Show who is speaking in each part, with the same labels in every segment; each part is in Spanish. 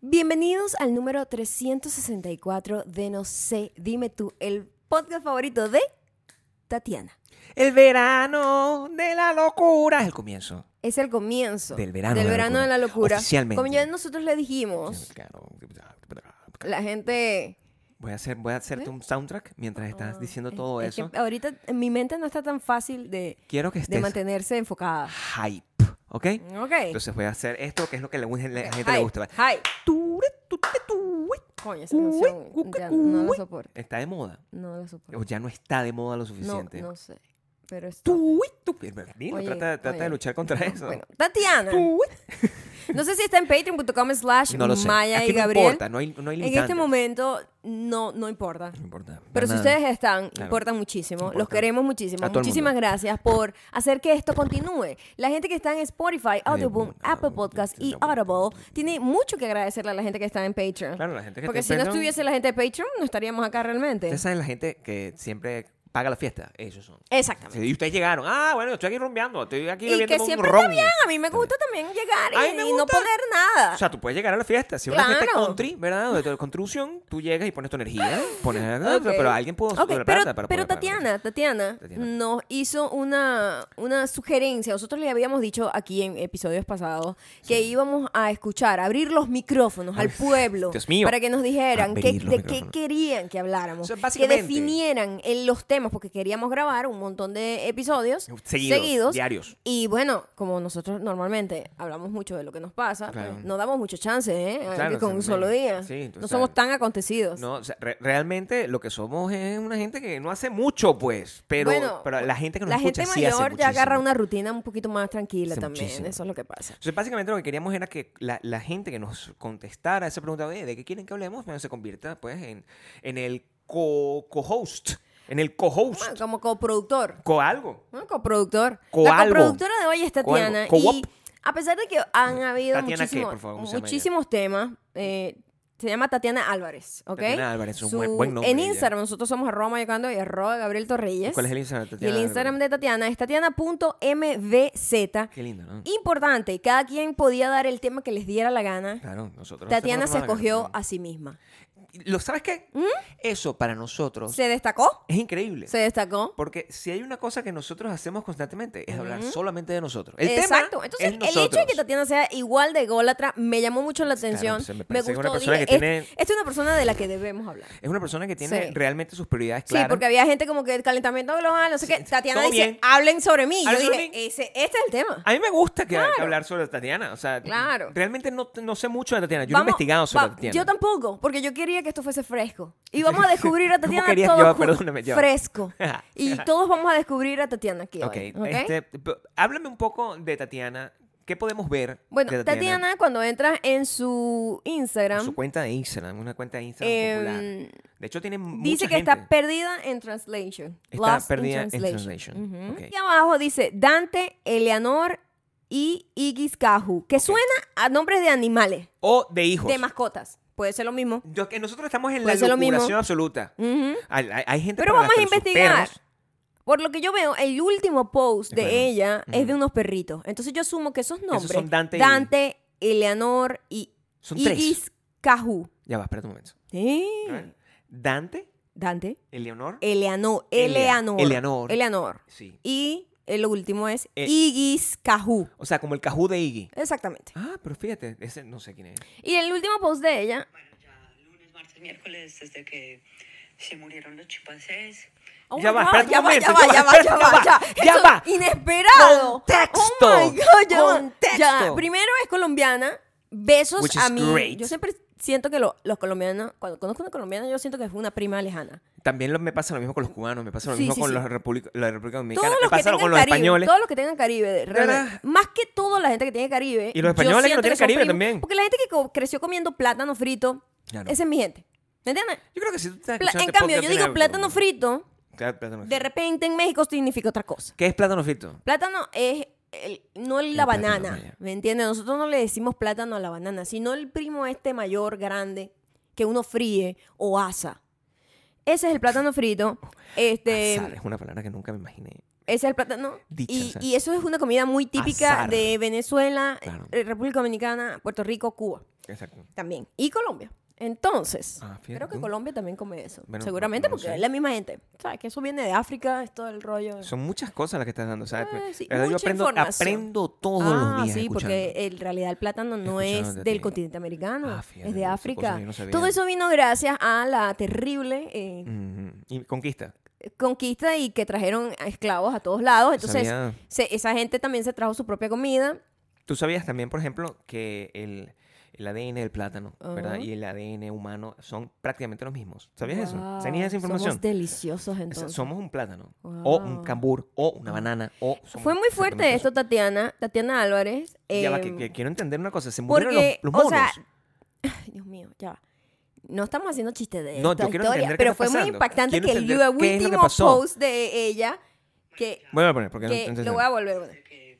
Speaker 1: Bienvenidos al número 364 de No sé, dime tú, el podcast favorito de Tatiana.
Speaker 2: El verano de la locura es el comienzo.
Speaker 1: Es el comienzo
Speaker 2: Del verano
Speaker 1: del
Speaker 2: de la
Speaker 1: verano
Speaker 2: locura.
Speaker 1: de la locura.
Speaker 2: Oficialmente.
Speaker 1: Como ya nosotros le dijimos, la gente
Speaker 2: Voy a, hacer, voy a hacerte un soundtrack mientras estás diciendo todo
Speaker 1: ¿Eh? Ah, es que
Speaker 2: eso. Este
Speaker 1: ahorita en mi mente no está tan fácil de,
Speaker 2: Quiero que
Speaker 1: de
Speaker 2: estés
Speaker 1: mantenerse enfocada.
Speaker 2: hype, ¿ok?
Speaker 1: Ok.
Speaker 2: Entonces voy a hacer esto que es lo que la la gente le
Speaker 1: Hi,
Speaker 2: gusta.
Speaker 1: hi.
Speaker 2: Tu, re, tu, te, tu, uy.
Speaker 1: Coño, esa
Speaker 2: Uy,
Speaker 1: canción
Speaker 2: uy,
Speaker 1: ya no la
Speaker 2: uy.
Speaker 1: soporto.
Speaker 2: Está de moda.
Speaker 1: No la soporto.
Speaker 2: O ya no está de moda lo
Speaker 1: No,
Speaker 2: suficiente.
Speaker 1: no sé. Pero es
Speaker 2: Tu, uy, tu. Dilo,
Speaker 1: Oye,
Speaker 2: trata, trata
Speaker 1: oye.
Speaker 2: de luchar contra eso.
Speaker 1: Bueno, Tatiana.
Speaker 2: Tu, uy.
Speaker 1: No sé si está en patreon.com slash
Speaker 2: No lo sé.
Speaker 1: Maya
Speaker 2: Aquí
Speaker 1: y
Speaker 2: no
Speaker 1: Gabriel.
Speaker 2: importa, no hay, no hay
Speaker 1: en este
Speaker 2: limitantes.
Speaker 1: momento no, no importa.
Speaker 2: No importa.
Speaker 1: Pero
Speaker 2: para
Speaker 1: si
Speaker 2: nada.
Speaker 1: ustedes están,
Speaker 2: Claro.
Speaker 1: importan muchísimo. Los
Speaker 2: Importa.
Speaker 1: queremos
Speaker 2: A
Speaker 1: muchísimo.
Speaker 2: todo el
Speaker 1: Muchísimas
Speaker 2: mundo.
Speaker 1: gracias por hacer que esto continúe. La gente que está en Spotify, Audioboom,
Speaker 2: bueno,
Speaker 1: Apple Podcast y Audible tiene mucho que agradecerle a la gente que está en Patreon.
Speaker 2: Claro, la gente que
Speaker 1: Porque si
Speaker 2: está en
Speaker 1: no
Speaker 2: Patreon-
Speaker 1: estuviese la gente de Patreon, no estaríamos acá realmente.
Speaker 2: Ustedes saben la gente que siempre paga la fiesta. Ellos son.
Speaker 1: Exactamente.
Speaker 2: Y ustedes llegaron. Ah, bueno, yo estoy aquí rumbeando. Estoy aquí
Speaker 1: Y
Speaker 2: bebiendo
Speaker 1: que
Speaker 2: con
Speaker 1: siempre
Speaker 2: ron.
Speaker 1: está bien. A mí me gusta también llegar
Speaker 2: A
Speaker 1: y,
Speaker 2: mí me
Speaker 1: y no
Speaker 2: gusta.
Speaker 1: poner nada.
Speaker 2: O sea, tú puedes llegar a la fiesta. Si es una fiesta
Speaker 1: Claro.
Speaker 2: country, ¿verdad? De tu contribución, tú llegas y pones tu energía. Pones,
Speaker 1: Ok.
Speaker 2: Pero alguien pudo
Speaker 1: Ok,
Speaker 2: sacar la
Speaker 1: pero,
Speaker 2: plata para
Speaker 1: pero
Speaker 2: poder pagar.
Speaker 1: Tatiana, Tatiana,
Speaker 2: Tatiana.
Speaker 1: nos hizo una, una sugerencia. Nosotros le habíamos dicho aquí en episodios pasados que íbamos a escuchar, a abrir los micrófonos al
Speaker 2: Ay,
Speaker 1: pueblo
Speaker 2: Dios mío.
Speaker 1: para que nos dijeran
Speaker 2: Abrir
Speaker 1: qué-
Speaker 2: los
Speaker 1: de qué
Speaker 2: micrófonos.
Speaker 1: querían que habláramos,
Speaker 2: O sea,
Speaker 1: que
Speaker 2: básicamente-
Speaker 1: definieran en los temas, porque queríamos grabar un montón de episodios
Speaker 2: Seguidos, diarios.
Speaker 1: Y bueno, como nosotros normalmente hablamos mucho de lo que nos pasa,
Speaker 2: Claro.
Speaker 1: pues, no damos mucho chance, ¿eh? A-
Speaker 2: Claro,
Speaker 1: con
Speaker 2: sí,
Speaker 1: un
Speaker 2: me-
Speaker 1: solo día.
Speaker 2: sí, tú
Speaker 1: no
Speaker 2: sabes.
Speaker 1: somos tan acontecidos.
Speaker 2: No, o sea, re- realmente lo que somos es una gente que no hace mucho, pues. Pero,
Speaker 1: Bueno,
Speaker 2: pero la gente que nos
Speaker 1: la
Speaker 2: escucha
Speaker 1: gente
Speaker 2: sí hace
Speaker 1: mayor ya agarra
Speaker 2: muchísimo.
Speaker 1: una rutina un poquito más tranquila
Speaker 2: Hace
Speaker 1: también.
Speaker 2: muchísimo.
Speaker 1: Eso es lo que pasa.
Speaker 2: Entonces, básicamente lo que queríamos era que la, la gente que nos contestara esa pregunta "Oye, de qué quieren que hablemos, bueno, se convierta pues en, en el co- co-host, en el
Speaker 1: Bueno,
Speaker 2: co-host,
Speaker 1: Ah, como coproductor.
Speaker 2: co algo.
Speaker 1: ¿no? Coproductor. La
Speaker 2: Coalgo.
Speaker 1: coproductora de hoy es Tatiana.
Speaker 2: Coalgo.
Speaker 1: Y a pesar de que han habido
Speaker 2: Tatiana, ¿qué?
Speaker 1: muchísimos,
Speaker 2: Por favor, ¿cómo se llama ella?
Speaker 1: muchísimos temas, eh, se llama Tatiana Álvarez, ¿ok?
Speaker 2: Tatiana Álvarez, un
Speaker 1: Su-
Speaker 2: buen- buen nombre
Speaker 1: En
Speaker 2: ella.
Speaker 1: Instagram, nosotros somos arroba mayocando y arroba Gabriel Torreyes.
Speaker 2: ¿Cuál es el Instagram de
Speaker 1: Y el
Speaker 2: Tatiana?
Speaker 1: Instagram de Tatiana es tatiana.mvz.
Speaker 2: Qué lindo, ¿no?
Speaker 1: Importante, cada quien podía dar el tema que les diera la gana.
Speaker 2: Claro, nosotros.
Speaker 1: Tatiana
Speaker 2: nosotros
Speaker 1: se
Speaker 2: nos vamos a
Speaker 1: escogió
Speaker 2: ganar.
Speaker 1: a sí misma.
Speaker 2: ¿Lo sabes qué? Eso para nosotros
Speaker 1: ¿Se destacó?
Speaker 2: es increíble.
Speaker 1: ¿Se destacó?
Speaker 2: Porque si hay una cosa que nosotros hacemos constantemente es hablar solamente de nosotros. El
Speaker 1: Exacto.
Speaker 2: tema
Speaker 1: Entonces,
Speaker 2: es
Speaker 1: el hecho de que
Speaker 2: nosotros.
Speaker 1: Tatiana sea igual de ególatra me llamó mucho la atención.
Speaker 2: pues, me
Speaker 1: me
Speaker 2: parece que
Speaker 1: gustó.
Speaker 2: es una persona
Speaker 1: dije,
Speaker 2: que
Speaker 1: "Es-
Speaker 2: tiene-
Speaker 1: Esta es una persona de la que debemos hablar.
Speaker 2: Es una persona que tiene
Speaker 1: Sí.
Speaker 2: realmente sus prioridades claras.
Speaker 1: Sí, porque había gente como que el calentamiento global, no sé qué. Tatiana
Speaker 2: todo
Speaker 1: dice,
Speaker 2: bien.
Speaker 1: hablen sobre mí. Yo
Speaker 2: Hablen sobre
Speaker 1: dije,
Speaker 2: mí.
Speaker 1: ese- este es el tema.
Speaker 2: A mí me gusta que, que hablar sobre Tatiana. O sea,
Speaker 1: Claro.
Speaker 2: realmente no, no sé mucho de Tatiana. Yo no he
Speaker 1: Vamos-
Speaker 2: investigado sobre
Speaker 1: va-
Speaker 2: Tatiana.
Speaker 1: Yo tampoco, porque yo quería que esto fuese fresco. Y vamos a descubrir a
Speaker 2: ¿Cómo
Speaker 1: Tatiana
Speaker 2: querías?
Speaker 1: todo
Speaker 2: Ya va,
Speaker 1: ju-
Speaker 2: perdóname, ya va.
Speaker 1: fresco. Y todos vamos a descubrir a Tatiana aquí
Speaker 2: Ok,
Speaker 1: hoy. ¿ok?
Speaker 2: este, p- háblame un poco de Tatiana. ¿Qué podemos ver?
Speaker 1: bueno,
Speaker 2: de
Speaker 1: Tatiana, cuando entras en su Instagram,
Speaker 2: En su cuenta de Instagram, una cuenta de Instagram
Speaker 1: Em,
Speaker 2: popular. De hecho, tiene mucha
Speaker 1: Dice que
Speaker 2: gente.
Speaker 1: está perdida en translation.
Speaker 2: Está
Speaker 1: Lost
Speaker 2: perdida en
Speaker 1: Y
Speaker 2: translation. Ok.
Speaker 1: abajo dice Dante, Eleanor y Igiscaju, que suena a nombres de animales,
Speaker 2: O de hijos.
Speaker 1: de mascotas. Puede ser lo mismo.
Speaker 2: Yo- que nosotros estamos en
Speaker 1: Puede
Speaker 2: la
Speaker 1: ser lo mismo.
Speaker 2: locuración absoluta.
Speaker 1: Ujú.
Speaker 2: Hay, hay- hay gente
Speaker 1: Pero
Speaker 2: para la
Speaker 1: vamos a
Speaker 2: que sus
Speaker 1: investigar.
Speaker 2: perros-
Speaker 1: Por lo que yo veo, el último post de
Speaker 2: Bueno,
Speaker 1: ella es de unos perritos. Entonces yo asumo que esos nombres,
Speaker 2: son Dante y-
Speaker 1: Eleanor y
Speaker 2: Son tres.
Speaker 1: Igiscaju.
Speaker 2: Ya va, espérate un momento.
Speaker 1: ¿Eh?
Speaker 2: A ver. Dante,
Speaker 1: Dante,
Speaker 2: Eleonor.
Speaker 1: Eh. Eleanor,
Speaker 2: Elea-
Speaker 1: Eleanor,
Speaker 2: Eleanor.
Speaker 1: Eleanor.
Speaker 2: sí.
Speaker 1: Y el último es
Speaker 2: Eh.
Speaker 1: Igiscaju.
Speaker 2: O sea, como el cajú de Iggy.
Speaker 1: Exactamente.
Speaker 2: Ah, pero fíjate, ese no sé quién es.
Speaker 1: Y el último post de ella.
Speaker 3: ya lunes, martes, miércoles, desde que se murieron los chimpancés.
Speaker 1: Oh
Speaker 2: Ya
Speaker 1: my
Speaker 2: va,
Speaker 1: God,
Speaker 2: espérate un
Speaker 1: ya va,
Speaker 2: momento,
Speaker 1: ya va,
Speaker 2: ya
Speaker 1: ya
Speaker 2: va,
Speaker 1: va, ya
Speaker 2: espérate,
Speaker 1: va,
Speaker 2: ya
Speaker 1: ya.
Speaker 2: va, ya
Speaker 1: Eso,
Speaker 2: va.
Speaker 1: Inesperado.
Speaker 2: Contexto,
Speaker 1: Oh my God, ya va,
Speaker 2: contexto.
Speaker 1: ya. Primero es colombiana. Besos
Speaker 2: Which
Speaker 1: a
Speaker 2: is
Speaker 1: mí.
Speaker 2: great.
Speaker 1: Yo siempre siento que lo- los colombianos, cuando conozco una colombiana, yo siento que es una prima lejana.
Speaker 2: También lo- me pasa lo mismo con los cubanos, me pasa lo
Speaker 1: Sí,
Speaker 2: mismo
Speaker 1: sí,
Speaker 2: con
Speaker 1: sí.
Speaker 2: los republic- la República Dominicana,
Speaker 1: Todos
Speaker 2: me
Speaker 1: los que
Speaker 2: pasa
Speaker 1: tengan
Speaker 2: con los
Speaker 1: Caribe,
Speaker 2: españoles.
Speaker 1: todos los que tengan Caribe, realmente.
Speaker 2: verdad?
Speaker 1: más que todo la gente que tiene Caribe.
Speaker 2: Y
Speaker 1: yo
Speaker 2: los españoles que no
Speaker 1: siento
Speaker 2: tienen
Speaker 1: son
Speaker 2: Caribe
Speaker 1: primos,
Speaker 2: también.
Speaker 1: Porque la gente que co- creció comiendo plátano frito,
Speaker 2: Claro.
Speaker 1: esa es mi gente. ¿Me entiendes?
Speaker 2: Yo creo que si tú estás
Speaker 1: Pla-
Speaker 2: escuchando
Speaker 1: en
Speaker 2: este
Speaker 1: cambio, yo
Speaker 2: podcast,
Speaker 1: digo
Speaker 2: tiene-
Speaker 1: plátano frito,
Speaker 2: Claro, plátano frito.
Speaker 1: de repente en México significa otra cosa.
Speaker 2: ¿Qué es plátano frito?
Speaker 1: Plátano es el- no la
Speaker 2: El plátano,
Speaker 1: banana,
Speaker 2: vaya.
Speaker 1: ¿me entiendes? Nosotros no le decimos plátano a la banana, sino el primo este mayor, grande, que uno fríe o asa. Ese es el plátano frito. Este,
Speaker 2: Azar, Ah, es una palabra que nunca me imaginé.
Speaker 1: ese es el plátano.
Speaker 2: Dicha, o
Speaker 1: y,
Speaker 2: sea.
Speaker 1: y eso es una comida muy típica
Speaker 2: Azar.
Speaker 1: de Venezuela,
Speaker 2: Claro.
Speaker 1: eh, República Dominicana, Puerto Rico, Cuba.
Speaker 2: Exacto.
Speaker 1: También. Y Colombia. Entonces,
Speaker 2: Ah, fíjate
Speaker 1: creo que
Speaker 2: tú.
Speaker 1: Colombia también come eso.
Speaker 2: Bueno,
Speaker 1: Seguramente
Speaker 2: no- no
Speaker 1: porque
Speaker 2: sé.
Speaker 1: es la misma gente. ¿Sabes? Que eso viene de África, es todo el rollo.
Speaker 2: Son muchas cosas las que estás dando, ¿sabes?
Speaker 1: Eh, sí,
Speaker 2: La verdad, yo
Speaker 1: mucha
Speaker 2: aprendo,
Speaker 1: información.
Speaker 2: aprendo todos
Speaker 1: ah,
Speaker 2: los días.
Speaker 1: sí, porque
Speaker 2: escuchando.
Speaker 1: en realidad el plátano no
Speaker 2: Escuchando
Speaker 1: es
Speaker 2: de
Speaker 1: del
Speaker 2: ti.
Speaker 1: continente americano,
Speaker 2: Ah, fíjate,
Speaker 1: es de
Speaker 2: esa cosa
Speaker 1: África.
Speaker 2: yo no sabía.
Speaker 1: Todo eso vino gracias a la terrible eh,
Speaker 2: Ujú. Y conquista.
Speaker 1: conquista y que trajeron a esclavos a todos lados. Entonces,
Speaker 2: Sabía-
Speaker 1: se- esa gente también se trajo su propia comida.
Speaker 2: Tú sabías también, por ejemplo, que el, el ADN del plátano, ¿verdad?
Speaker 1: Ajá.
Speaker 2: Y el ADN humano son prácticamente los mismos. ¿Sabías eso?
Speaker 1: Wow,
Speaker 2: ¿Tenías esa información?
Speaker 1: Somos deliciosos
Speaker 2: O sea,
Speaker 1: entonces.
Speaker 2: somos un plátano, o un
Speaker 1: Wow.
Speaker 2: cambur, o una banana, o... somos
Speaker 1: Fue muy fuerte
Speaker 2: exactamente
Speaker 1: esto,
Speaker 2: eso.
Speaker 1: Tatiana, Tatiana Álvarez.
Speaker 2: Ya va,
Speaker 1: em,
Speaker 2: que, que quiero entender una cosa. Se murieron
Speaker 1: porque,
Speaker 2: los, los monos.
Speaker 1: o sea, ay, Dios mío, ya va. No estamos haciendo chistes de
Speaker 2: No,
Speaker 1: esta
Speaker 2: yo quiero
Speaker 1: historia,
Speaker 2: entender qué
Speaker 1: pero
Speaker 2: está
Speaker 1: fue muy
Speaker 2: pasando.
Speaker 1: impactante
Speaker 2: Quiero
Speaker 1: que el
Speaker 2: entender qué es lo que
Speaker 1: último
Speaker 2: pasó.
Speaker 1: post de ella, que,
Speaker 2: Vuelve a poner, porque no-
Speaker 1: que
Speaker 2: no
Speaker 1: lo
Speaker 2: entendí.
Speaker 1: voy a volver a poner.
Speaker 3: que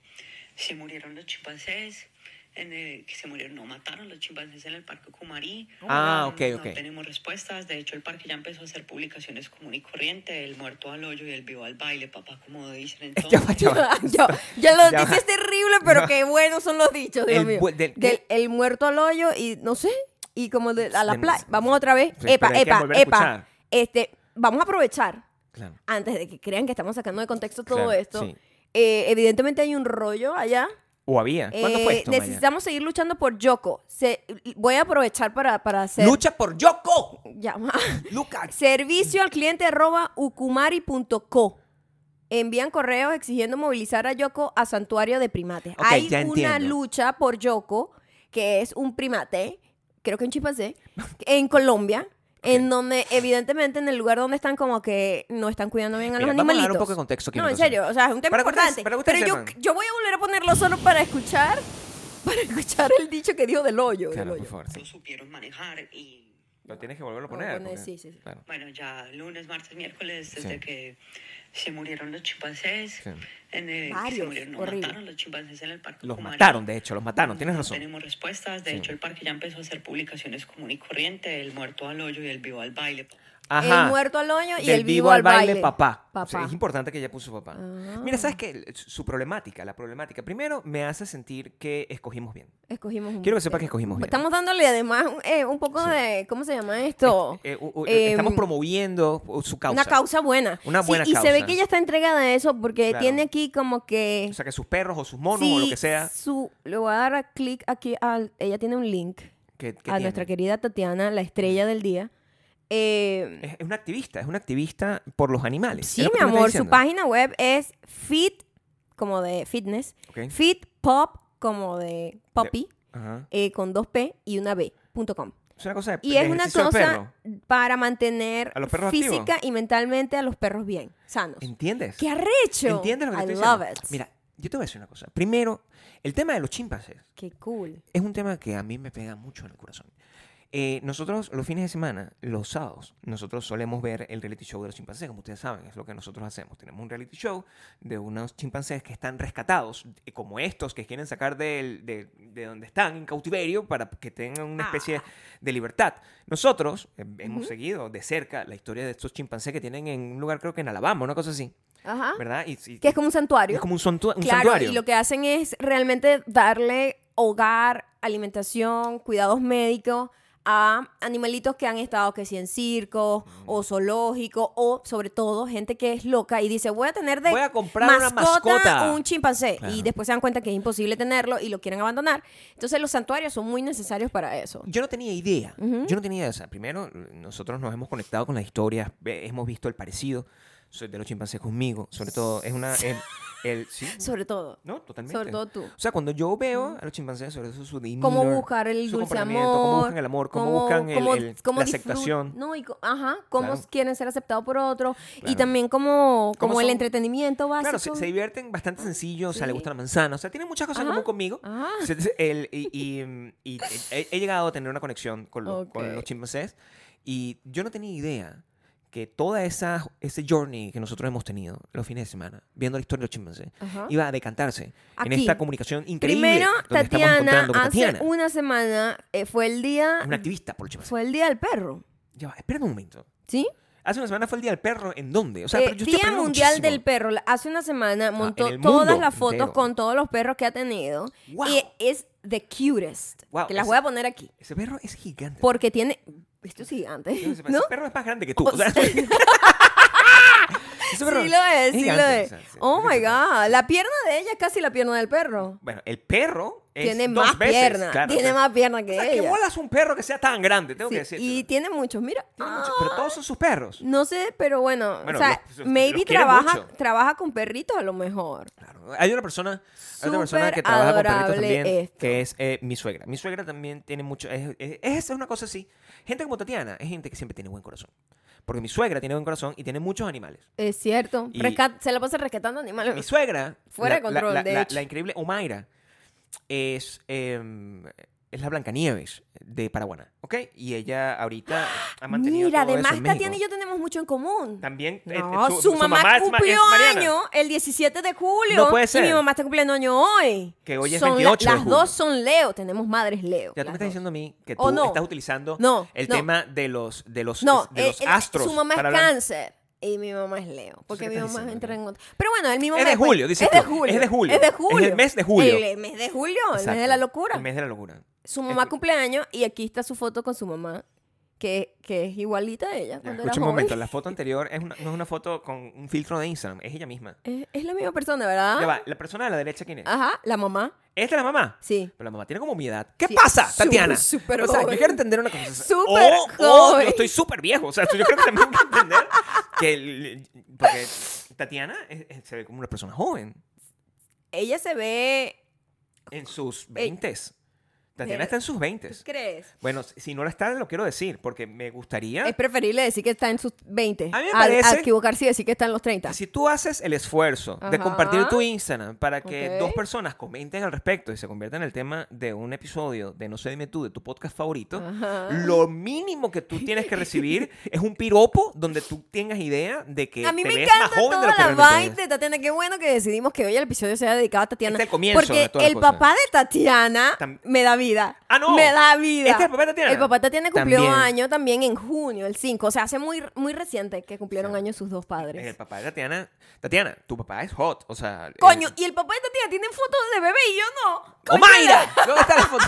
Speaker 3: se murieron los chimpancés, en el- que se murieron, no mataron los chimpancés en el parque Kumarí.
Speaker 2: Ah,
Speaker 3: No,
Speaker 2: ok, ok.
Speaker 3: No tenemos respuestas. De hecho, el parque ya empezó a hacer publicaciones común y corriente, el muerto al hoyo y el vivo al baile, papá, como dicen
Speaker 2: Ya
Speaker 3: entonces.
Speaker 2: va, ya va.
Speaker 1: yo, yo lo
Speaker 2: Ya
Speaker 1: dije,
Speaker 2: va.
Speaker 1: es terrible, pero
Speaker 2: Ya.
Speaker 1: qué buenos son los dichos, Dios
Speaker 2: El
Speaker 1: mío.
Speaker 2: bu- del-
Speaker 1: Del-
Speaker 2: ¿qué?
Speaker 1: el muerto al hoyo y no sé, y como de- a la
Speaker 2: Del-
Speaker 1: playa. Vamos otra vez.
Speaker 2: Sí,
Speaker 1: Epa,
Speaker 2: pero hay que
Speaker 1: epa,
Speaker 2: volver a
Speaker 1: epa.
Speaker 2: escuchar.
Speaker 1: Este, vamos a aprovechar,
Speaker 2: Claro.
Speaker 1: antes de que crean que estamos sacando de contexto todo
Speaker 2: Claro,
Speaker 1: esto.
Speaker 2: sí.
Speaker 1: eh, evidentemente hay un rollo allá.
Speaker 2: O había. ¿Cuándo
Speaker 1: Eh,
Speaker 2: fue esto, Maya?
Speaker 1: necesitamos seguir luchando por Yoko. Se- voy a aprovechar para, para hacer.
Speaker 2: ¡Lucha por Yoko!
Speaker 1: Llama.
Speaker 2: ¡Lucas!
Speaker 1: Servicio al cliente arroba ucumari.co. Envían correos exigiendo movilizar a Yoko a santuario de primates.
Speaker 2: Ok,
Speaker 1: Hay
Speaker 2: ya
Speaker 1: una
Speaker 2: entiendo.
Speaker 1: lucha por Yoko, que es un primate, creo que un chimpancé, en Colombia, en donde evidentemente en el lugar donde están como que no están cuidando bien a
Speaker 2: Mira,
Speaker 1: los
Speaker 2: vamos a
Speaker 1: animalitos.
Speaker 2: dar un poco de contexto aquí,
Speaker 1: No, en
Speaker 2: entonces.
Speaker 1: serio, o sea, es un tema
Speaker 2: Para que ustedes-
Speaker 1: importante.
Speaker 2: para que ustedes
Speaker 1: pero yo,
Speaker 2: sepan.
Speaker 1: yo voy a volver a ponerlo solo para escuchar, para escuchar el dicho que dijo del hoyo. del
Speaker 2: Claro, por
Speaker 1: hoyo.
Speaker 2: favor.
Speaker 3: No
Speaker 2: sí.
Speaker 3: supieron manejar y
Speaker 2: Lo tienes que volverlo a
Speaker 1: Vamos a
Speaker 2: poner.
Speaker 1: poner,
Speaker 2: porque-
Speaker 1: sí, sí, sí.
Speaker 2: Claro.
Speaker 3: Bueno, ya lunes, martes, miércoles, desde
Speaker 2: Sí.
Speaker 3: que se murieron los chimpancés.
Speaker 2: Sí.
Speaker 3: En el, que se
Speaker 1: Varios,
Speaker 3: murieron, no
Speaker 1: horrible.
Speaker 3: mataron los chimpancés en el parque.
Speaker 2: Los
Speaker 3: Kumarí.
Speaker 2: mataron, de hecho, los mataron. Tienes
Speaker 3: No
Speaker 2: razón.
Speaker 3: Tenemos respuestas. De
Speaker 2: Sí.
Speaker 3: hecho, el parque ya empezó a hacer publicaciones común y corriente: el muerto al hoyo y el vivo al baile.
Speaker 2: Ajá.
Speaker 1: El muerto al hoyo y
Speaker 2: Del
Speaker 1: el vivo, al baile.
Speaker 2: papá.
Speaker 1: Papá.
Speaker 2: O sea, es importante que ella puso papá.
Speaker 1: Ah.
Speaker 2: Mira, ¿sabes qué? Su su problemática, la problemática. Primero, me hace sentir que escogimos bien.
Speaker 1: Escogimos un
Speaker 2: Quiero que sepa que escogimos bien.
Speaker 1: Estamos dándole además eh, un poco de. ¿Cómo se llama esto?
Speaker 2: Eh, u- u-
Speaker 1: Em,
Speaker 2: estamos promoviendo uh, su causa.
Speaker 1: Una causa buena.
Speaker 2: Una
Speaker 1: Sí,
Speaker 2: buena
Speaker 1: Y se ve
Speaker 2: causa.
Speaker 1: que ella está entregada a eso porque
Speaker 2: Claro.
Speaker 1: tiene aquí como que.
Speaker 2: O sea, que sus perros o sus monos o lo
Speaker 1: sí,
Speaker 2: que sea.
Speaker 1: Su, le voy a dar a clic aquí. al- ella tiene un link
Speaker 2: Que, que
Speaker 1: a
Speaker 2: tiene. Mm.
Speaker 1: nuestra querida Tatiana, la estrella del día. Eh,
Speaker 2: es, es una activista, es una activista por los animales.
Speaker 1: Sí,
Speaker 2: Es lo que
Speaker 1: mi
Speaker 2: tú me estás
Speaker 1: amor, su
Speaker 2: diciendo.
Speaker 1: página web es fit, como de fitness,
Speaker 2: Ok.
Speaker 1: fit pop, como de poppy,
Speaker 2: Ajá.
Speaker 1: eh, con dos P y una B, punto com.
Speaker 2: Es una cosa de,
Speaker 1: Y
Speaker 2: de
Speaker 1: es una
Speaker 2: ejercicio de perro.
Speaker 1: cosa para mantener
Speaker 2: ¿A los perros
Speaker 1: física
Speaker 2: activos?
Speaker 1: y mentalmente a los perros bien, sanos.
Speaker 2: ¿Entiendes?
Speaker 1: ¡Qué arrecho!
Speaker 2: ¿Entiendes lo que te
Speaker 1: I
Speaker 2: estoy
Speaker 1: love
Speaker 2: diciendo?
Speaker 1: it.
Speaker 2: Mira, yo te voy a decir una cosa. Primero, el tema de los chimpancés
Speaker 1: ¡Qué cool!
Speaker 2: es un tema que a mí me pega mucho en el corazón. Eh, nosotros los fines de semana, los sábados, nosotros solemos ver el reality show de los chimpancés, como ustedes saben, es lo que nosotros hacemos. Tenemos un reality show de unos chimpancés que están rescatados, eh, como estos que quieren sacar del- de, de donde están en cautiverio para que tengan una especie
Speaker 1: Ah.
Speaker 2: de libertad. Nosotros eh, hemos seguido de cerca la historia de estos chimpancés que tienen en un lugar, creo que en Alabama, una cosa así,
Speaker 1: Ajá.
Speaker 2: ¿verdad? Y, y-
Speaker 1: Ah, Que es como un santuario.
Speaker 2: es como un, santua- un
Speaker 1: claro,
Speaker 2: santuario.
Speaker 1: y lo que hacen es realmente darle hogar, alimentación, cuidados médicos a animalitos que han estado que si en circos o
Speaker 2: Mm.
Speaker 1: zoológicos o sobre todo gente que es loca y dice voy a tener de
Speaker 2: Voy a comprar una mascota".
Speaker 1: un chimpancé
Speaker 2: Claro.
Speaker 1: y después se dan cuenta que es imposible tenerlo y lo quieren abandonar entonces los santuarios son muy necesarios para eso
Speaker 2: Yo no tenía idea. Yo no tenía idea. O sea, primero, nosotros nos hemos conectado con las historias, ve- hemos visto el parecido so- de los chimpancés conmigo. Sobre todo, es una. El, el- sí.
Speaker 1: sobre todo
Speaker 2: No, totalmente.
Speaker 1: sobre todo tú
Speaker 2: O sea, cuando yo veo a los chimpancés, sobre todo su demeanor,
Speaker 1: cómo buscar el
Speaker 2: su
Speaker 1: dulce
Speaker 2: comportamiento,
Speaker 1: amor
Speaker 2: cómo buscan el amor, cómo, buscan el-
Speaker 1: cómo-
Speaker 2: el-
Speaker 1: cómo
Speaker 2: la
Speaker 1: disfrut-
Speaker 2: aceptación.
Speaker 1: no y co- ajá cómo
Speaker 2: Claro.
Speaker 1: quieren ser aceptados por otros y
Speaker 2: Claro.
Speaker 1: también como
Speaker 2: ¿Cómo
Speaker 1: como el
Speaker 2: son?
Speaker 1: entretenimiento básico Ah,
Speaker 2: Claro, se, se divierten bastante sencillo, o sea, le
Speaker 1: sí.
Speaker 2: gusta la manzana, o sea, tiene muchas cosas en
Speaker 1: Ajá,
Speaker 2: común conmigo.
Speaker 1: ajá.
Speaker 2: Se- se- el- y y, mm, y he, he llegado a tener una conexión con los, con
Speaker 1: Ok.
Speaker 2: los chimpancés y yo no tenía idea que toda esa ese journey que nosotros hemos tenido los fines de semana, viendo la historia de los chimpancés,
Speaker 1: Ajá.
Speaker 2: iba a decantarse en
Speaker 1: Aquí.
Speaker 2: esta comunicación increíble.
Speaker 1: primero
Speaker 2: donde estamos
Speaker 1: Tatiana
Speaker 2: encontrando que
Speaker 1: hace
Speaker 2: Tatiana
Speaker 1: una semana eh, fue el día
Speaker 2: es una activista por los chimpancés.
Speaker 1: fue el día del perro
Speaker 2: Ya va, espera un momento.
Speaker 1: sí
Speaker 2: Hace una semana fue el Día del Perro. ¿En dónde? O sea,
Speaker 1: Eh,
Speaker 2: pero yo estoy
Speaker 1: Día
Speaker 2: aprendiendo
Speaker 1: Mundial
Speaker 2: muchísimo. Ah,
Speaker 1: del Perro. La- Hace una semana montó
Speaker 2: en el
Speaker 1: todas
Speaker 2: mundo
Speaker 1: las fotos
Speaker 2: entero.
Speaker 1: con todos los perros que ha tenido.
Speaker 2: Wow.
Speaker 1: Y es the cutest.
Speaker 2: Wow,
Speaker 1: que las
Speaker 2: es-
Speaker 1: voy a poner aquí.
Speaker 2: Ese perro es gigante.
Speaker 1: Porque tiene... Esto es gigante,
Speaker 2: Ese perro-
Speaker 1: ¿no?
Speaker 2: Ese perro es más grande que tú.
Speaker 1: O
Speaker 2: o sea,
Speaker 1: sea-
Speaker 2: ese perro
Speaker 1: Sí lo es, sí lo
Speaker 2: gigante, pues. o
Speaker 1: es.
Speaker 2: sea, sí,
Speaker 1: Oh
Speaker 2: es
Speaker 1: my
Speaker 2: ese perro.
Speaker 1: god, la pierna de ella es casi la pierna del perro.
Speaker 2: Bueno, el perro es
Speaker 1: Tiene
Speaker 2: dos
Speaker 1: más
Speaker 2: veces,
Speaker 1: pierna,
Speaker 2: claro, o
Speaker 1: tiene
Speaker 2: sea,
Speaker 1: más pierna que
Speaker 2: O sea, ¿qué
Speaker 1: ella.
Speaker 2: bolas un perro que sea tan grande? Tengo
Speaker 1: Sí,
Speaker 2: que decir.
Speaker 1: y tiene muchos, mira. ah,
Speaker 2: pero todos son sus perros.
Speaker 1: No sé, pero bueno,
Speaker 2: pues, Bueno,
Speaker 1: o sea,
Speaker 2: los- los-
Speaker 1: maybe
Speaker 2: los quiere
Speaker 1: trabaja,
Speaker 2: mucho.
Speaker 1: trabaja con perritos a lo mejor.
Speaker 2: Claro. Hay una persona, hay una persona
Speaker 1: Súper
Speaker 2: que trabaja con perritos
Speaker 1: adorable
Speaker 2: también,
Speaker 1: esto.
Speaker 2: que es eh, mi suegra. Mi suegra también tiene mucho. Es, es- es una cosa así. Gente como Tatiana es gente que siempre tiene buen corazón. Porque mi suegra tiene buen corazón y tiene muchos animales.
Speaker 1: Es cierto,
Speaker 2: Y-
Speaker 1: rescat- se la pasa rescatando animales.
Speaker 2: Mi suegra.
Speaker 1: Fuera
Speaker 2: la-
Speaker 1: de control,
Speaker 2: la, la-
Speaker 1: de
Speaker 2: la-
Speaker 1: hecho.
Speaker 2: la increíble Omaira es. eh, es la Blancanieves de Paraguaná, ¿ok? Y ella ahorita ha mantenido.
Speaker 1: Mira,
Speaker 2: todo eso en
Speaker 1: además Tatiana
Speaker 2: México.
Speaker 1: y yo tenemos mucho en común.
Speaker 2: También. eh,
Speaker 1: No,
Speaker 2: eh,
Speaker 1: su, mamá,
Speaker 2: es ma- es
Speaker 1: cumplió
Speaker 2: Mariana.
Speaker 1: año el 17 de julio.
Speaker 2: No puede ser.
Speaker 1: Y mi mamá está cumpliendo año hoy.
Speaker 2: Que hoy es
Speaker 1: Son la-
Speaker 2: 28 de
Speaker 1: las
Speaker 2: julio.
Speaker 1: dos son Leo, tenemos madres Leo.
Speaker 2: Ya
Speaker 1: las
Speaker 2: tú me estás
Speaker 1: dos.
Speaker 2: diciendo a mí que tú
Speaker 1: ¿O no?
Speaker 2: estás utilizando
Speaker 1: No,
Speaker 2: el
Speaker 1: no.
Speaker 2: tema de los, de los,
Speaker 1: No, eh,
Speaker 2: de los
Speaker 1: el- el-
Speaker 2: astros.
Speaker 1: su mamá es
Speaker 2: para hablar-
Speaker 1: cáncer y mi mamá es Leo. Porque
Speaker 2: ¿qué
Speaker 1: mi
Speaker 2: estás
Speaker 1: mamá
Speaker 2: diciendo,
Speaker 1: entra
Speaker 2: no?
Speaker 1: en... otro- Pero bueno, el mismo
Speaker 2: Es de
Speaker 1: mes, pues.
Speaker 2: julio, dices
Speaker 1: es de
Speaker 2: tú.
Speaker 1: julio.
Speaker 2: Es de julio.
Speaker 1: Es de
Speaker 2: Es el
Speaker 1: julio.
Speaker 2: mes de julio.
Speaker 1: El, mes de julio, el mes de
Speaker 2: Exacto,
Speaker 1: la locura.
Speaker 2: El mes de la locura.
Speaker 1: Su mamá
Speaker 2: Escu-
Speaker 1: cumple años y aquí está su foto con su mamá, que, que es igualita a ella
Speaker 2: Ya,
Speaker 1: cuando era
Speaker 2: escucha un
Speaker 1: joven.
Speaker 2: momento, la foto anterior es una, no es una foto con un filtro de Instagram, es ella misma.
Speaker 1: Es, es la misma persona, ¿verdad?
Speaker 2: Ya va, la persona de la derecha, ¿quién es?
Speaker 1: Ajá, la mamá,
Speaker 2: ¿Esta es la mamá?
Speaker 1: sí.
Speaker 2: Pero la mamá tiene como mi edad. ¿Qué
Speaker 1: Sí,
Speaker 2: pasa,
Speaker 1: súper,
Speaker 2: Tatiana?
Speaker 1: súper
Speaker 2: o sea, yo
Speaker 1: joven.
Speaker 2: quiero entender una cosa.
Speaker 1: Súper
Speaker 2: O- o
Speaker 1: joven.
Speaker 2: yo estoy súper viejo. O sea, yo creo que también hay que entender que... el- porque Tatiana es- es- se ve como una persona joven.
Speaker 1: Ella se ve...
Speaker 2: En sus
Speaker 1: Ey.
Speaker 2: 20 Tatiana
Speaker 1: Pero-
Speaker 2: está en sus
Speaker 1: ¿Tú
Speaker 2: 20
Speaker 1: crees?
Speaker 2: Bueno, si si no la está, lo quiero decir, porque me gustaría...
Speaker 1: Es preferible decir que está en sus 20.
Speaker 2: A mí me
Speaker 1: a- A,
Speaker 2: parece-
Speaker 1: equivocarse y decir que está en los 30.
Speaker 2: Si tú haces el esfuerzo de
Speaker 1: Ajá.
Speaker 2: compartir tu Instagram para que
Speaker 1: Ok.
Speaker 2: dos personas comenten al respecto y se convierta en el tema de un episodio de No sé dime tú, de tu podcast favorito,
Speaker 1: Ajá.
Speaker 2: lo mínimo que tú tienes que recibir es un piropo donde tú tengas idea de que
Speaker 1: A mí
Speaker 2: te
Speaker 1: me
Speaker 2: ves
Speaker 1: encanta
Speaker 2: más joven de
Speaker 1: toda
Speaker 2: lo que
Speaker 1: la
Speaker 2: realmente
Speaker 1: vibe
Speaker 2: eres.
Speaker 1: de Tatiana. Qué bueno que decidimos que hoy el episodio sea dedicado a Tatiana.
Speaker 2: Este es el comienzo
Speaker 1: porque
Speaker 2: de toda la
Speaker 1: el
Speaker 2: cosa.
Speaker 1: papá de Tatiana
Speaker 2: Tam-
Speaker 1: me da vida.
Speaker 2: Ah, no.
Speaker 1: Me da vida.
Speaker 2: ¿Este es el papá de Tatiana?
Speaker 1: El papá de Tatiana cumplió
Speaker 2: También.
Speaker 1: año también en junio, el 5. O sea, hace muy, muy reciente que cumplieron
Speaker 2: Sí.
Speaker 1: año sus dos padres.
Speaker 2: El papá de Tatiana... Tatiana, tu papá es hot, o sea... el- ¡Oh,
Speaker 1: Coño, y el papá de Tatiana tiene fotos de bebé y yo no. Coño,
Speaker 2: ¡Omaira! ¿Dónde está la foto?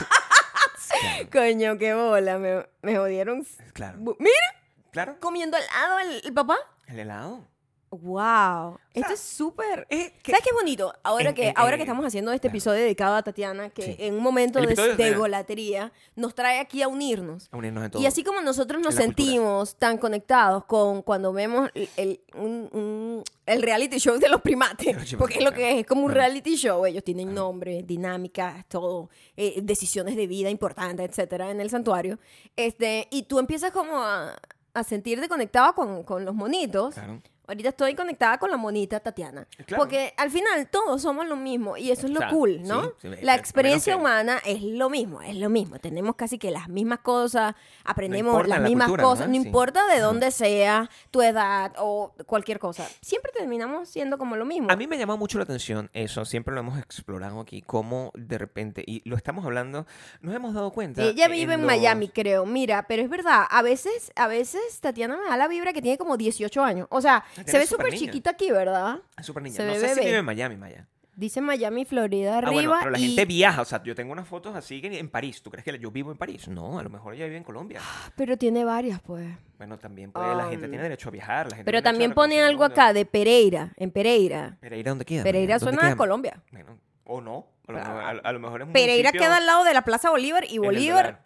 Speaker 1: Coño, qué bola. Me, me jodieron.
Speaker 2: Claro,
Speaker 1: Bu- Mira,
Speaker 2: claro.
Speaker 1: comiendo helado el, el papá.
Speaker 2: El helado.
Speaker 1: Wow, esto
Speaker 2: sea,
Speaker 1: es súper.
Speaker 2: es que-
Speaker 1: ¿Sabes qué bonito? Ahora
Speaker 2: en-
Speaker 1: que
Speaker 2: en-
Speaker 1: ahora
Speaker 2: en-
Speaker 1: que estamos haciendo este
Speaker 2: claro.
Speaker 1: episodio dedicado a Tatiana, que
Speaker 2: Sí.
Speaker 1: en un momento
Speaker 2: El
Speaker 1: de,
Speaker 2: episodio de
Speaker 1: de
Speaker 2: Tatiana.
Speaker 1: golatería nos trae aquí a unirnos.
Speaker 2: A unirnos en todo.
Speaker 1: Y así como nosotros nos
Speaker 2: En la cultura.
Speaker 1: sentimos tan conectados con cuando vemos el, el- un- un- el reality show de los primates,
Speaker 2: Los chimpancés,
Speaker 1: porque es lo que es,
Speaker 2: claro.
Speaker 1: es como un
Speaker 2: Claro.
Speaker 1: reality show, ellos tienen nombre, dinámicas, todo, eh, decisiones de vida importantes, etcétera, en el santuario. Este, y tú empiezas como a, a sentirte conectado con, con los monitos.
Speaker 2: Claro.
Speaker 1: Ahorita estoy conectada con la monita Tatiana.
Speaker 2: Eh, Claro.
Speaker 1: Porque al final todos somos lo mismo y eso es lo
Speaker 2: O sea,
Speaker 1: cool, ¿no?
Speaker 2: sí, sí,
Speaker 1: la
Speaker 2: a- a
Speaker 1: experiencia
Speaker 2: menos que-
Speaker 1: humana es lo mismo, es lo mismo. Tenemos casi que las mismas cosas, aprendemos
Speaker 2: importa
Speaker 1: las
Speaker 2: la
Speaker 1: mismas
Speaker 2: cultura,
Speaker 1: cosas,
Speaker 2: ¿no?
Speaker 1: no
Speaker 2: Sí.
Speaker 1: importa de dónde sea, tu edad o cualquier cosa. Siempre terminamos siendo como lo mismo.
Speaker 2: A mí me llama mucho la atención eso, siempre lo hemos explorado aquí, cómo de repente, y lo estamos hablando, nos hemos dado cuenta.
Speaker 1: Ella vive en
Speaker 2: los-
Speaker 1: Miami, creo. Mira, pero es verdad, a veces, a veces Tatiana me da la vibra que tiene como 18 años. O sea,
Speaker 2: Tatiana
Speaker 1: se ve
Speaker 2: es súper
Speaker 1: súper
Speaker 2: niña.
Speaker 1: chiquita aquí, ¿verdad?
Speaker 2: Súper niña.
Speaker 1: Se
Speaker 2: no
Speaker 1: ve
Speaker 2: sé si
Speaker 1: bebé.
Speaker 2: vive en Miami, Maya.
Speaker 1: Dice Miami, Florida
Speaker 2: Ah,
Speaker 1: arriba.
Speaker 2: bueno, pero la
Speaker 1: y-
Speaker 2: gente viaja, o sea, yo tengo unas fotos así que en París. ¿Tú crees que yo vivo en París? No, a lo mejor ella vive en Colombia.
Speaker 1: Pero tiene varias, pues.
Speaker 2: Bueno, también puede, la gente
Speaker 1: Um,
Speaker 2: tiene derecho a viajar. La gente
Speaker 1: Pero
Speaker 2: tiene derecho a
Speaker 1: también
Speaker 2: reconocer
Speaker 1: pone
Speaker 2: el
Speaker 1: algo
Speaker 2: mundo.
Speaker 1: acá de Pereira, en Pereira.
Speaker 2: Pereira, ¿dónde queda?
Speaker 1: Pereira
Speaker 2: Maya? ¿Dónde
Speaker 1: suena a
Speaker 2: queda?
Speaker 1: Colombia.
Speaker 2: Bueno, o no. A lo,
Speaker 1: Ah,
Speaker 2: mejor, a, a lo mejor es un
Speaker 1: Pereira
Speaker 2: municipio
Speaker 1: queda al lado de la Plaza Bolívar y
Speaker 2: en el
Speaker 1: Bolívar,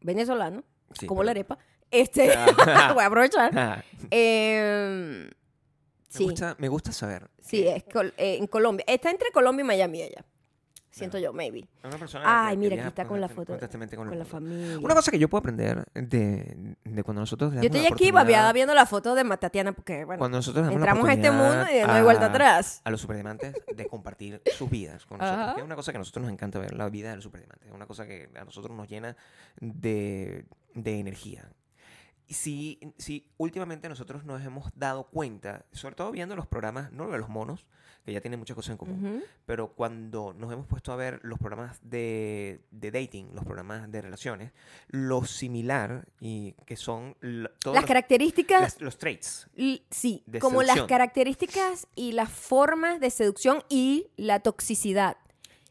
Speaker 1: venezolano,
Speaker 2: Sí,
Speaker 1: como
Speaker 2: pero-
Speaker 1: la arepa. Este,
Speaker 2: Ah.
Speaker 1: voy a aprovechar.
Speaker 2: Ah,
Speaker 1: Em,
Speaker 2: me,
Speaker 1: sí,
Speaker 2: gusta, me gusta saber.
Speaker 1: sí,
Speaker 2: que
Speaker 1: es col- eh, en Colombia. Está entre Colombia y Miami ella. Siento yo, maybe.
Speaker 2: una persona
Speaker 1: Ay,
Speaker 2: que- que
Speaker 1: mira, aquí
Speaker 2: viaja
Speaker 1: está con la
Speaker 2: constantemente-
Speaker 1: foto.
Speaker 2: constantemente con el
Speaker 1: Con la
Speaker 2: mundo.
Speaker 1: familia.
Speaker 2: Una cosa que yo puedo aprender de, de cuando nosotros le
Speaker 1: Yo
Speaker 2: damos la
Speaker 1: estoy aquí
Speaker 2: oportunidad-
Speaker 1: babeada viendo la foto de Matatiana porque, bueno,
Speaker 2: Cuando nosotros le damos la
Speaker 1: entramos a este
Speaker 2: oportunidad ah,
Speaker 1: mundo y de no hay vuelta
Speaker 2: a-
Speaker 1: atrás.
Speaker 2: A los superdiamantes de compartir sus vidas con nosotros.
Speaker 1: Ajá.
Speaker 2: que es una cosa que a nosotros nos encanta ver, la vida de los superdiamantes. Es una cosa que a nosotros nos llena de, de energía. si, si últimamente nosotros nos hemos dado cuenta, sobre todo viendo los programas, no lo de los monos, que ya tienen muchas cosas en común,
Speaker 1: Ujú.
Speaker 2: pero cuando nos hemos puesto a ver los programas de, de dating, los programas de relaciones, lo similar y que son l- todos
Speaker 1: Las
Speaker 2: los-
Speaker 1: características
Speaker 2: las- los traits.
Speaker 1: L- Sí,
Speaker 2: De
Speaker 1: como las
Speaker 2: seducción.
Speaker 1: características y las formas de seducción y la toxicidad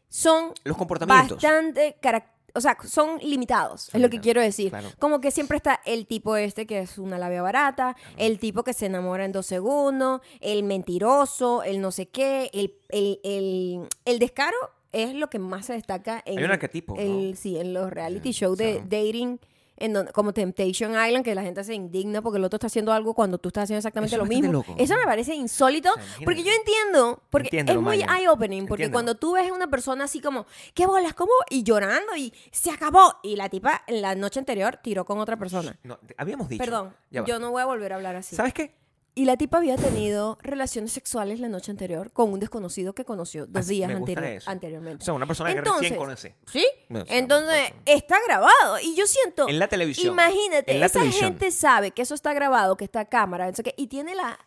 Speaker 1: son
Speaker 2: Los comportamientos.
Speaker 1: bastante carac- o sea, son limitados, es lo que
Speaker 2: limitados,
Speaker 1: quiero decir.
Speaker 2: claro.
Speaker 1: Como que siempre está el tipo este que es una labia barata, el tipo que se enamora en dos segundos, el mentiroso, el no sé qué, el, el, el- el descaro es lo que más se destaca en,
Speaker 2: Hay un arquetipo,
Speaker 1: el-
Speaker 2: ¿no?
Speaker 1: sí, en los reality
Speaker 2: Sí,
Speaker 1: shows de
Speaker 2: claro.
Speaker 1: dating. En donde- como Temptation Island, que la gente se indigna porque el otro está haciendo algo cuando tú estás haciendo exactamente
Speaker 2: Eso es
Speaker 1: lo
Speaker 2: bastante
Speaker 1: mismo.
Speaker 2: loco.
Speaker 1: Eso me parece insólito,
Speaker 2: O sea, imagínate.
Speaker 1: porque yo entiendo, porque
Speaker 2: Entiéndelo,
Speaker 1: es muy
Speaker 2: Maya.
Speaker 1: eye-opening, porque
Speaker 2: Entiéndelo.
Speaker 1: cuando tú ves a una persona así como, ¿qué bolas? ¿Cómo? Y llorando y se acabó. Y la tipa en la noche anterior tiró con otra persona.
Speaker 2: No, te- habíamos dicho.
Speaker 1: Perdón,
Speaker 2: Ya va.
Speaker 1: yo no voy a volver a hablar así.
Speaker 2: ¿Sabes qué?
Speaker 1: Y la tipa había tenido relaciones sexuales la noche anterior con un desconocido que conoció dos
Speaker 2: Así-
Speaker 1: días
Speaker 2: me gusta
Speaker 1: anteri-
Speaker 2: eso.
Speaker 1: anteriormente.
Speaker 2: O sea, una persona que recién conoce.
Speaker 1: ¿Sí?
Speaker 2: No, o sea,
Speaker 1: Entonces,
Speaker 2: por
Speaker 1: está grabado. Y yo siento...
Speaker 2: En la televisión.
Speaker 1: Imagínate,
Speaker 2: En la
Speaker 1: esa
Speaker 2: televisión.
Speaker 1: gente sabe que eso está grabado, que está a cámara, no sé qué, y tiene la,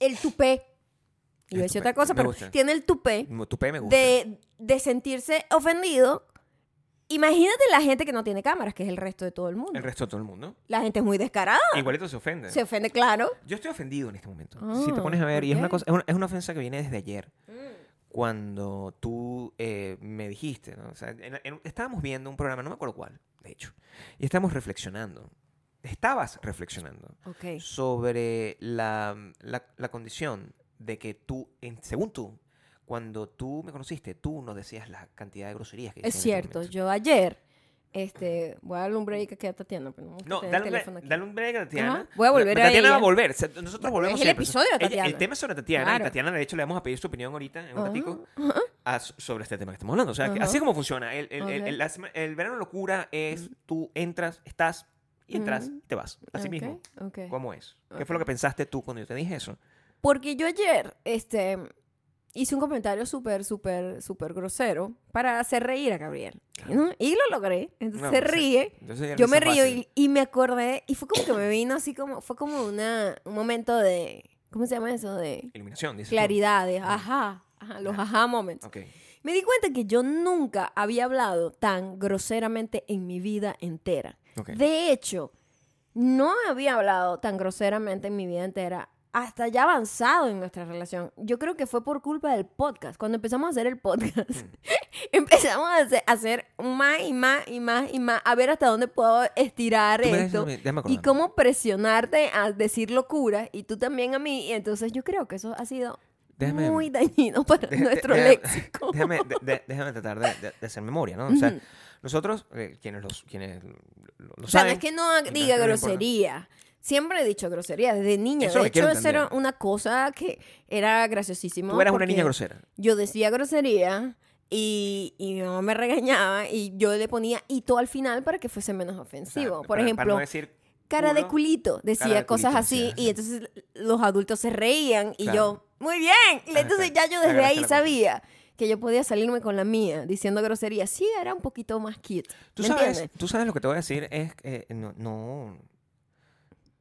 Speaker 1: el tupé. Y
Speaker 2: El
Speaker 1: iba a decir
Speaker 2: tupé,
Speaker 1: otra cosa,
Speaker 2: me
Speaker 1: pero
Speaker 2: gusta.
Speaker 1: tiene el tupé
Speaker 2: Mm, Tu P me gusta.
Speaker 1: de, de sentirse ofendido. Imagínate la gente que no tiene cámaras, que es el resto de todo el mundo.
Speaker 2: El resto de todo el mundo.
Speaker 1: La gente es muy descarada.
Speaker 2: Igualito se ofende.
Speaker 1: Ah, Se ofende, claro.
Speaker 2: Yo estoy ofendido en este momento.
Speaker 1: Ah,
Speaker 2: si te pones a ver, y es
Speaker 1: ¿por
Speaker 2: una,
Speaker 1: qué?
Speaker 2: cosa, es, una, es una ofensa que viene desde ayer.
Speaker 1: Mm.
Speaker 2: Cuando tú eh, me dijiste, ¿no? O sea, en- en- estábamos viendo un programa, no me acuerdo cuál, de hecho, y estábamos reflexionando. Estabas reflexionando
Speaker 1: Ok.
Speaker 2: sobre la, la- la condición de que tú, en- según tú, cuando tú me conociste, tú no decías la cantidad de groserías que
Speaker 1: Es
Speaker 2: dices en este
Speaker 1: cierto.
Speaker 2: momento.
Speaker 1: Yo ayer, este, voy a darle un break aquí a Tatiana, pero no me gusta
Speaker 2: No,
Speaker 1: tener
Speaker 2: dale
Speaker 1: el
Speaker 2: un,
Speaker 1: teléfono
Speaker 2: break,
Speaker 1: aquí.
Speaker 2: dale un break a Tatiana.
Speaker 1: Ajá, voy a volver
Speaker 2: No,
Speaker 1: a
Speaker 2: Tatiana va a
Speaker 1: ella.
Speaker 2: volver. o sea, nosotros
Speaker 1: Es
Speaker 2: volvemos
Speaker 1: el
Speaker 2: siempre.
Speaker 1: episodio de
Speaker 2: Ella-
Speaker 1: Tatiana.
Speaker 2: el tema es sobre Tatiana. Y
Speaker 1: Claro.
Speaker 2: Tatiana, de hecho, le vamos a pedir su opinión ahorita, en un
Speaker 1: Ajá,
Speaker 2: ratico,
Speaker 1: ajá.
Speaker 2: a- sobre este tema que estamos hablando. O sea, que
Speaker 1: Ajá.
Speaker 2: así es como funciona. El, el- el-
Speaker 1: Ok.
Speaker 2: el- la sema- el verano locura es tú entras, estás, y entras,
Speaker 1: Ujú.
Speaker 2: y te vas. Así
Speaker 1: Mm. Ok,
Speaker 2: mismo.
Speaker 1: ok.
Speaker 2: ¿Cómo es? ¿Qué
Speaker 1: Ok.
Speaker 2: fue lo que pensaste tú cuando yo te dije eso?
Speaker 1: Porque yo ayer, este, hice un comentario súper, súper, súper grosero para hacer reír a Gabriel. ¿no? Y lo logré. Entonces
Speaker 2: No,
Speaker 1: se
Speaker 2: pues,
Speaker 1: ríe.
Speaker 2: entonces ya
Speaker 1: Yo
Speaker 2: risa
Speaker 1: me río
Speaker 2: fácil.
Speaker 1: y, y me acordé. Y fue como que me vino así como, fue como una, un momento de, ¿cómo se llama eso? De
Speaker 2: Iluminación, dices. tú.
Speaker 1: claridades. Ajá. Ajá, los ajá moments.
Speaker 2: Ok.
Speaker 1: Me di cuenta que yo nunca había hablado tan groseramente en mi vida entera.
Speaker 2: Ok.
Speaker 1: De hecho, no había hablado tan groseramente en mi vida entera hasta ya avanzado en nuestra relación. Yo creo que fue por culpa del podcast. Cuando empezamos a hacer el podcast,
Speaker 2: Mm.
Speaker 1: empezamos a hacer, a hacer más y más y más y más, a ver hasta dónde puedo estirar
Speaker 2: Tú me
Speaker 1: esto
Speaker 2: dejas- déjame
Speaker 1: y
Speaker 2: acordarme.
Speaker 1: cómo presionarte a decir locuras y tú también a mí. Y entonces yo creo que eso ha sido
Speaker 2: Déjame-
Speaker 1: muy dañino para
Speaker 2: De- de-
Speaker 1: nuestro
Speaker 2: déjame-
Speaker 1: léxico.
Speaker 2: Déjame, de- de- déjame tratar de, de- de hacer memoria, ¿no? O sea, nosotros, eh, quienes, los, quienes lo, lo- lo
Speaker 1: O sea, no
Speaker 2: saben,
Speaker 1: es que no
Speaker 2: y
Speaker 1: diga
Speaker 2: no importa.
Speaker 1: grosería. Siempre he dicho grosería desde niña.
Speaker 2: Eso
Speaker 1: de
Speaker 2: lo
Speaker 1: hecho,
Speaker 2: quiero
Speaker 1: eso era
Speaker 2: entender.
Speaker 1: una cosa que era graciosísima.
Speaker 2: Tú eras una
Speaker 1: porque
Speaker 2: niña grosera.
Speaker 1: Yo decía grosería y, y mi mamá me regañaba y yo le ponía hito al final para que fuese menos
Speaker 2: O sea,
Speaker 1: ofensivo. Por
Speaker 2: para- para
Speaker 1: ejemplo,
Speaker 2: no decir
Speaker 1: cara de
Speaker 2: culo,
Speaker 1: culito, decía
Speaker 2: cara de
Speaker 1: cosas
Speaker 2: culito,
Speaker 1: así
Speaker 2: decía,
Speaker 1: y
Speaker 2: sí.
Speaker 1: entonces los adultos se reían y
Speaker 2: Claro.
Speaker 1: yo, muy bien. Y
Speaker 2: Ah,
Speaker 1: entonces
Speaker 2: claro.
Speaker 1: ya yo
Speaker 2: Ya
Speaker 1: desde
Speaker 2: agarraste
Speaker 1: ahí
Speaker 2: la
Speaker 1: sabía que yo podía salirme con la mía diciendo grosería. Sí, era un poquito más cute.
Speaker 2: Tú
Speaker 1: ¿me
Speaker 2: sabes,
Speaker 1: entiendes?
Speaker 2: tú sabes lo que te voy a decir es que eh, no, no-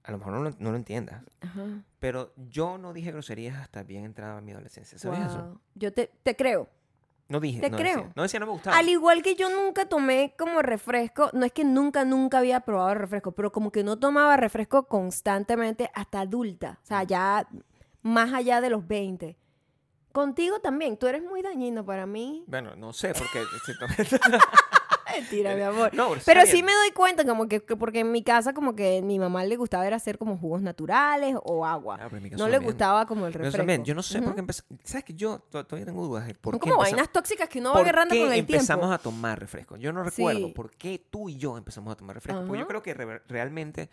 Speaker 2: a lo mejor no, lo- no lo entiendas,
Speaker 1: Ajá.
Speaker 2: pero yo no dije groserías hasta bien entrada en mi adolescencia. ¿Sabías eso?
Speaker 1: Wow. Yo te, te creo.
Speaker 2: No dije.
Speaker 1: Te
Speaker 2: no
Speaker 1: creo.
Speaker 2: Decía, no decía, no me gustaba.
Speaker 1: Al igual que yo nunca tomé como refresco, no es que nunca, nunca había probado refresco, pero como que no tomaba refresco constantemente hasta adulta, o sea, ya más allá de los 20. Contigo también, tú eres muy dañino para mí.
Speaker 2: Bueno, no sé, porque.
Speaker 1: Mentira, mi amor.
Speaker 2: No, está
Speaker 1: Pero
Speaker 2: bien.
Speaker 1: sí me doy cuenta, como que, que porque en mi casa, como que mi mamá le gustaba era hacer como jugos naturales o agua.
Speaker 2: Ah, pero en mi casa
Speaker 1: no le
Speaker 2: también.
Speaker 1: gustaba como el
Speaker 2: Pero
Speaker 1: refresco.
Speaker 2: también, yo no sé por
Speaker 1: Ujú.
Speaker 2: qué empecé. ¿Sabes que yo to- todavía tengo dudas de por
Speaker 1: Son
Speaker 2: qué
Speaker 1: como
Speaker 2: empezamos-
Speaker 1: vainas tóxicas que uno va
Speaker 2: ¿Por
Speaker 1: agarrando
Speaker 2: qué
Speaker 1: con el tiempo.
Speaker 2: empezamos a tomar refresco? Yo no recuerdo
Speaker 1: Sí.
Speaker 2: por qué tú y yo empezamos a tomar refresco. Porque yo
Speaker 1: Ajá.
Speaker 2: creo que re- realmente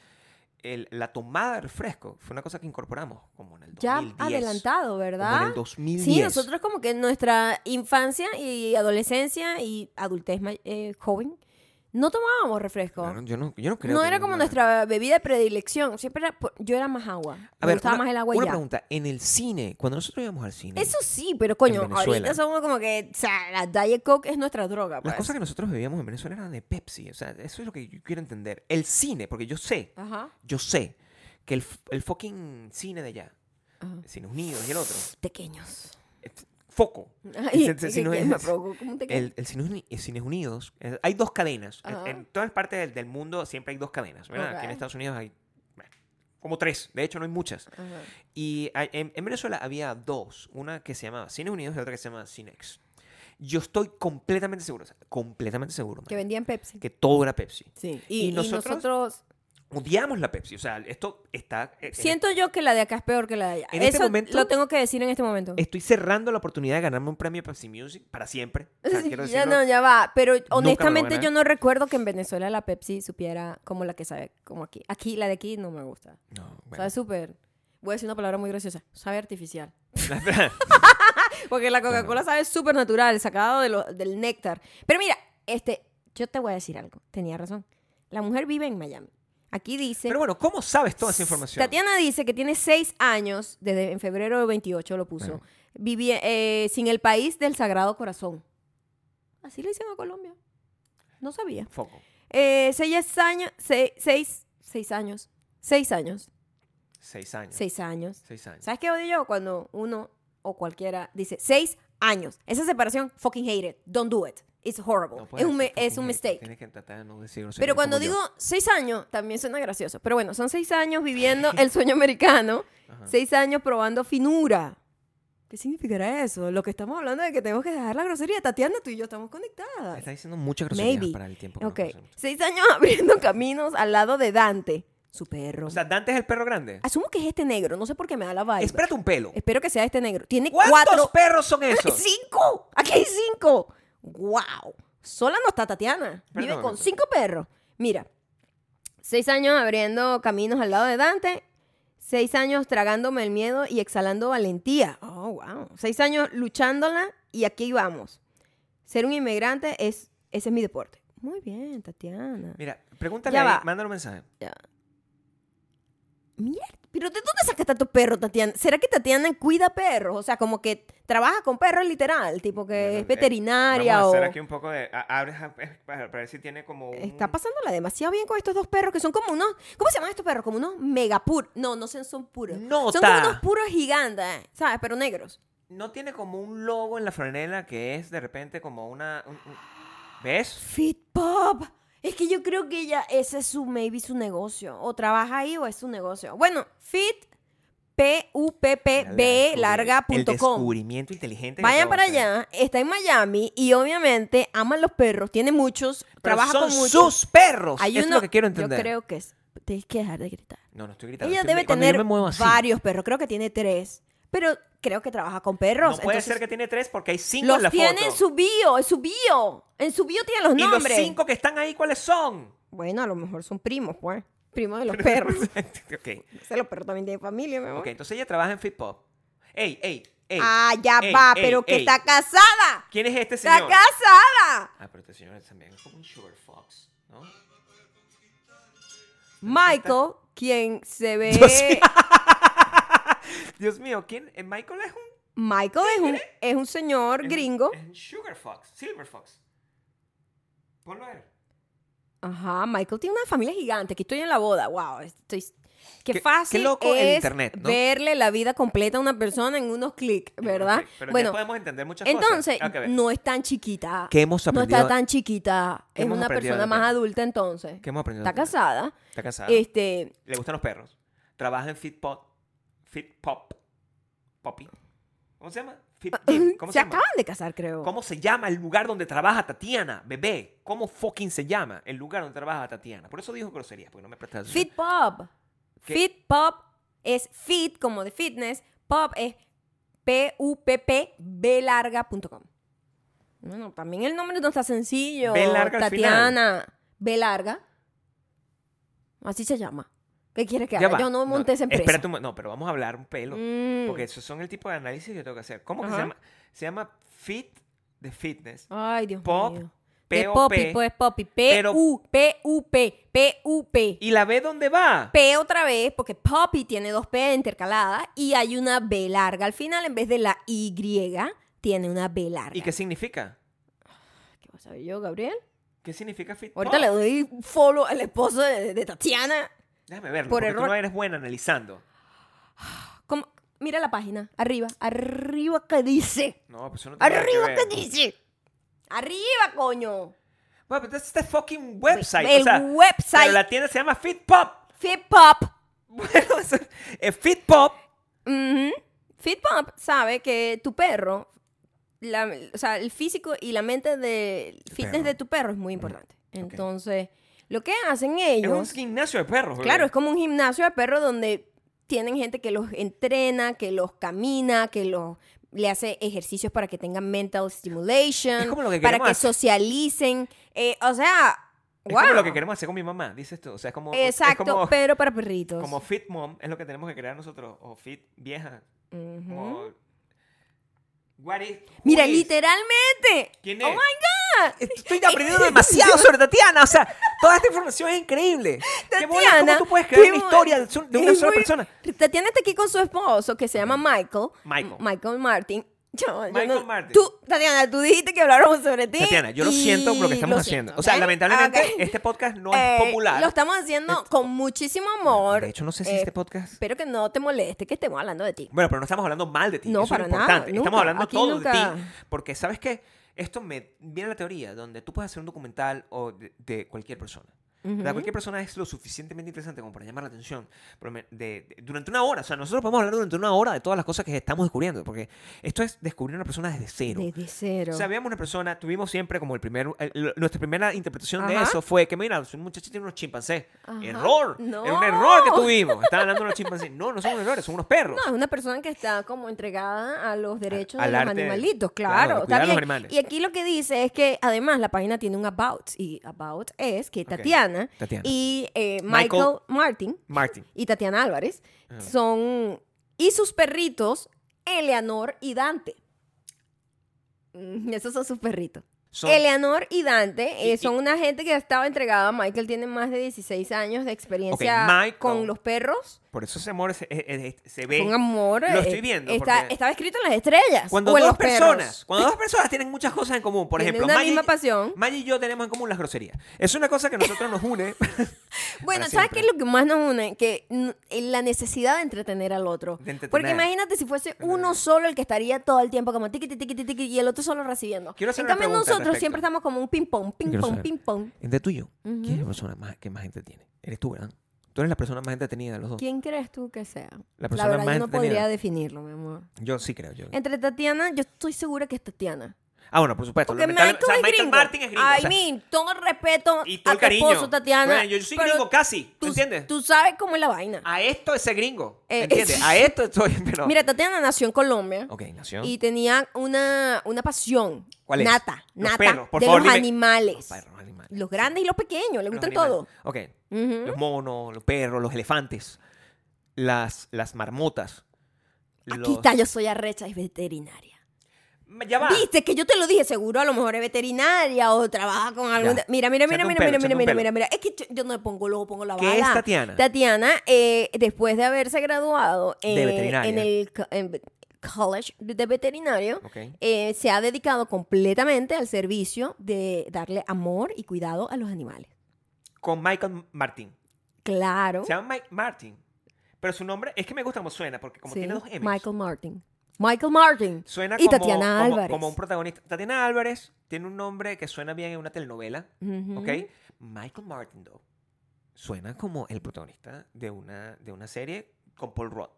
Speaker 2: el- la tomada de refresco fue una cosa que incorporamos como en el 2010.
Speaker 1: Ya adelantado, ¿verdad?
Speaker 2: Como en el 2010.
Speaker 1: Sí, nosotros como que en nuestra infancia y adolescencia y adultez may- eh, joven No tomábamos refresco.
Speaker 2: Claro, yo, no, yo no creo.
Speaker 1: no
Speaker 2: que
Speaker 1: era
Speaker 2: yo-
Speaker 1: como nuestra bebida de predilección. Siempre era, por- yo era más agua.
Speaker 2: A
Speaker 1: me
Speaker 2: ver,
Speaker 1: gustaba
Speaker 2: una,
Speaker 1: más el agua y
Speaker 2: una
Speaker 1: ya.
Speaker 2: pregunta. En el cine, cuando nosotros íbamos al cine,
Speaker 1: Eso sí, pero coño,
Speaker 2: En Venezuela.
Speaker 1: ahorita somos como que, o sea, la Diet Coke es nuestra droga,
Speaker 2: las
Speaker 1: pues.
Speaker 2: cosas que nosotros bebíamos en Venezuela eran de Pepsi. O sea, eso es lo que yo quiero entender. El cine, porque yo sé,
Speaker 1: Ajá.
Speaker 2: yo sé que el, f- el fucking cine de allá,
Speaker 1: Ajá.
Speaker 2: Cines Unidos y el otro,
Speaker 1: Tequeños.
Speaker 2: es foco.
Speaker 1: Ay,
Speaker 2: Ese- ese
Speaker 1: que-
Speaker 2: sí no
Speaker 1: que
Speaker 2: es-
Speaker 1: me provocó como un tequeño.
Speaker 2: El, el Cines Uni- el Cines Unidos, eh, hay dos cadenas. En-
Speaker 1: Ajá.
Speaker 2: En, todas partes del, del mundo siempre hay dos cadenas, ¿verdad? Aquí
Speaker 1: Ok.
Speaker 2: en Estados Unidos hay bueno, como tres. De hecho, no hay muchas.
Speaker 1: Ajá.
Speaker 2: Y hay- en, en Venezuela había dos. Una que se llamaba Cines Unidos y otra que se llamaba Cinex. Yo estoy completamente seguro, o sea, completamente seguro,
Speaker 1: Que
Speaker 2: man,
Speaker 1: vendían Pepsi.
Speaker 2: que todo era Pepsi.
Speaker 1: Sí.
Speaker 2: Y
Speaker 1: Y, y nosotros,
Speaker 2: nosotros- Odiamos la Pepsi. O sea, esto está... eh, en-
Speaker 1: siento yo que la de acá es peor que la de allá.
Speaker 2: en
Speaker 1: Eso
Speaker 2: este momento-
Speaker 1: lo tengo que decir en este momento.
Speaker 2: Estoy cerrando la oportunidad de ganarme un premio Pepsi Music para siempre. O sea, quiero
Speaker 1: ya
Speaker 2: decirlo,
Speaker 1: no, ya va. Pero
Speaker 2: lo
Speaker 1: honestamente
Speaker 2: gané.
Speaker 1: yo no recuerdo que en Venezuela la Pepsi supiera como la que sabe, como aquí. Aquí, la de aquí no me gusta.
Speaker 2: No, bueno.
Speaker 1: Sabe súper. Voy a decir una palabra muy graciosa. Sabe artificial.
Speaker 2: La-
Speaker 1: Porque la Coca-Cola sabe súper natural, sacado de lo- del néctar. Pero mira, este, yo te voy a decir algo. Tenía razón. La mujer vive en Miami. Aquí dice...
Speaker 2: Pero bueno, ¿cómo sabes toda esa información?
Speaker 1: Tatiana dice que tiene seis años, desde en febrero de 28 lo puso,
Speaker 2: Bueno.
Speaker 1: vivi- eh, sin el país del Sagrado Corazón. Así le dicen a Colombia. No sabía.
Speaker 2: Foco.
Speaker 1: Eh, seis años, seis, seis, seis años, seis años,
Speaker 2: Seis años.
Speaker 1: seis años.
Speaker 2: Seis años.
Speaker 1: ¿Sabes qué odio yo? Cuando uno o cualquiera dice seis años. Esa separación, fucking hate it. Don't do it. It's horrible.
Speaker 2: No puedes
Speaker 1: es un, me-
Speaker 2: hacer
Speaker 1: es
Speaker 2: fucking
Speaker 1: un
Speaker 2: hate,
Speaker 1: mistake.
Speaker 2: Tienes que tratar de no decir groserías
Speaker 1: Pero cuando
Speaker 2: como yo.
Speaker 1: digo seis años, también suena gracioso. Pero bueno, son seis años viviendo el sueño americano,
Speaker 2: Ajá.
Speaker 1: seis años probando finura. ¿Qué significará eso? Lo que estamos hablando de que tenemos que dejar la grosería. Tatiana, tú y yo estamos conectadas.
Speaker 2: Estás diciendo muchas groserías
Speaker 1: Maybe.
Speaker 2: para el tiempo que
Speaker 1: Ok,
Speaker 2: nos conocemos.
Speaker 1: seis años abriendo caminos al lado de Dante, su perro.
Speaker 2: O sea, Dante es el perro grande.
Speaker 1: Asumo que es este negro, no sé por qué me da la vibe.
Speaker 2: Espérate un pelo.
Speaker 1: Espero que sea este negro. Tiene
Speaker 2: ¿Cuántos
Speaker 1: cuatro...
Speaker 2: perros son esos?
Speaker 1: ¡Cinco! ¡Aquí hay cinco! ¡Wow! Sola no está Tatiana. Vive
Speaker 2: Perdón,
Speaker 1: con
Speaker 2: perdón.
Speaker 1: cinco perros. Mira, seis años abriendo caminos al lado de Dante, seis años tragándome el miedo y exhalando valentía. ¡Oh, wow! Seis años luchándola y aquí vamos. Ser un inmigrante es, ese es mi deporte. Muy bien, Tatiana.
Speaker 2: Mira, pregúntale,
Speaker 1: Ya
Speaker 2: ahí,
Speaker 1: va.
Speaker 2: mándale un mensaje.
Speaker 1: Mierda, pero ¿de dónde sacaste a tu perro, Tatiana? ¿Será que Tatiana cuida perros? O sea, como que trabaja con perros literal, tipo que
Speaker 2: Bueno, eh,
Speaker 1: es veterinaria
Speaker 2: Vamos a
Speaker 1: o...
Speaker 2: hacer aquí un poco de... a- abres a- para, para ver si tiene como un...
Speaker 1: Está pasándola demasiado bien con estos dos perros que son como unos. ¿Cómo se llaman estos perros? Como unos megapur. No, no son, son puros. Son como
Speaker 2: ¡Nota!
Speaker 1: unos puros gigantes, eh, ¿sabes? Pero negros.
Speaker 2: No tiene como un logo en la franela que es de repente como una... un- un- ¿Ves?
Speaker 1: Fit Pop. Es que yo creo que ella, ese es su, maybe su negocio. O trabaja ahí o es su negocio. Bueno, Fit, P, U, P, P, B,
Speaker 2: descubri-
Speaker 1: larga,
Speaker 2: El
Speaker 1: punto com.
Speaker 2: descubrimiento inteligente. que
Speaker 1: Vayan
Speaker 2: acabo de
Speaker 1: para
Speaker 2: hacer.
Speaker 1: allá, está en Miami y obviamente aman los perros, tiene muchos,
Speaker 2: Pero
Speaker 1: trabaja
Speaker 2: son
Speaker 1: con muchos.
Speaker 2: sus perros.
Speaker 1: Hay
Speaker 2: es
Speaker 1: uno-
Speaker 2: lo que quiero entender.
Speaker 1: Yo creo que es. Tienes que dejar de gritar.
Speaker 2: No, no estoy gritando.
Speaker 1: Ella
Speaker 2: estoy-
Speaker 1: debe
Speaker 2: cuando yo
Speaker 1: tener
Speaker 2: me muevo así.
Speaker 1: varios perros, creo que tiene tres, pero creo que trabaja con perros.
Speaker 2: No puede
Speaker 1: entonces,
Speaker 2: ser que tiene tres porque hay cinco en la
Speaker 1: los
Speaker 2: foto.
Speaker 1: tiene en su bio, en su bio, en su bio tiene los
Speaker 2: y los
Speaker 1: nombres.
Speaker 2: cinco que están ahí, ¿cuáles son?
Speaker 1: Bueno, a lo mejor son primos, pues, primos de los perros.
Speaker 2: ok.
Speaker 1: Ese, los perros también tienen familia, mi amor.
Speaker 2: Ok, entonces ella trabaja en Fitpop. Ey, ey, ey.
Speaker 1: ah, ya
Speaker 2: ey,
Speaker 1: va,
Speaker 2: ey,
Speaker 1: pero que
Speaker 2: ey.
Speaker 1: está casada,
Speaker 2: ¿Quién es este
Speaker 1: está
Speaker 2: señor?
Speaker 1: casada.
Speaker 2: Ah, pero este señor también es como un sugar fox, ¿no?
Speaker 1: Michael, quien se ve.
Speaker 2: Yo sí. Dios mío, ¿quién? Eh, Michael es un...
Speaker 1: Michael es un, es un señor
Speaker 2: es-
Speaker 1: gringo.
Speaker 2: Es un sugar fox, silver fox. Ponlo a ver.
Speaker 1: Ajá, Michael tiene una familia gigante. Aquí estoy en la boda. Wow, estoy. Qué,
Speaker 2: Qué-
Speaker 1: fácil
Speaker 2: qué loco el
Speaker 1: es
Speaker 2: internet, ¿no?
Speaker 1: verle la vida completa a una persona en unos clics, ¿verdad?
Speaker 2: Ok, Pero ya
Speaker 1: bueno,
Speaker 2: podemos entender muchas
Speaker 1: entonces
Speaker 2: cosas. Ah, que ver.
Speaker 1: no es tan chiquita.
Speaker 2: ¿Qué hemos
Speaker 1: No
Speaker 2: aprendido-
Speaker 1: está tan chiquita.
Speaker 2: ¿Qué
Speaker 1: Es
Speaker 2: hemos
Speaker 1: una
Speaker 2: aprendido
Speaker 1: persona
Speaker 2: de
Speaker 1: más
Speaker 2: Tatiana?
Speaker 1: adulto entonces.
Speaker 2: ¿Qué hemos aprendido? de
Speaker 1: Está
Speaker 2: Tatiana?
Speaker 1: casada.
Speaker 2: Está casada.
Speaker 1: Este,
Speaker 2: Le gustan los perros. Trabaja en Fitpop. Fitpop. Poppy. ¿Cómo se llama? Fit Gym. ¿Cómo
Speaker 1: Ah, se
Speaker 2: se, llama?
Speaker 1: acaban de casar, creo.
Speaker 2: ¿Cómo se llama el lugar donde trabaja Tatiana, bebé? ¿Cómo fucking se llama el lugar donde trabaja Tatiana? Por eso dijo groserías, porque no me prestaste atención.
Speaker 1: Fit Pop.
Speaker 2: ¿Qué?
Speaker 1: Fit Pop es fit como de fitness. Pop es p u p p b larga.com. Bueno, también el nombre no está sencillo.
Speaker 2: B larga al final.
Speaker 1: Tatiana. B larga. Así se llama. ¿Qué quieres que
Speaker 2: Ya
Speaker 1: haga?
Speaker 2: va.
Speaker 1: Yo no monté esa empresa.
Speaker 2: Espérate un mo- no, pero vamos a hablar un pelo.
Speaker 1: Mm.
Speaker 2: Porque esos son el tipo de análisis que tengo que hacer. ¿Cómo que se
Speaker 1: Ajá.
Speaker 2: llama? Se llama Fit de Fitness.
Speaker 1: Ay, Dios
Speaker 2: Pop.
Speaker 1: mío. De
Speaker 2: P-O-P.
Speaker 1: Poppy, pues Poppy.
Speaker 2: Pero-
Speaker 1: P-U-P-U-P. P-U-P.
Speaker 2: ¿Y la B dónde va?
Speaker 1: P otra vez, porque Poppy tiene dos P intercaladas y hay una B larga al final en vez de la Y, tiene una B larga.
Speaker 2: ¿Y qué significa?
Speaker 1: ¿Qué vas a ver yo, Gabriel?
Speaker 2: ¿Qué significa fit? Oh,
Speaker 1: Ahorita
Speaker 2: pop?
Speaker 1: le doy follow al esposo de, de Tatiana.
Speaker 2: Déjame verlo,
Speaker 1: por
Speaker 2: porque
Speaker 1: error.
Speaker 2: tú no eres buena analizando.
Speaker 1: ¿Cómo? Mira la página, arriba, arriba que dice.
Speaker 2: No, pues eso no tiene nada
Speaker 1: Arriba
Speaker 2: que
Speaker 1: que
Speaker 2: ver.
Speaker 1: dice. Arriba, coño.
Speaker 2: Bueno, pero that's the fucking website.
Speaker 1: El
Speaker 2: o sea,
Speaker 1: website.
Speaker 2: Pero la tienda se llama Fitpop.
Speaker 1: Fitpop.
Speaker 2: Bueno, eso, eh, Fitpop.
Speaker 1: Ujú. Fitpop sabe que tu perro, la- o sea, el físico y la mente de fitness
Speaker 2: perro.
Speaker 1: de tu perro es muy importante. Entonces, lo que hacen
Speaker 2: Es un
Speaker 1: ellos,
Speaker 2: gimnasio de perros.
Speaker 1: claro, es
Speaker 2: bebé.
Speaker 1: como un gimnasio de perro donde tienen gente que los entrena, que los camina, que los le hace ejercicios para que tengan mental stimulation,
Speaker 2: Es como lo que
Speaker 1: para
Speaker 2: queremos
Speaker 1: que
Speaker 2: hacer.
Speaker 1: socialicen, eh, o sea,
Speaker 2: Es
Speaker 1: wow.
Speaker 2: como lo que queremos hacer con mi mamá, dices tú. O sea, es como. es
Speaker 1: Exacto,
Speaker 2: como,
Speaker 1: pero para perritos.
Speaker 2: como Fit Mom es lo que tenemos que crear nosotros. O Fit Vieja.
Speaker 1: Ujú.
Speaker 2: Como. What is- who
Speaker 1: Mira,
Speaker 2: is?
Speaker 1: literalmente.
Speaker 2: ¿Quién
Speaker 1: Oh
Speaker 2: es?
Speaker 1: my God.
Speaker 2: Estoy aprendiendo demasiado sobre Tatiana. O sea, toda esta información es increíble. ¿Qué bolas?
Speaker 1: Tatiana,
Speaker 2: ¿Cómo tú puedes crear
Speaker 1: qué
Speaker 2: una
Speaker 1: bo-
Speaker 2: historia de su- de una
Speaker 1: es
Speaker 2: sola
Speaker 1: muy-
Speaker 2: persona?
Speaker 1: Tatiana está aquí con su esposo que se llama Michael.
Speaker 2: Michael.
Speaker 1: M- Michael Martin. Yo- yo
Speaker 2: Michael
Speaker 1: no-
Speaker 2: Martin.
Speaker 1: Tú, Tatiana, tú dijiste que habláramos sobre ti.
Speaker 2: Tatiana, yo lo
Speaker 1: y
Speaker 2: siento por lo que estamos
Speaker 1: lo
Speaker 2: haciendo.
Speaker 1: siento,
Speaker 2: O sea,
Speaker 1: ¿ok? Ah,
Speaker 2: lamentablemente
Speaker 1: Ok.
Speaker 2: este podcast no
Speaker 1: Eh,
Speaker 2: es popular.
Speaker 1: Lo estamos haciendo con muchísimo amor.
Speaker 2: De hecho, no sé si
Speaker 1: Eh,
Speaker 2: este podcast.
Speaker 1: Espero que no te moleste que estemos hablando de ti.
Speaker 2: Bueno, pero no estamos hablando mal de ti.
Speaker 1: No,
Speaker 2: eso es
Speaker 1: para
Speaker 2: lo
Speaker 1: nada,
Speaker 2: importante.
Speaker 1: nunca,
Speaker 2: Estamos hablando
Speaker 1: aquí
Speaker 2: todo
Speaker 1: nunca.
Speaker 2: de ti. Porque, ¿sabes qué? Esto me viene la teoría donde tú puedes hacer un documental o de, de cualquier persona. O sea, Cualquier persona es lo suficientemente interesante como para llamar la atención por lo men- de- de- durante una hora. O sea, nosotros podemos hablar durante una hora de todas las cosas que estamos descubriendo. Porque esto es descubrir una persona desde cero.
Speaker 1: Desde cero.
Speaker 2: Sabíamos una persona, tuvimos siempre como el primer, el- lo- nuestra primera interpretación de
Speaker 1: Ajá.
Speaker 2: eso fue que, mira, un muchacho tiene unos chimpancés.
Speaker 1: Ajá.
Speaker 2: Error. Era un
Speaker 1: No.
Speaker 2: error que tuvimos. Estaban hablando de unos chimpancés. No, no son unos errores, son unos perros.
Speaker 1: No, es una persona que está como entregada a los derechos de
Speaker 2: al
Speaker 1: los
Speaker 2: arte,
Speaker 1: animalitos,
Speaker 2: claro,
Speaker 1: claro.
Speaker 2: de
Speaker 1: está
Speaker 2: cuidar a los
Speaker 1: bien.
Speaker 2: animales.
Speaker 1: Y aquí lo que dice es que además la página tiene un about. Y about es que Tatiana,
Speaker 2: Tatiana.
Speaker 1: y eh, Michael,
Speaker 2: Michael- Ah.
Speaker 1: Martin
Speaker 2: Martin.
Speaker 1: y Tatiana Álvarez son. Y sus perritos, Eleanor y Dante. Mm, Esos son sus perritos.
Speaker 2: Son-
Speaker 1: Eleanor y Dante eh,
Speaker 2: Y- y-
Speaker 1: son una gente que ha estado entregada. Michael tiene más de 16 años de experiencia
Speaker 2: Michael.
Speaker 1: con los perros.
Speaker 2: Por eso ese amor se, eh, eh, se ve.
Speaker 1: Con amor.
Speaker 2: Lo
Speaker 1: eh,
Speaker 2: estoy viendo,
Speaker 1: está-
Speaker 2: porque-
Speaker 1: Estaba escrito en las estrellas.
Speaker 2: Cuando
Speaker 1: o en
Speaker 2: dos
Speaker 1: los perros.
Speaker 2: personas, cuando dos personas tienen muchas cosas en común, por
Speaker 1: Tienen
Speaker 2: ejemplo,
Speaker 1: una
Speaker 2: Maggie-
Speaker 1: misma pasión.
Speaker 2: Maggie y yo tenemos en común las groserías. Es una cosa que a nosotros nos une.
Speaker 1: Bueno,
Speaker 2: Para
Speaker 1: ¿sabes qué es
Speaker 2: siempre.
Speaker 1: lo que más nos une? Que n- en la necesidad de entretener al otro.
Speaker 2: De entretener.
Speaker 1: Porque imagínate si fuese uno solo el que estaría todo el tiempo como tiqui, tiqui, tiqui, tiqui, y el otro solo recibiendo.
Speaker 2: Quiero hacer
Speaker 1: en
Speaker 2: una
Speaker 1: cambio,
Speaker 2: pregunta al
Speaker 1: nosotros
Speaker 2: respecto.
Speaker 1: siempre estamos como un ping-pong, ping-pong,
Speaker 2: saber.
Speaker 1: ping-pong.
Speaker 2: Entre tú y yo, ¿quién es la persona más, que más gente tiene? Eres tú, ¿verdad? Tú eres la persona más entretenida de los dos.
Speaker 1: ¿Quién crees tú que sea?
Speaker 2: La persona
Speaker 1: verdad,
Speaker 2: más
Speaker 1: yo no
Speaker 2: entretenida.
Speaker 1: podría definirlo, mi amor.
Speaker 2: Yo sí creo, yo.
Speaker 1: Entre Tatiana, yo eestoy segura que es Tatiana.
Speaker 2: Ah, bueno, por supuesto.
Speaker 1: Porque
Speaker 2: lamentable-
Speaker 1: Michael,
Speaker 2: o sea,
Speaker 1: es
Speaker 2: Michael
Speaker 1: gringo.
Speaker 2: Martin es gringo. o
Speaker 1: I
Speaker 2: sea,
Speaker 1: mean, todo el respeto
Speaker 2: y todo
Speaker 1: a
Speaker 2: el
Speaker 1: tu
Speaker 2: cariño.
Speaker 1: esposo, Tatiana.
Speaker 2: Bueno, yo, yo soy
Speaker 1: pero
Speaker 2: gringo casi,
Speaker 1: tú-
Speaker 2: ¿me entiendes? Ah,
Speaker 1: Tú sabes cómo es la vaina.
Speaker 2: A esto ese gringo,
Speaker 1: Eh,
Speaker 2: ¿entiendes? A esto estoy, pero...
Speaker 1: Mira, Tatiana nació en Colombia.
Speaker 2: ok, nación.
Speaker 1: Y tenía una, una pasión.
Speaker 2: ¿Cuál es?
Speaker 1: Nata.
Speaker 2: Los
Speaker 1: nata
Speaker 2: perros, por
Speaker 1: de
Speaker 2: favor,
Speaker 1: los
Speaker 2: dime-
Speaker 1: animales.
Speaker 2: Los perros, animales.
Speaker 1: Los grandes y los pequeños. Le
Speaker 2: Los
Speaker 1: gustan
Speaker 2: animales.
Speaker 1: todos.
Speaker 2: Ok.
Speaker 1: Ujú.
Speaker 2: Los monos, los perros, los elefantes, las, las marmotas.
Speaker 1: Aquí
Speaker 2: los- Ah.
Speaker 1: está, yo soy arrecha y veterinaria.
Speaker 2: Ya va.
Speaker 1: Viste que yo te lo dije, seguro a lo mejor es veterinaria o trabaja con algún.
Speaker 2: Ya.
Speaker 1: Mira, mira, mira,
Speaker 2: Echate
Speaker 1: mira,
Speaker 2: un pelo,
Speaker 1: mira,
Speaker 2: echate
Speaker 1: mira,
Speaker 2: un
Speaker 1: mira,
Speaker 2: pelo.
Speaker 1: mira, mira. Es que yo, yo no le pongo luego pongo la
Speaker 2: ¿Qué
Speaker 1: bala.
Speaker 2: es Tatiana?
Speaker 1: Tatiana, eh, después de haberse graduado eh,
Speaker 2: veterinaria.
Speaker 1: en el co- en ve- College de Veterinario,
Speaker 2: Ok.
Speaker 1: eh, se ha dedicado completamente al servicio de darle amor y cuidado a los animales.
Speaker 2: Con Michael Martin.
Speaker 1: Claro.
Speaker 2: Se llama Mike Martin. Pero su nombre es que me gusta como suena, porque como
Speaker 1: Sí,
Speaker 2: tiene dos M's.
Speaker 1: Michael Martin. Michael Martin.
Speaker 2: Suena
Speaker 1: y
Speaker 2: como,
Speaker 1: Tatiana
Speaker 2: como-
Speaker 1: Álvarez.
Speaker 2: como un protagonista. Tatiana Álvarez tiene un nombre que suena bien en una telenovela,
Speaker 1: Ujú.
Speaker 2: ¿ok? Michael Martin, though, suena como el protagonista de una, de una serie con Paul Rudd,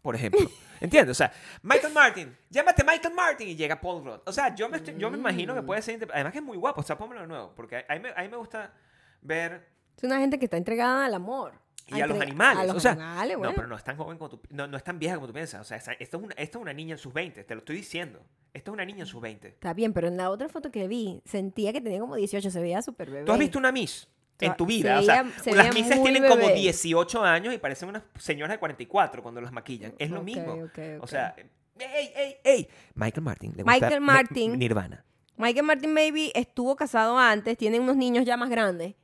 Speaker 2: por ejemplo. ¿Entiendes? O sea, Michael Martin, llámate Michael Martin y llega Paul Rudd. O sea, yo me, estoy- yo me imagino
Speaker 1: Mm.
Speaker 2: que puede ser... inter- Además que es muy guapo, o sea, pónmelo de nuevo, porque a a mí, me- a mí me gusta ver...
Speaker 1: Es una gente que está entregada al amor.
Speaker 2: Y a los
Speaker 1: entrega-
Speaker 2: animales.
Speaker 1: A los
Speaker 2: o sea,
Speaker 1: animales, bueno.
Speaker 2: No, pero no es tan joven como tú, no, no es tan vieja como tú piensas. O sea, esa- esta es, una, esta es una niña en sus 20, te lo estoy diciendo. Esta es una niña en sus 20.
Speaker 1: Está bien, pero en la otra foto que vi, sentía que tenía como 18, se veía súper bebé.
Speaker 2: ¿Tú has visto una Miss en
Speaker 1: Toda-
Speaker 2: tu vida?
Speaker 1: se
Speaker 2: o sea,
Speaker 1: veía- se
Speaker 2: las
Speaker 1: veía
Speaker 2: Misses
Speaker 1: muy
Speaker 2: tienen como
Speaker 1: bebé.
Speaker 2: 18 años y parecen unas señoras de 44 cuando las maquillan. Es lo
Speaker 1: Ok,
Speaker 2: mismo.
Speaker 1: ok,
Speaker 2: O
Speaker 1: ok.
Speaker 2: sea, ¡ey, ey, ey! Michael Martin. Le gusta
Speaker 1: Michael
Speaker 2: Ni-
Speaker 1: Martin.
Speaker 2: Nirvana.
Speaker 1: Michael Martin Baby estuvo casado antes, tiene unos niños ya más grandes.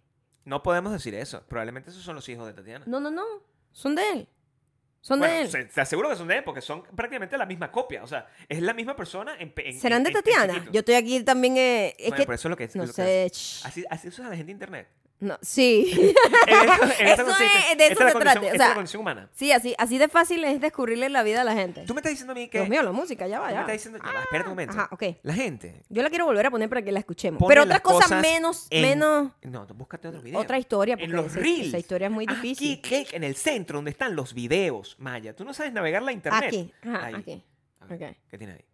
Speaker 2: No podemos decir eso. Probablemente esos son los hijos de Tatiana.
Speaker 1: No, no, no. Son de él. Son
Speaker 2: Bueno,
Speaker 1: de él.
Speaker 2: se- te aseguro que son de él porque son prácticamente la misma copia. O sea, es la misma persona en. pe- en-
Speaker 1: ¿Serán
Speaker 2: en-
Speaker 1: de
Speaker 2: en- en
Speaker 1: Tatiana?
Speaker 2: chiquito.
Speaker 1: Yo estoy aquí también. eh, es
Speaker 2: Bueno,
Speaker 1: que.
Speaker 2: pero eso es lo que.
Speaker 1: no
Speaker 2: lo que-
Speaker 1: sé. shh.
Speaker 2: así, así usa la gente de internet.
Speaker 1: No, sí.
Speaker 2: En eso, en
Speaker 1: Eso
Speaker 2: consiste.
Speaker 1: es- de
Speaker 2: Esta
Speaker 1: eso
Speaker 2: la
Speaker 1: se
Speaker 2: condición-
Speaker 1: trata, o
Speaker 2: esta es
Speaker 1: sea-
Speaker 2: la condición humana.
Speaker 1: sí, así, así de fácil es descubrirle la vida a la gente.
Speaker 2: Tú me estás diciendo a mí que.
Speaker 1: Dios mío, la música, ya
Speaker 2: tú
Speaker 1: va,
Speaker 2: me
Speaker 1: ya.
Speaker 2: estás
Speaker 1: va.
Speaker 2: diciendo. ya va, espérate un momento.
Speaker 1: Ajá, ok.
Speaker 2: La gente.
Speaker 1: Yo la quiero volver a poner para que la escuchemos.
Speaker 2: pone
Speaker 1: pero
Speaker 2: las
Speaker 1: otras cosas,
Speaker 2: cosas
Speaker 1: menos,
Speaker 2: en-
Speaker 1: menos.
Speaker 2: No, tú búscate otro video.
Speaker 1: Otra historia, porque
Speaker 2: en los
Speaker 1: esa-
Speaker 2: reels.
Speaker 1: esa historia es muy
Speaker 2: Aquí,
Speaker 1: difícil.
Speaker 2: clic, en el centro donde están los videos, Maya. Tú no sabes navegar la internet.
Speaker 1: Aquí, ajá,
Speaker 2: Ahí.
Speaker 1: aquí.
Speaker 2: A ver,
Speaker 1: Ah, Ok.
Speaker 2: ¿Qué tiene ahí?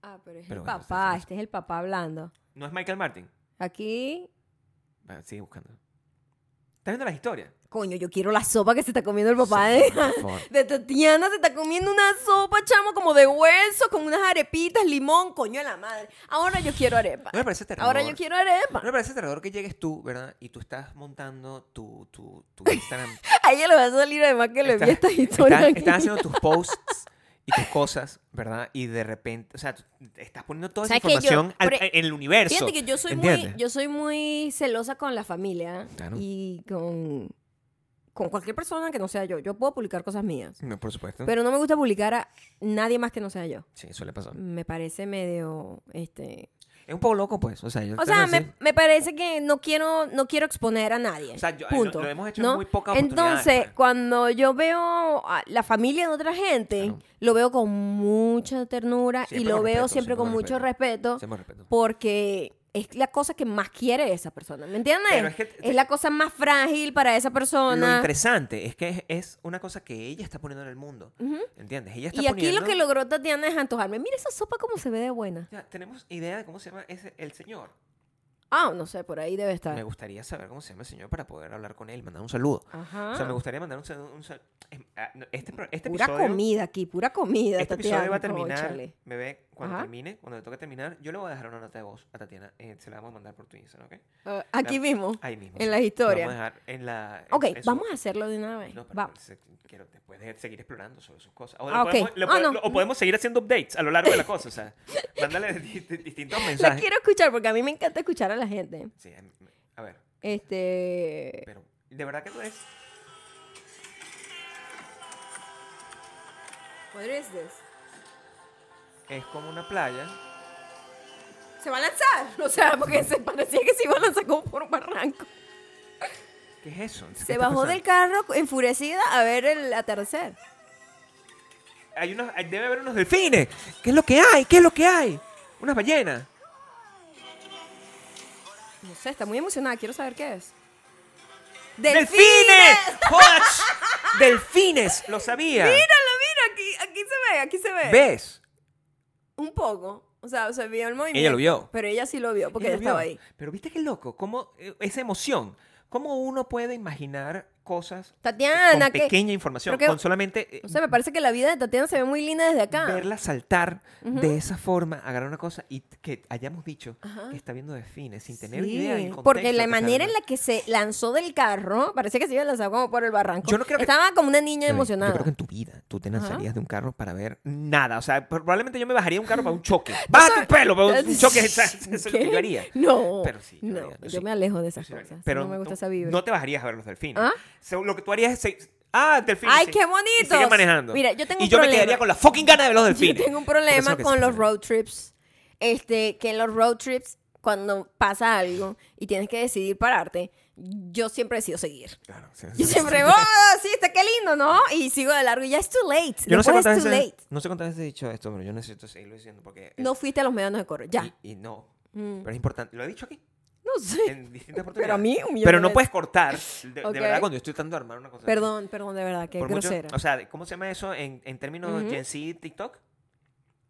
Speaker 1: Ah, pero es
Speaker 2: Pero
Speaker 1: el
Speaker 2: bueno,
Speaker 1: papá,
Speaker 2: entonces-
Speaker 1: este es el papá hablando.
Speaker 2: ¿No es Michael Martin?
Speaker 1: Aquí,
Speaker 2: Va, sigue buscando. ¿Estás viendo las historias?
Speaker 1: coño, yo quiero la sopa que se está comiendo el papá
Speaker 2: Sí,
Speaker 1: de,
Speaker 2: por favor.
Speaker 1: de Tatiana, se está comiendo una sopa, chamo, como de hueso, con unas arepitas, limón, coño de la madre. Ahora yo quiero arepa.
Speaker 2: No me parece aterrador.
Speaker 1: Ahora yo quiero
Speaker 2: No
Speaker 1: arepa.
Speaker 2: me parece aterrador que llegues tú, ¿verdad? Y tú estás montando tu, tu, tu Instagram.
Speaker 1: A ella le va a salir además que le vi
Speaker 2: Estás-
Speaker 1: esta historia.
Speaker 2: estás-
Speaker 1: aquí.
Speaker 2: estás haciendo tus posts y tus cosas, ¿verdad? Y de repente, o sea, tú estás poniendo toda esa
Speaker 1: ¿Sabes que yo-
Speaker 2: información al-
Speaker 1: por e-
Speaker 2: en el universo.
Speaker 1: Fíjate que yo soy muy,
Speaker 2: ¿entiendes?
Speaker 1: yo soy muy celosa con la familia
Speaker 2: Claro.
Speaker 1: y con, con cualquier persona que no sea yo. Yo puedo publicar cosas mías,
Speaker 2: No, por supuesto.
Speaker 1: pero no me gusta publicar a nadie más que no sea yo.
Speaker 2: sí, eso le pasó.
Speaker 1: Me parece medio, este,
Speaker 2: Es un poco loco, pues. O sea, yo
Speaker 1: o
Speaker 2: te
Speaker 1: sea,
Speaker 2: voy a
Speaker 1: me,
Speaker 2: decir,
Speaker 1: me parece que no quiero, no quiero exponer a nadie.
Speaker 2: O sea, yo-
Speaker 1: punto.
Speaker 2: lo- lo hemos hecho en
Speaker 1: ¿no?
Speaker 2: muy pocas oportunidades,
Speaker 1: Entonces,
Speaker 2: pues.
Speaker 1: cuando yo veo a la familia de otra gente,
Speaker 2: Claro.
Speaker 1: lo veo con mucha ternura y
Speaker 2: Siempre
Speaker 1: lo
Speaker 2: con
Speaker 1: veo siempre
Speaker 2: respeto, siempre
Speaker 1: con
Speaker 2: con
Speaker 1: mucho respeto.
Speaker 2: se me respeto.
Speaker 1: porque es la cosa que más quiere esa persona, ¿me entiendes?
Speaker 2: Pero
Speaker 1: es,
Speaker 2: es que-
Speaker 1: la cosa más frágil para esa
Speaker 2: Lo
Speaker 1: persona.
Speaker 2: interesante es que es, es una cosa que ella está poniendo en el mundo. ¿Entiendes? Ella está
Speaker 1: Y aquí lo
Speaker 2: poniendo-
Speaker 1: que logró Tatiana es antojarme. Mira esa sopa como se ve de buena.
Speaker 2: Ya, tenemos idea de cómo se llama ese, el señor.
Speaker 1: Ah, no sé, por ahí debe
Speaker 2: Me
Speaker 1: estar.
Speaker 2: gustaría saber cómo se llama el señor para poder hablar con él, mandar un saludo.
Speaker 1: Ajá.
Speaker 2: O sea, me gustaría mandar un saludo. un sal- es- ah, no, este, pro- este
Speaker 1: Ah. pura
Speaker 2: episodio,
Speaker 1: comida aquí, pura comida,
Speaker 2: Este
Speaker 1: Tatiana.
Speaker 2: episodio va a terminar.
Speaker 1: cónchale.
Speaker 2: Bebé, cuando
Speaker 1: Ajá.
Speaker 2: termine, cuando le toque terminar, yo le voy a dejar una nota de voz a Tatiana. eh, se la vamos a mandar por tu Instagram, ¿ok?
Speaker 1: Ah, aquí
Speaker 2: La-
Speaker 1: mismo.
Speaker 2: Ahí mismo.
Speaker 1: En
Speaker 2: sí.
Speaker 1: las
Speaker 2: Lo
Speaker 1: historias.
Speaker 2: Vamos a dejar en la. en-
Speaker 1: ok,
Speaker 2: en su-
Speaker 1: vamos a hacerlo de una vez.
Speaker 2: No, pero
Speaker 1: Va.
Speaker 2: se- quiero después de seguir explorando sobre sus cosas. O, le
Speaker 1: Ah, ok.
Speaker 2: podemos, le
Speaker 1: Ah,
Speaker 2: pode-
Speaker 1: no.
Speaker 2: lo- o podemos seguir haciendo updates a lo largo de la cosa. O sea, mándale di- di- distintos
Speaker 1: La
Speaker 2: mensajes.
Speaker 1: quiero escuchar porque a mí me encanta escuchar a la gente.
Speaker 2: Sí, em, a ver,
Speaker 1: Este.
Speaker 2: pero de verdad que tú eres.
Speaker 1: What is this?
Speaker 2: Es como una playa.
Speaker 1: ¿Se va a lanzar? O sea, porque se parecía que se iba a lanzar como por un barranco.
Speaker 2: ¿Qué es eso? ¿Qué
Speaker 1: Se
Speaker 2: está
Speaker 1: bajó
Speaker 2: pasando?
Speaker 1: del carro enfurecida a ver el atardecer.
Speaker 2: Hay unos, hay- debe haber unos delfines. ¿Qué es lo que hay? ¿Qué es lo que hay? Unas ballenas.
Speaker 1: No sé, está muy emocionada, quiero saber qué es.
Speaker 2: ¡Delfines! ¡Jodas! ¡Delfines! ¡Lo sabía!
Speaker 1: Míralo, mira, aquí, aquí se ve, aquí se ve.
Speaker 2: ¿Ves?
Speaker 1: Un poco. O sea, se vio el movimiento.
Speaker 2: Ella lo vio.
Speaker 1: Pero ella sí lo vio, porque
Speaker 2: Ella
Speaker 1: ella,
Speaker 2: lo
Speaker 1: estaba
Speaker 2: vio.
Speaker 1: ahí.
Speaker 2: Pero viste qué loco, cómo eh, esa emoción, cómo uno puede imaginar cosas
Speaker 1: Tatiana,
Speaker 2: con
Speaker 1: que-
Speaker 2: pequeña información,
Speaker 1: pero que-
Speaker 2: con solamente eh,
Speaker 1: O sea, me parece que la vida de Tatiana se ve muy linda desde acá.
Speaker 2: verla saltar de esa forma, agarrar una cosa y que hayamos dicho que está viendo delfines sin tener
Speaker 1: Sí,
Speaker 2: idea del
Speaker 1: porque la
Speaker 2: contexto que está
Speaker 1: manera en
Speaker 2: viendo.
Speaker 1: la que se lanzó del carro, parecía que se iba a lanzar como por el barranco.
Speaker 2: Yo no creo que-
Speaker 1: Estaba como una niña
Speaker 2: Pero
Speaker 1: emocionada.
Speaker 2: Yo creo que en tu vida tú te lanzarías de un carro para ver nada. O sea, probablemente yo me bajaría de un carro para un choque. ¡Baja tu pelo! Para un choque. Eso es lo que yo
Speaker 1: ¿Qué?
Speaker 2: haría.
Speaker 1: No,
Speaker 2: Pero sí, yo
Speaker 1: no,
Speaker 2: lo haría, yo
Speaker 1: yo,
Speaker 2: sí.
Speaker 1: me alejo de esas
Speaker 2: Sí,
Speaker 1: cosas.
Speaker 2: Pero
Speaker 1: no me gusta
Speaker 2: tú
Speaker 1: esa vibra.
Speaker 2: No te bajarías a ver los delfines.
Speaker 1: ¿Ah?
Speaker 2: Según lo que tú harías es. se- ¡Ah, delfines!
Speaker 1: ¡Ay,
Speaker 2: sí.
Speaker 1: qué
Speaker 2: Y
Speaker 1: bonitos!
Speaker 2: sigue manejando.
Speaker 1: Mira, yo tengo
Speaker 2: y
Speaker 1: un
Speaker 2: yo me
Speaker 1: problema.
Speaker 2: quedaría con la fucking gana de los delfines.
Speaker 1: Yo tengo un
Speaker 2: Porque eso es
Speaker 1: problema
Speaker 2: lo que
Speaker 1: con
Speaker 2: se
Speaker 1: los
Speaker 2: supone.
Speaker 1: road trips. Este, que en los road trips, cuando pasa algo y tienes que decidir pararte, yo siempre decido seguir.
Speaker 2: Claro, sí,
Speaker 1: Yo
Speaker 2: sí.
Speaker 1: siempre, oh, sí, está qué lindo, ¿no? Y sigo de largo y ya es too late.
Speaker 2: Yo no
Speaker 1: Después es
Speaker 2: sé, cuántas
Speaker 1: too
Speaker 2: veces,
Speaker 1: late.
Speaker 2: no sé cuántas veces he dicho esto, pero yo necesito seguirlo diciendo porque.
Speaker 1: No fuiste a los medianos de coro, ya.
Speaker 2: Y, y no. Pero es importante. ¿Lo he dicho aquí?
Speaker 1: no sé.
Speaker 2: En distintas
Speaker 1: Pero a mí, un millón
Speaker 2: Pero
Speaker 1: de
Speaker 2: no
Speaker 1: veces.
Speaker 2: puedes cortar. De, de
Speaker 1: Ok.
Speaker 2: verdad, cuando yo estoy tratando de armar una cosa.
Speaker 1: Perdón, perdón, de verdad, qué
Speaker 2: Por mucho-
Speaker 1: grosera.
Speaker 2: o sea, ¿cómo se llama eso en, en términos Gen Z TikTok?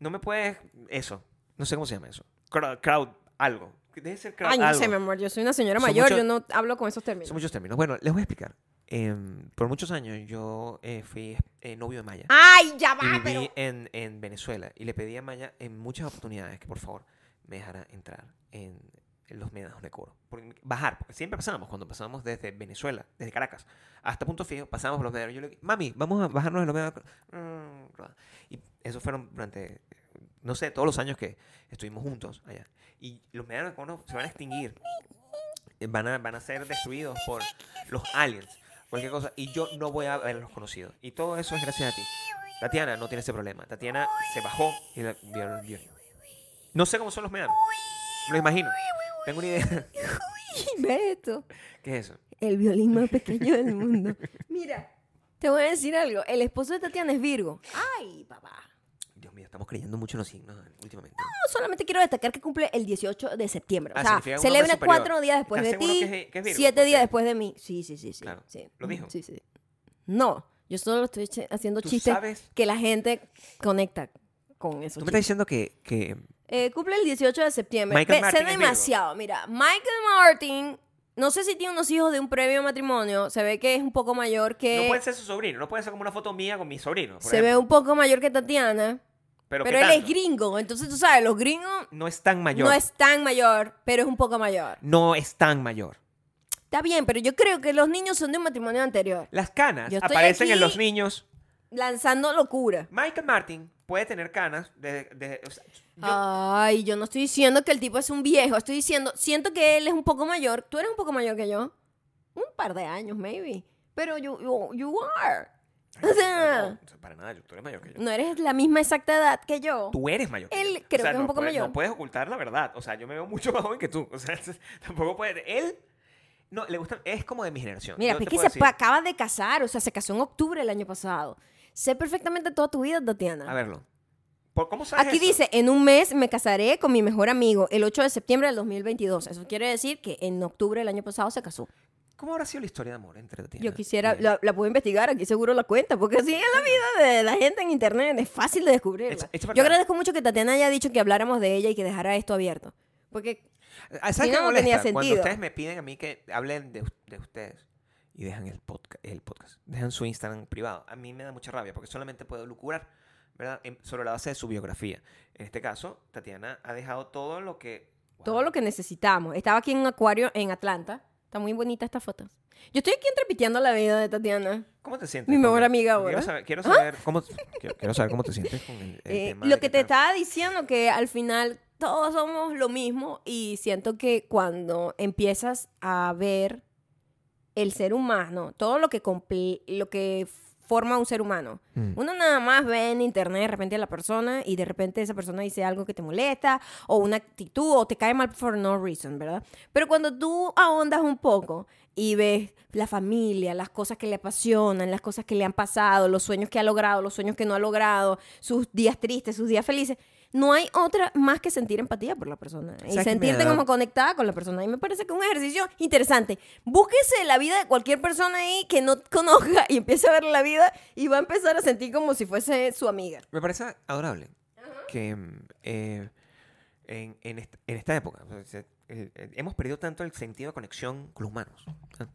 Speaker 2: No me puedes. Eso. No sé cómo se llama eso. Crowd, crowd algo. Debe ser crowd
Speaker 1: Ay, no
Speaker 2: algo.
Speaker 1: sé, mi amor, yo soy una señora
Speaker 2: Son
Speaker 1: mayor,
Speaker 2: mucho-
Speaker 1: yo no hablo con esos términos.
Speaker 2: Son muchos términos. Bueno, les voy a explicar. Em, por muchos años yo eh, fui eh, novio de Maya.
Speaker 1: Ay, ya
Speaker 2: y
Speaker 1: va, pero...
Speaker 2: viví en, en Venezuela. Y le pedí a Maya en muchas oportunidades que por favor me dejara entrar en, en los medianos de coro. Porque- bajar, porque siempre pasábamos, cuando pasábamos desde Venezuela, desde Caracas, hasta Punto Fijo, pasábamos por los medianos. Yo le dije, mami, vamos a bajarnos de los medianos de coro. Mm, Y eso fueron durante no sé, todos los años que estuvimos juntos allá. Y los medianos de carbono se van a extinguir. Eh, Van a, van a ser destruidos por los aliens. Cualquier cosa. Y yo no voy a haberlos conocido. Y todo eso es gracias a ti. Tatiana no tiene ese problema. Tatiana se bajó y la vieron- vieron. No sé cómo son los medianos. Lo imagino. Tengo una idea.
Speaker 1: Ve esto.
Speaker 2: ¿Qué es eso?
Speaker 1: El violín más pequeño del mundo. Mira, te voy a decir algo. El esposo de Tatiana es Virgo. Ay, papá.
Speaker 2: Dios mío, estamos creyendo mucho en los signos eh, últimamente.
Speaker 1: No, solamente quiero destacar que cumple el 18 de septiembre.
Speaker 2: Ah,
Speaker 1: o
Speaker 2: significa
Speaker 1: sea,
Speaker 2: un hombre
Speaker 1: celebra
Speaker 2: superior.
Speaker 1: cuatro días después de
Speaker 2: ¿Estás
Speaker 1: ti,
Speaker 2: seguro que es- que es Virgo?
Speaker 1: siete
Speaker 2: Porque-
Speaker 1: días después de mí. Sí, sí, sí, sí.
Speaker 2: Claro.
Speaker 1: sí.
Speaker 2: ¿Lo dijo?
Speaker 1: Sí, sí. No, yo solo estoy che- haciendo
Speaker 2: ¿Tú
Speaker 1: chistes
Speaker 2: sabes?
Speaker 1: que la gente conecta con esos
Speaker 2: Tú me estás
Speaker 1: chistes.
Speaker 2: diciendo que, que
Speaker 1: Eh, cumple el 18 de septiembre.
Speaker 2: Michael
Speaker 1: Ve,
Speaker 2: Martin
Speaker 1: sé
Speaker 2: es Virgo.
Speaker 1: demasiado. Mira, Michael Martin, no sé si tiene unos hijos de un previo matrimonio. Se ve que es un poco mayor
Speaker 2: no
Speaker 1: que.
Speaker 2: puede ser su sobrino, no puede ser como una foto mía con mi sobrino. por
Speaker 1: Eh, se ve
Speaker 2: ejemplo.
Speaker 1: un poco mayor que Tatiana. Pero,
Speaker 2: ¿qué
Speaker 1: él es
Speaker 2: tanto?
Speaker 1: gringo. Entonces, tú sabes, los gringos
Speaker 2: No es tan mayor.
Speaker 1: no es tan mayor, pero es un poco mayor.
Speaker 2: no es tan mayor.
Speaker 1: Está bien, pero yo creo que los niños son de un matrimonio anterior.
Speaker 2: Las canas
Speaker 1: Yo estoy
Speaker 2: aparecen en
Speaker 1: aquí-
Speaker 2: los niños.
Speaker 1: Lanzando locura.
Speaker 2: Michael Martin puede tener canas de... de- o sea, yo-
Speaker 1: Ay, yo no estoy diciendo que el tipo es un viejo. Estoy diciendo, siento que él es un poco mayor. Tú eres un poco mayor que yo. Un par de años, maybe. Pero you, you, you are. O
Speaker 2: no,
Speaker 1: sea,
Speaker 2: no, para nada, yo- tú eres mayor que yo.
Speaker 1: no eres la misma exacta edad que yo.
Speaker 2: Tú eres mayor. que
Speaker 1: Él
Speaker 2: yo.
Speaker 1: creo que es
Speaker 2: no
Speaker 1: un poco
Speaker 2: puedes-
Speaker 1: mayor.
Speaker 2: No puedes ocultar la verdad. O sea, yo me veo mucho más joven que tú. O sea, tampoco puede... Él... No, le gusta... Es como de mi generación.
Speaker 1: Mira,
Speaker 2: Yo
Speaker 1: pues
Speaker 2: te
Speaker 1: es que
Speaker 2: puedo
Speaker 1: se
Speaker 2: decir-
Speaker 1: acaba de casar. O sea, se casó en octubre el año pasado. Sé perfectamente toda tu vida, Tatiana.
Speaker 2: A verlo. ¿Por cómo sabes
Speaker 1: Aquí
Speaker 2: eso?
Speaker 1: dice, en un mes me casaré con mi mejor amigo, el 8 de septiembre del 2022. Eso quiere decir que en octubre del año pasado se casó.
Speaker 2: ¿Cómo habrá sido la historia de amor entre Tatiana?
Speaker 1: Yo quisiera,
Speaker 2: y él?
Speaker 1: la, la puedo investigar, aquí seguro la cuenta, porque así es la vida de la gente en internet, es fácil de
Speaker 2: Echa-
Speaker 1: descubrirla.
Speaker 2: echa para
Speaker 1: Yo
Speaker 2: acá.
Speaker 1: agradezco mucho que Tatiana haya dicho que habláramos de ella y que dejara esto abierto. Porque,
Speaker 2: Ah, ¿Sabes
Speaker 1: Si
Speaker 2: qué
Speaker 1: no,
Speaker 2: me
Speaker 1: no tenía
Speaker 2: molesta? Cuando
Speaker 1: sentido.
Speaker 2: ustedes me piden a mí que hablen de, us- de ustedes y dejan el, podca- el podcast, dejan su Instagram privado, a mí me da mucha rabia porque solamente puedo lucurar ¿verdad? En- sobre la base de su biografía. En este caso, Tatiana ha dejado todo lo que...
Speaker 1: todo lo que necesitamos. Estaba aquí en un acuario en Atlanta. Está muy bonita esta foto. Yo estoy aquí entrepiteando la vida de Tatiana.
Speaker 2: ¿Cómo te sientes?
Speaker 1: Mi
Speaker 2: con
Speaker 1: mejor
Speaker 2: el-
Speaker 1: amiga ahora. ¿Ah?
Speaker 2: Quiero saber, quiero saber cómo, quiero, quiero saber cómo te sientes con el, el
Speaker 1: Eh,
Speaker 2: tema
Speaker 1: lo
Speaker 2: de
Speaker 1: que te
Speaker 2: tal-
Speaker 1: estaba diciendo que al final todos somos lo mismo y siento que cuando empiezas a ver el ser humano, todo lo que comple- lo que forma un ser humano.
Speaker 2: Mm.
Speaker 1: Uno nada más ve en internet de repente a la persona y de repente esa persona dice algo que te molesta o una actitud o te cae mal for no reason, ¿verdad? Pero cuando tú ahondas un poco y ves la familia, las cosas que le apasionan, las cosas que le han pasado, los sueños que ha logrado, los sueños que no ha logrado, sus días tristes, sus días felices, no hay otra más que sentir empatía por la persona y
Speaker 2: ¿Sabes qué me
Speaker 1: sentirte
Speaker 2: da?
Speaker 1: como conectada con la persona. Y me parece que es un ejercicio interesante. Búsquese la vida de cualquier persona ahí que no conozca y empiece a ver la vida y va a empezar a sentir como si fuese su amiga.
Speaker 2: Me parece adorable que mm, eh, en, en est- en esta época o sea, se- el- el- hemos perdido tanto el sentido de conexión con los humanos ¿ah?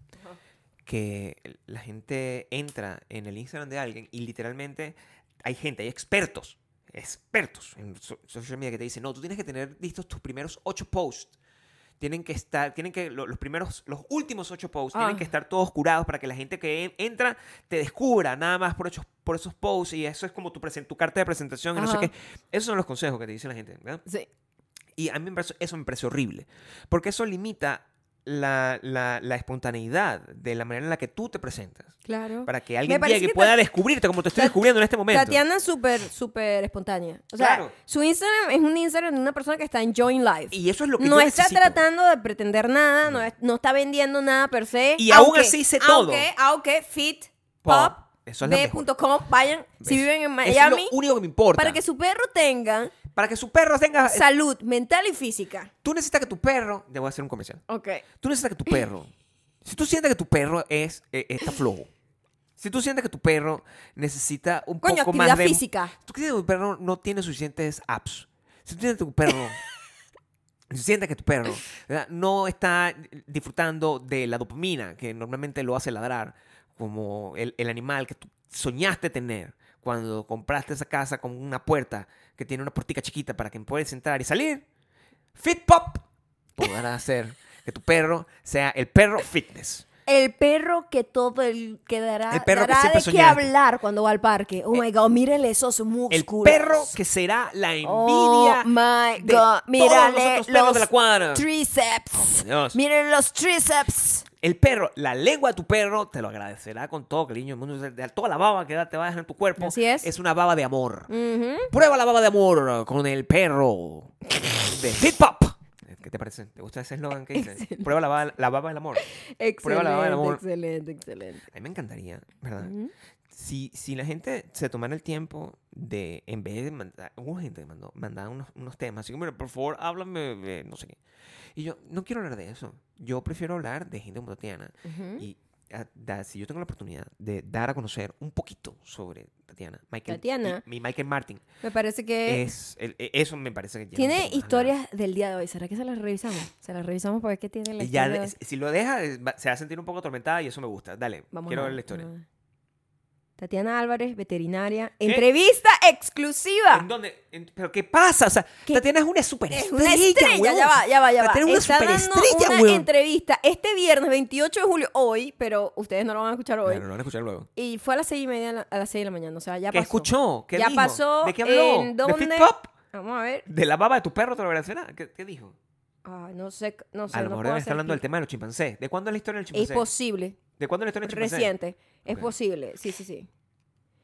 Speaker 2: que el- la gente entra en el Instagram de alguien y literalmente hay gente, hay expertos, expertos en so- social media que te dicen, no, tú tienes que tener listos tus primeros ocho posts. Tienen que estar, tienen que, lo- los primeros, los últimos ocho posts tienen
Speaker 1: Ah.
Speaker 2: que estar todos curados para que la gente que en- entra te descubra nada más por, esos- por esos posts y eso es como tu, presen- tu carta de presentación y no sé
Speaker 1: Ajá.
Speaker 2: qué. Esos son los consejos que te dice la gente, ¿verdad?
Speaker 1: Sí.
Speaker 2: Y a mí me parece- eso me parece horrible. Porque eso limita la, la- la espontaneidad de la manera en la que tú te presentas.
Speaker 1: Claro.
Speaker 2: Para que alguien
Speaker 1: parece
Speaker 2: llegue y
Speaker 1: que
Speaker 2: pueda
Speaker 1: Tat-
Speaker 2: descubrirte como te estoy
Speaker 1: Tat-
Speaker 2: descubriendo en este momento.
Speaker 1: Tatiana es súper, súper espontánea. O sea,
Speaker 2: Claro.
Speaker 1: su Instagram es un Instagram de una persona que está enjoying life.
Speaker 2: Y eso es lo que
Speaker 1: no
Speaker 2: yo
Speaker 1: está
Speaker 2: necesito.
Speaker 1: tratando de pretender nada, no, es- no está vendiendo nada per se.
Speaker 2: Y aún así sé todo.
Speaker 1: Aunque, aunque fit,
Speaker 2: Pop,
Speaker 1: pop,
Speaker 2: eso es lo mejor.
Speaker 1: b.com, vayan, si
Speaker 2: ¿Ves?
Speaker 1: viven en
Speaker 2: Eso
Speaker 1: Miami,
Speaker 2: es lo único que me importa.
Speaker 1: para que su perro tenga
Speaker 2: su perro tenga...
Speaker 1: salud mental y física.
Speaker 2: Tú necesitas que tu perro... Debo hacer un comercial.
Speaker 1: Ok.
Speaker 2: Tú necesitas
Speaker 1: Eh.
Speaker 2: que tu perro... Si tú sientes que tu perro es, eh, está flojo. Si tú sientes que tu perro necesita un
Speaker 1: Coño,
Speaker 2: poco
Speaker 1: actividad
Speaker 2: más de...
Speaker 1: física.
Speaker 2: Si tú sientes que tu perro no tiene suficientes apps. Si tú sientes que tu perro... si sientes que tu perro ¿verdad? no está disfrutando de la dopamina que normalmente lo hace ladrar como el, el animal que tú soñaste tener cuando compraste esa casa con una puerta que tiene una puertica chiquita para que puedas entrar y salir, FitPop podrá hacer que tu perro sea el perro fitness.
Speaker 1: El perro que todo el que dará,
Speaker 2: El perro que
Speaker 1: dará
Speaker 2: siempre
Speaker 1: de qué
Speaker 2: soñaste. Eh,
Speaker 1: hablar cuando va al parque. Oh my god, mírenle esos músculos.
Speaker 2: El perro que será la envidia
Speaker 1: Oh my
Speaker 2: de
Speaker 1: god,
Speaker 2: todos
Speaker 1: mírale
Speaker 2: los otros perros de la cuadra.
Speaker 1: tríceps.
Speaker 2: Oh, Dios.
Speaker 1: Miren los tríceps.
Speaker 2: El perro, la lengua de tu perro te lo agradecerá con todo cariño. El mundo de toda la baba que da- te va a dejar en tu cuerpo.
Speaker 1: Así es.
Speaker 2: Es una baba de amor. Prueba la baba de amor con el perro de Hip Hop. ¿Qué te parece? ¿Te gusta ese eslogan que dice? Prueba la baba, la baba del amor. Prueba la baba del amor. Ah.
Speaker 1: excelente, excelente.
Speaker 2: A mí me encantaría, ¿verdad? si, si la gente se tomara el tiempo de, en vez de mandar, hubo gente que mandó, mandaba unos, unos temas, así que, mira, por favor, háblame de no sé qué. Y yo, no quiero hablar de eso. Yo prefiero hablar de gente como Tatiana. Y a- da- si yo tengo la oportunidad de dar a conocer un poquito sobre Tatiana, Michael,
Speaker 1: Tatiana.
Speaker 2: Mi, mi Michael Martin,
Speaker 1: Me parece que
Speaker 2: es, el- e- eso me parece que... ya es un
Speaker 1: tiene
Speaker 2: poco más
Speaker 1: historias del día de hoy. ¿Será que se las revisamos? Se las revisamos porque es que tiene la
Speaker 2: largo. Y ya,
Speaker 1: historia de
Speaker 2: de-
Speaker 1: hoy.
Speaker 2: si lo deja, eh, va- se va a sentir un poco atormentada y eso me gusta. Dale,
Speaker 1: Vamos
Speaker 2: quiero
Speaker 1: a
Speaker 2: ver la historia.
Speaker 1: vamos a ver. Tatiana Álvarez, veterinaria. Entrevista exclusiva.
Speaker 2: ¿En dónde? En- ¿Pero qué pasa? O sea,
Speaker 1: Ah. ¿Qué?
Speaker 2: Tatiana es una superestrella.
Speaker 1: Es una estrella,
Speaker 2: huevón.
Speaker 1: ya va, ya va, ya va.
Speaker 2: Tatiana es una
Speaker 1: Está dando
Speaker 2: superestrella,
Speaker 1: una
Speaker 2: huevón.
Speaker 1: entrevista este viernes 28 de julio, hoy, pero ustedes no lo van a escuchar hoy.
Speaker 2: Claro, lo van a escuchar luego.
Speaker 1: Y fue a las seis y media, de la- a las seis de la mañana, o sea, ya
Speaker 2: ¿Qué
Speaker 1: pasó.
Speaker 2: escuchó? ¿Qué
Speaker 1: ya
Speaker 2: dijo?
Speaker 1: pasó.
Speaker 2: ¿De qué habló?
Speaker 1: ¿En
Speaker 2: ¿De
Speaker 1: dónde?
Speaker 2: Fit Pop?
Speaker 1: Vamos a ver.
Speaker 2: ¿De la baba de tu perro te lo agradecerá? ¿Qué, qué dijo?
Speaker 1: Ay, no sé, no sé.
Speaker 2: a lo
Speaker 1: no
Speaker 2: mejor
Speaker 1: puedo
Speaker 2: debe
Speaker 1: hacer
Speaker 2: estar hablando del
Speaker 1: clic.
Speaker 2: tema de los chimpancés. ¿De cuándo es la historia del
Speaker 1: Es
Speaker 2: chimpancé?
Speaker 1: posible,
Speaker 2: ¿De cuándo es la historia del chimpancé?
Speaker 1: reciente. Es
Speaker 2: Ok.
Speaker 1: posible, sí, sí, sí.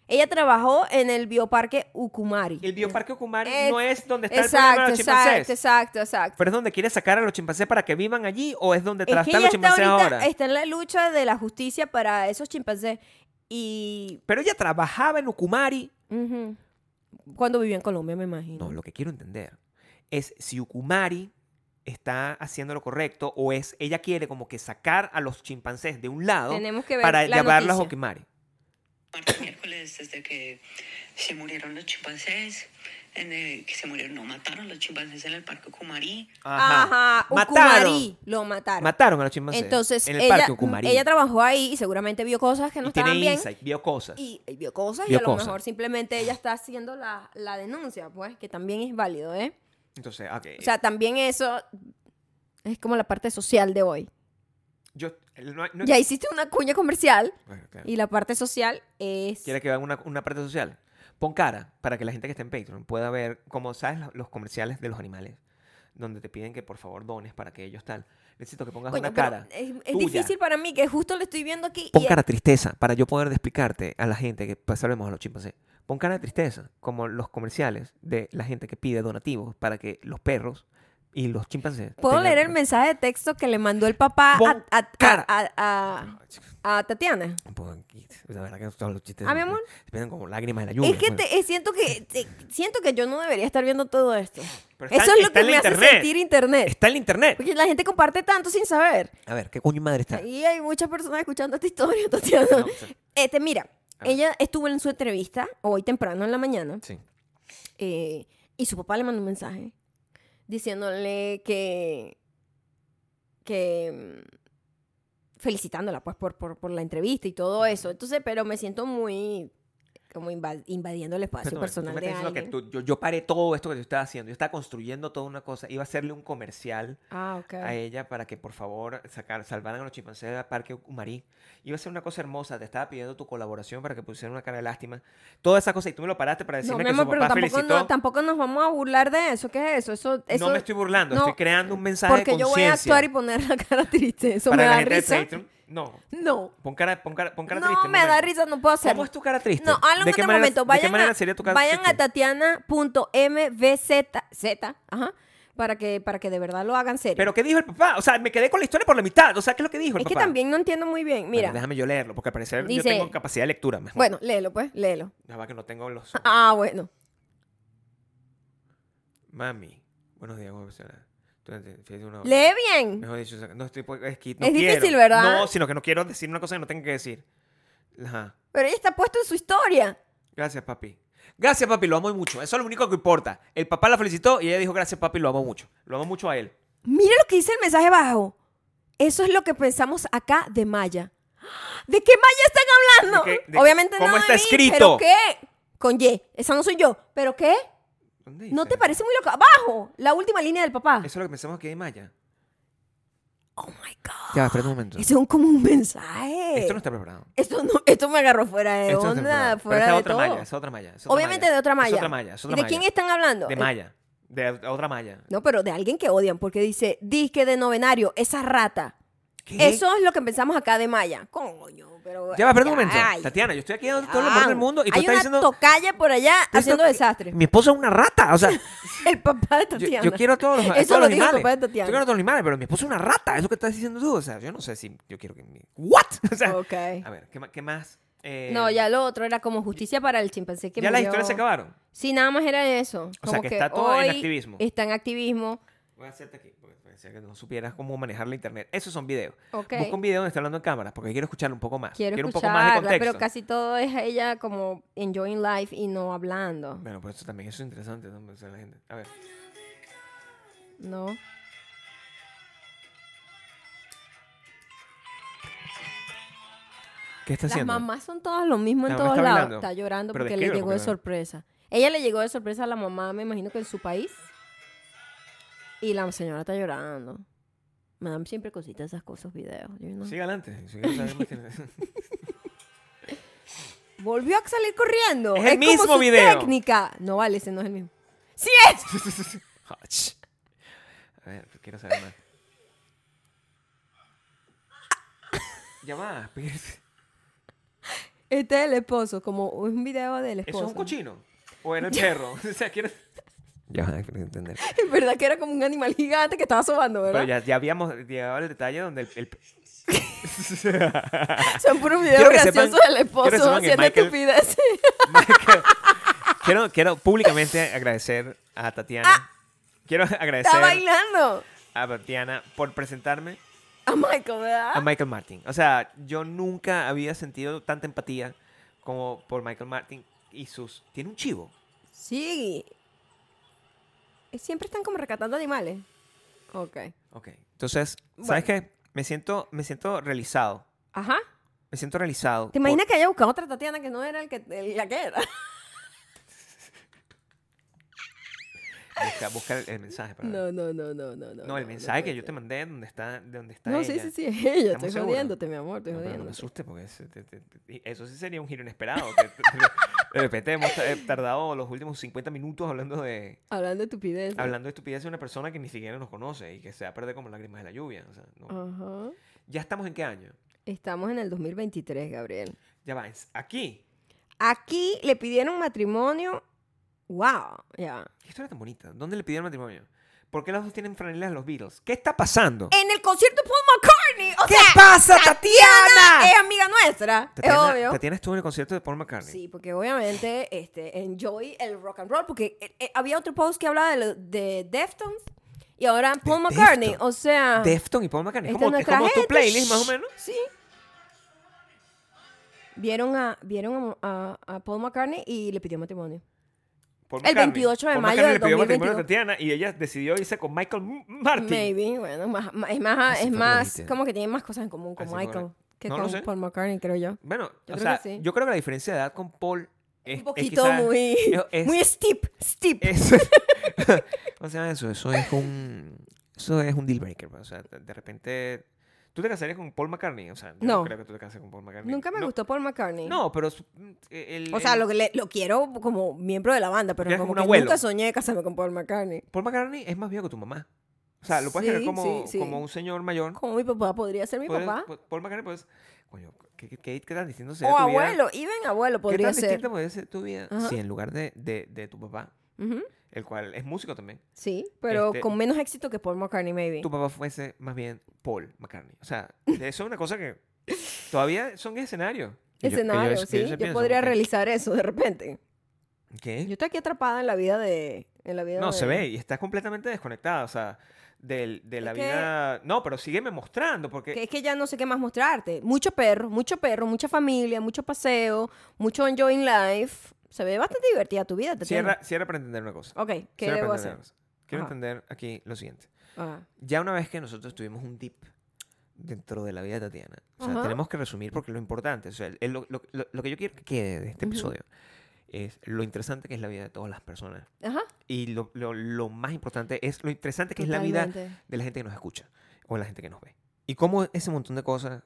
Speaker 1: Ella trabajó en el bioparque Ukumari.
Speaker 2: El bioparque Okumari
Speaker 1: Es-
Speaker 2: no es donde está el problema de
Speaker 1: Exacto,
Speaker 2: los chimpancés.
Speaker 1: exacto, exacto, exacto.
Speaker 2: ¿Pero es donde quiere sacar a los chimpancés para que vivan allí o es donde
Speaker 1: Es que
Speaker 2: están
Speaker 1: ella
Speaker 2: los
Speaker 1: está
Speaker 2: chimpancés
Speaker 1: ahorita,
Speaker 2: ahora?
Speaker 1: está en la lucha de la justicia para esos chimpancés. Y
Speaker 2: Pero ella trabajaba en Ukumari
Speaker 1: ujú, cuando vivió en Colombia, me imagino.
Speaker 2: No, lo que quiero entender es si Ukumari está haciendo lo correcto o es ella quiere como que sacar a los chimpancés de un lado
Speaker 1: Tenemos que ver
Speaker 2: para
Speaker 1: la
Speaker 2: llevarlos a
Speaker 1: noticia.
Speaker 2: Ukumari.
Speaker 3: martes y miércoles desde que se murieron los chimpancés, en el- que se murieron, no, mataron los chimpancés en el parque Kumarí.
Speaker 1: Ajá,
Speaker 2: Mataron.
Speaker 1: Ucumari, lo mataron.
Speaker 2: Mataron a los chimpancés.
Speaker 1: Entonces,
Speaker 2: en el
Speaker 1: ella,
Speaker 2: parque Ukumari.
Speaker 1: ella trabajó ahí y seguramente vio cosas que no
Speaker 2: y tiene
Speaker 1: estaban bien.
Speaker 2: insight, vio cosas.
Speaker 1: Y, y vio cosas y
Speaker 2: Vio
Speaker 1: a lo
Speaker 2: cosas.
Speaker 1: mejor simplemente ella está haciendo la, la denuncia, pues, que también es válido, ¿eh?
Speaker 2: Entonces, ok,
Speaker 1: O sea, también eso es como la parte social de hoy.
Speaker 2: yo no, hay- no-
Speaker 1: Ya hiciste una cuña comercial
Speaker 2: Bueno, claro.
Speaker 1: y la parte social es...
Speaker 2: ¿Quiere que haga una, una parte social? Pon cara para que la gente que está en Patreon pueda ver, como sabes, lo- los comerciales de los animales, donde te piden que por favor dones para que ellos tal. Necesito que pongas
Speaker 1: Coño,
Speaker 2: una
Speaker 1: pero
Speaker 2: cara.
Speaker 1: es, es
Speaker 2: tuya.
Speaker 1: difícil para mí, que justo lo estoy viendo aquí.
Speaker 2: Pon
Speaker 1: y-
Speaker 2: cara de tristeza para yo poder explicarte a la gente que pasaremos a los chimpancés. Pon cara de tristeza, como los comerciales de la gente que pide donativos para que los perros y los chimpancés.
Speaker 1: Puedo
Speaker 2: tengan- pues
Speaker 1: leer el mensaje de texto que le mandó el papá
Speaker 2: Pon
Speaker 1: a, a- a-
Speaker 2: cara.
Speaker 1: a- a- a Tatiana.
Speaker 2: Pon- La verdad que todos los chistes
Speaker 1: Ah, mi amor.
Speaker 2: se vienen como lágrimas de la lluvia.
Speaker 1: es que
Speaker 2: bueno.
Speaker 1: te- eh, siento que te- siento que yo no debería estar viendo todo esto.
Speaker 2: Pero
Speaker 1: Eso
Speaker 2: está-
Speaker 1: es lo
Speaker 2: está
Speaker 1: que
Speaker 2: en
Speaker 1: me
Speaker 2: la
Speaker 1: hace
Speaker 2: internet.
Speaker 1: sentir internet.
Speaker 2: Está en la internet.
Speaker 1: Porque la gente comparte tanto sin saber.
Speaker 2: A ver, ¿qué coño madre está?
Speaker 1: Y hay muchas personas escuchando esta historia, Tatiana.
Speaker 2: No, pues, sí.
Speaker 1: Este, mira,
Speaker 2: A ver.
Speaker 1: ella estuvo en su entrevista hoy temprano en la mañana.
Speaker 2: Sí.
Speaker 1: eh, y su papá le mandó un mensaje diciéndole que. que. mm, felicitándola, pues, por, por, por la entrevista y todo eso. Entonces, pero me siento muy. como inva- invadiendo el espacio
Speaker 2: Espérate un momento,
Speaker 1: personal
Speaker 2: tú me
Speaker 1: de
Speaker 2: estás diciendo que
Speaker 1: alguien.
Speaker 2: tú- yo, yo paré todo esto que yo estaba haciendo. Yo estaba construyendo toda una cosa. Iba a hacerle un comercial
Speaker 1: Ah, ok.
Speaker 2: a ella para que por favor sacar, salvaran a los chimpancés del parque Umarí. Iba a ser una cosa hermosa, te estaba pidiendo tu colaboración para que pusieran una cara de lástima. Toda esa cosa y tú me lo paraste para
Speaker 1: No,
Speaker 2: decirme
Speaker 1: mi
Speaker 2: que
Speaker 1: amor,
Speaker 2: su
Speaker 1: pero
Speaker 2: papá
Speaker 1: tampoco,
Speaker 2: felicitó.
Speaker 1: no- tampoco nos vamos a burlar de eso. ¿Qué es eso? Eso, eso
Speaker 2: no me estoy burlando,
Speaker 1: no,
Speaker 2: estoy creando un mensaje
Speaker 1: porque
Speaker 2: de
Speaker 1: yo voy a actuar y
Speaker 2: conciencia
Speaker 1: poner la cara triste. Eso
Speaker 2: para
Speaker 1: me
Speaker 2: la
Speaker 1: da
Speaker 2: gente de
Speaker 1: risa.
Speaker 2: Patreon. No,
Speaker 1: No.
Speaker 2: pon cara, pon cara, pon cara
Speaker 1: no
Speaker 2: triste. un
Speaker 1: me da
Speaker 2: momento.
Speaker 1: risa, no puedo hacerlo.
Speaker 2: ¿Cómo es tu cara triste?
Speaker 1: No, háblame
Speaker 2: ¿De
Speaker 1: en
Speaker 2: qué
Speaker 1: otro
Speaker 2: manera,
Speaker 1: momento.
Speaker 2: ¿De
Speaker 1: Vayan,
Speaker 2: qué manera
Speaker 1: a,
Speaker 2: sería tu cara
Speaker 1: vayan a
Speaker 2: triste?
Speaker 1: tatiana.mvz Z, ajá, para, que, para que de verdad lo hagan serio.
Speaker 2: Pero ¿qué dijo el papá? O sea, me quedé con la historia por la mitad. O sea, ¿qué es lo que dijo el
Speaker 1: es que
Speaker 2: papá?
Speaker 1: también no entiendo muy bien.
Speaker 2: Bueno,
Speaker 1: Mira,
Speaker 2: déjame yo leerlo, porque al parecer
Speaker 1: Dice-
Speaker 2: yo tengo capacidad de lectura. Mejor.
Speaker 1: bueno, léelo pues, léelo.
Speaker 2: Nada más que no tengo los...
Speaker 1: Ah, bueno.
Speaker 2: Mami, buenos días, ¿cómo estás? Tú ent- fíjate una-
Speaker 1: Lee bien.
Speaker 2: Mejor dicho, no estoy... po- Es, que no
Speaker 1: Es
Speaker 2: quiero.
Speaker 1: difícil, ¿verdad?
Speaker 2: No, sino que no quiero decir una cosa que no tengo que decir. Ajá.
Speaker 1: Pero ella está puesto en su historia.
Speaker 2: Gracias, papi. Gracias, papi, lo amo mucho. Eso es lo único que importa. El papá la felicitó y ella dijo, gracias, papi, lo amo mucho. Lo amo mucho a él.
Speaker 1: Mira lo que dice el mensaje abajo. Eso es lo que pensamos acá de Maya. ¿De qué Maya están hablando?
Speaker 2: ¿De qué- de
Speaker 1: Obviamente
Speaker 2: cómo
Speaker 1: no de
Speaker 2: está
Speaker 1: mí, ¿Pero
Speaker 2: escrito?
Speaker 1: qué? Con Y. Esa no soy yo. ¿Pero qué?
Speaker 2: ¿Dónde
Speaker 1: ¿No
Speaker 2: dice?
Speaker 1: te parece muy loco? Abajo, la última línea del papá.
Speaker 2: Eso es lo que pensamos que hay Maya.
Speaker 1: oh my God.
Speaker 2: Ya, espera un momento.
Speaker 1: Eso es un- como un mensaje.
Speaker 2: Esto no está preparado.
Speaker 1: Esto no- esto me agarró fuera de
Speaker 2: Esto no está
Speaker 1: onda,
Speaker 2: preparado. Pero
Speaker 1: fuera
Speaker 2: esa
Speaker 1: de
Speaker 2: otra
Speaker 1: todo.
Speaker 2: malla, esa otra malla. esa otra
Speaker 1: Obviamente
Speaker 2: malla,
Speaker 1: de otra
Speaker 2: esa
Speaker 1: malla.
Speaker 2: otra malla, esa otra
Speaker 1: ¿De
Speaker 2: malla.
Speaker 1: quién están hablando?
Speaker 2: De
Speaker 1: Eh,
Speaker 2: malla. De otra malla.
Speaker 1: No, pero de alguien que odian, porque dice, disque de novenario, esa rata.
Speaker 2: ¿Qué?
Speaker 1: Eso es lo que pensamos acá de Maya. Coño, pero.
Speaker 2: Ya va, espera un
Speaker 1: ay,
Speaker 2: momento.
Speaker 1: ay.
Speaker 2: Tatiana, yo estoy aquí dando todo el amor del mundo y tú
Speaker 1: Hay
Speaker 2: estás
Speaker 1: una
Speaker 2: diciendo.
Speaker 1: tocaya por allá
Speaker 2: tú estás
Speaker 1: haciendo
Speaker 2: diciendo que
Speaker 1: desastre.
Speaker 2: Mi esposa es una rata. O sea,
Speaker 1: El papá de
Speaker 2: yo,
Speaker 1: Tatiana.
Speaker 2: yo quiero a todos los, a
Speaker 1: Eso
Speaker 2: todos
Speaker 1: lo
Speaker 2: los
Speaker 1: dijo el papá de
Speaker 2: animales. Yo quiero a
Speaker 1: Tatiana.
Speaker 2: todos los animales, pero mi esposa es una rata. Eso que estás diciendo tú. O sea, yo no sé si yo quiero que. mi- ¿What? O sea,
Speaker 1: Ok.
Speaker 2: a ver, ¿qué, ma- qué más? Eh,
Speaker 1: No, ya lo otro era como justicia para el chimpancé que
Speaker 2: ya las
Speaker 1: murió.
Speaker 2: historias se acabaron.
Speaker 1: Sí, nada más era eso.
Speaker 2: O sea,
Speaker 1: Como
Speaker 2: que está todo en
Speaker 1: hoy
Speaker 2: activismo.
Speaker 1: Está en activismo.
Speaker 2: Voy a hacerte aquí, porque parecía que no supieras cómo manejar la internet. Esos son videos.
Speaker 1: Ok.
Speaker 2: Busca un video donde está hablando en cámara, porque quiero escucharlo un poco más.
Speaker 1: Quiero,
Speaker 2: un poco más de
Speaker 1: escucharla,
Speaker 2: contexto.
Speaker 1: pero casi todo es ella como enjoying life y no hablando.
Speaker 2: Bueno, pero eso también eso es interesante, ¿no? O sea, la gente. A ver.
Speaker 1: No.
Speaker 2: ¿Qué está
Speaker 1: Las
Speaker 2: haciendo?
Speaker 1: mamás son todas lo mismo en
Speaker 2: La mamá
Speaker 1: todos
Speaker 2: está
Speaker 1: lados.
Speaker 2: bailando.
Speaker 1: Está llorando
Speaker 2: Pero
Speaker 1: porque le
Speaker 2: descríbelo,
Speaker 1: llegó de
Speaker 2: porque no-
Speaker 1: sorpresa. Ella le llegó de sorpresa a la mamá, me imagino que en su país. Y la señora está llorando. Me dan siempre cositas esas cosas, videos. yo no.
Speaker 2: Sigue adelante. sigue adelante, más que-
Speaker 1: Volvió a salir corriendo.
Speaker 2: Es el
Speaker 1: como
Speaker 2: mismo
Speaker 1: su
Speaker 2: video.
Speaker 1: técnica. No vale, ese no es el mismo. ¡Sí es!
Speaker 2: Ach. A ver, quiero saber más. Ya va. pero-
Speaker 1: Este es el esposo, como un video del esposo.
Speaker 2: ¿Eso es un cochino? ¿O era el perro? O sea, quiero... Ya va, quiero entender.
Speaker 1: En verdad que era como un animal gigante que estaba sobando,
Speaker 2: Pero
Speaker 1: ¿verdad?
Speaker 2: ya, ya habíamos llegado al detalle donde el... el...
Speaker 1: Son puros videos
Speaker 2: Quiero que sepan-
Speaker 1: graciosos del
Speaker 2: quiero que
Speaker 1: esposo
Speaker 2: sepan que
Speaker 1: haciendo
Speaker 2: Michael-
Speaker 1: estupideces.
Speaker 2: quiero, quiero públicamente agradecer a Tatiana. Quiero
Speaker 1: Ah, Está
Speaker 2: agradecer
Speaker 1: bailando.
Speaker 2: a Tatiana por presentarme
Speaker 1: A Michael, ¿verdad?
Speaker 2: a Michael Martin. O sea, yo nunca había sentido tanta empatía como por Michael Martin y sus... Tiene un chivo.
Speaker 1: Sí. Eh, Siempre están como rescatando animales. Ok.
Speaker 2: Ok. Entonces,
Speaker 1: Bueno.
Speaker 2: ¿sabes qué? Me siento, me siento realizado.
Speaker 1: Ajá.
Speaker 2: Me siento realizado.
Speaker 1: ¿Te imaginas que haya buscado otra Tatiana que no era el que, el- la que era?
Speaker 2: por- Busca, busca el, el mensaje. Para ver.
Speaker 1: No, no, no, no, no. No,
Speaker 2: No, el
Speaker 1: no,
Speaker 2: mensaje
Speaker 1: no,
Speaker 2: que
Speaker 1: no.
Speaker 2: yo te mandé donde está, de donde está
Speaker 1: No,
Speaker 2: ella.
Speaker 1: sí, sí, sí, es ella.
Speaker 2: ¿Estamos
Speaker 1: Estoy
Speaker 2: seguros?
Speaker 1: jodiéndote, mi amor, estoy
Speaker 2: No, Ah, pero no me
Speaker 1: jodiéndote.
Speaker 2: asustes porque ese- te- te- te- eso sí sería un giro inesperado. que te- te- de repente hemos ta- eh, tardado los últimos 50 minutos hablando de
Speaker 1: Hablando de estupidez.
Speaker 2: hablando de estupidez de una persona que ni siquiera nos conoce y que se va a perder como lágrimas de la lluvia. o sea, no.
Speaker 1: Oh. Ajá.
Speaker 2: ¿Ya estamos en qué año?
Speaker 1: Estamos en el 2023, Gabriel.
Speaker 2: Ya va, es- aquí.
Speaker 1: Aquí le pidieron matrimonio. ¡Wow! Ya.
Speaker 2: ¿Qué historia tan bonita? ¿Dónde le pidieron matrimonio? ¿Por qué los dos tienen franelas de los Beatles? ¿Qué está pasando?
Speaker 1: En el concierto de Paul McCartney. O
Speaker 2: ¿Qué
Speaker 1: sea,
Speaker 2: pasa,
Speaker 1: Tatiana
Speaker 2: Tatiana?
Speaker 1: es amiga nuestra.
Speaker 2: Tatiana,
Speaker 1: es obvio.
Speaker 2: Tatiana estuvo en el concierto de Paul McCartney.
Speaker 1: Sí, porque obviamente este, enjoy el rock and roll, porque eh, eh, había otro post que hablaba de, lo- de Deftones y ahora Paul McCartney,
Speaker 2: Deftones.
Speaker 1: o sea,
Speaker 2: Defton y Paul McCartney.
Speaker 1: esta
Speaker 2: Es
Speaker 1: es
Speaker 2: como, es
Speaker 1: nuestra
Speaker 2: como tu
Speaker 1: gente.
Speaker 2: playlist, más o menos.
Speaker 1: sí. Vieron a, vieron a, a- a Paul McCartney y le pidió matrimonio.
Speaker 2: Paul
Speaker 1: El
Speaker 2: McCartney.
Speaker 1: 28 de
Speaker 2: Paul
Speaker 1: mayo
Speaker 2: McCartney
Speaker 1: del
Speaker 2: le pidió matrimonio a
Speaker 1: 2022.
Speaker 2: Tatiana y ella decidió irse con Michael M- Martin.
Speaker 1: Maybe, bueno, más- más- es más,
Speaker 2: Así
Speaker 1: es
Speaker 2: fue
Speaker 1: más,
Speaker 2: bonito.
Speaker 1: como que tienen más cosas en común con
Speaker 2: Así fue
Speaker 1: Michael
Speaker 2: bonito.
Speaker 1: que
Speaker 2: No lo
Speaker 1: con
Speaker 2: sé.
Speaker 1: Paul McCartney, creo yo.
Speaker 2: Bueno,
Speaker 1: Yo creo
Speaker 2: o sea,
Speaker 1: que sí.
Speaker 2: yo creo que la diferencia de edad con Paul es
Speaker 1: Un
Speaker 2: es
Speaker 1: poquito
Speaker 2: quizá-
Speaker 1: muy,
Speaker 2: es-
Speaker 1: muy steep, steep.
Speaker 2: es- ¿Cómo se llama eso? Eso es un, eso es un deal breaker. pues, O sea, de de repente... ¿Tú te casarías con Paul McCartney? O sea, yo no,
Speaker 1: No.
Speaker 2: creo que tú te cases con Paul McCartney.
Speaker 1: Nunca me
Speaker 2: No,
Speaker 1: gustó Paul McCartney.
Speaker 2: No, pero... su- el-
Speaker 1: O sea,
Speaker 2: el-
Speaker 1: lo, que le- lo quiero como miembro de la banda, pero
Speaker 2: Quieres
Speaker 1: como
Speaker 2: como un
Speaker 1: que
Speaker 2: abuelo.
Speaker 1: nunca soñé de casarme con Paul McCartney.
Speaker 2: Paul McCartney es más viejo que tu mamá. O sea, lo puedes
Speaker 1: Sí,
Speaker 2: creer como,
Speaker 1: sí, sí.
Speaker 2: como un señor mayor.
Speaker 1: Como mi papá podría ser mi
Speaker 2: Puedes-
Speaker 1: papá.
Speaker 2: pu- Paul McCartney, pues, coño, ¿qué, qué, qué- qué tan distinto
Speaker 1: O
Speaker 2: sería tu vida?
Speaker 1: abuelo, even abuelo
Speaker 2: ¿Qué
Speaker 1: podría
Speaker 2: tan
Speaker 1: ser.
Speaker 2: distinta podría ser tu vida
Speaker 1: Ajá.
Speaker 2: si en lugar de, de, de tu papá,
Speaker 1: Ujú,
Speaker 2: el cual es músico también,
Speaker 1: Sí, pero
Speaker 2: Este-
Speaker 1: con menos éxito que Paul McCartney, maybe.
Speaker 2: tu papá fuese más bien Paul McCartney? O sea, eso es una cosa que todavía son escenarios. Que yo- que yo-
Speaker 1: Escenario,
Speaker 2: que yo
Speaker 1: sí.
Speaker 2: se
Speaker 1: Yo,
Speaker 2: pienso,
Speaker 1: podría
Speaker 2: ok,
Speaker 1: realizar eso de repente.
Speaker 2: ¿Qué?
Speaker 1: Yo estoy aquí atrapada en la vida de... En la vida
Speaker 2: No,
Speaker 1: de-
Speaker 2: se ve y está completamente desconectada, o sea, del, de la
Speaker 1: Es que-
Speaker 2: vida... No, pero sígueme mostrando porque...
Speaker 1: Que es que ya no sé qué más mostrarte. Mucho perro, mucho perro, mucha familia, mucho paseo, mucho enjoying life. Se ve bastante divertida tu vida, te
Speaker 2: Cierra, cierra para entender una cosa.
Speaker 1: Ok, ¿qué
Speaker 2: Quiero
Speaker 1: debo
Speaker 2: aprender
Speaker 1: hacer?
Speaker 2: una cosa. Quiero
Speaker 1: Ajá.
Speaker 2: entender aquí lo siguiente.
Speaker 1: Ah,
Speaker 2: Ya una vez que nosotros tuvimos un dip dentro de la vida de Tatiana, o sea,
Speaker 1: Ajá.
Speaker 2: tenemos que resumir porque lo importante, o sea, el- lo, lo- lo- lo que yo quiero que quede de este
Speaker 1: Ujú.
Speaker 2: episodio es lo interesante que es la vida de todas las personas.
Speaker 1: Ajá.
Speaker 2: Y lo, lo- lo más importante es lo interesante que es la vida
Speaker 1: totalmente.
Speaker 2: de la gente que nos escucha o la gente que nos ve. Y cómo ese montón de cosas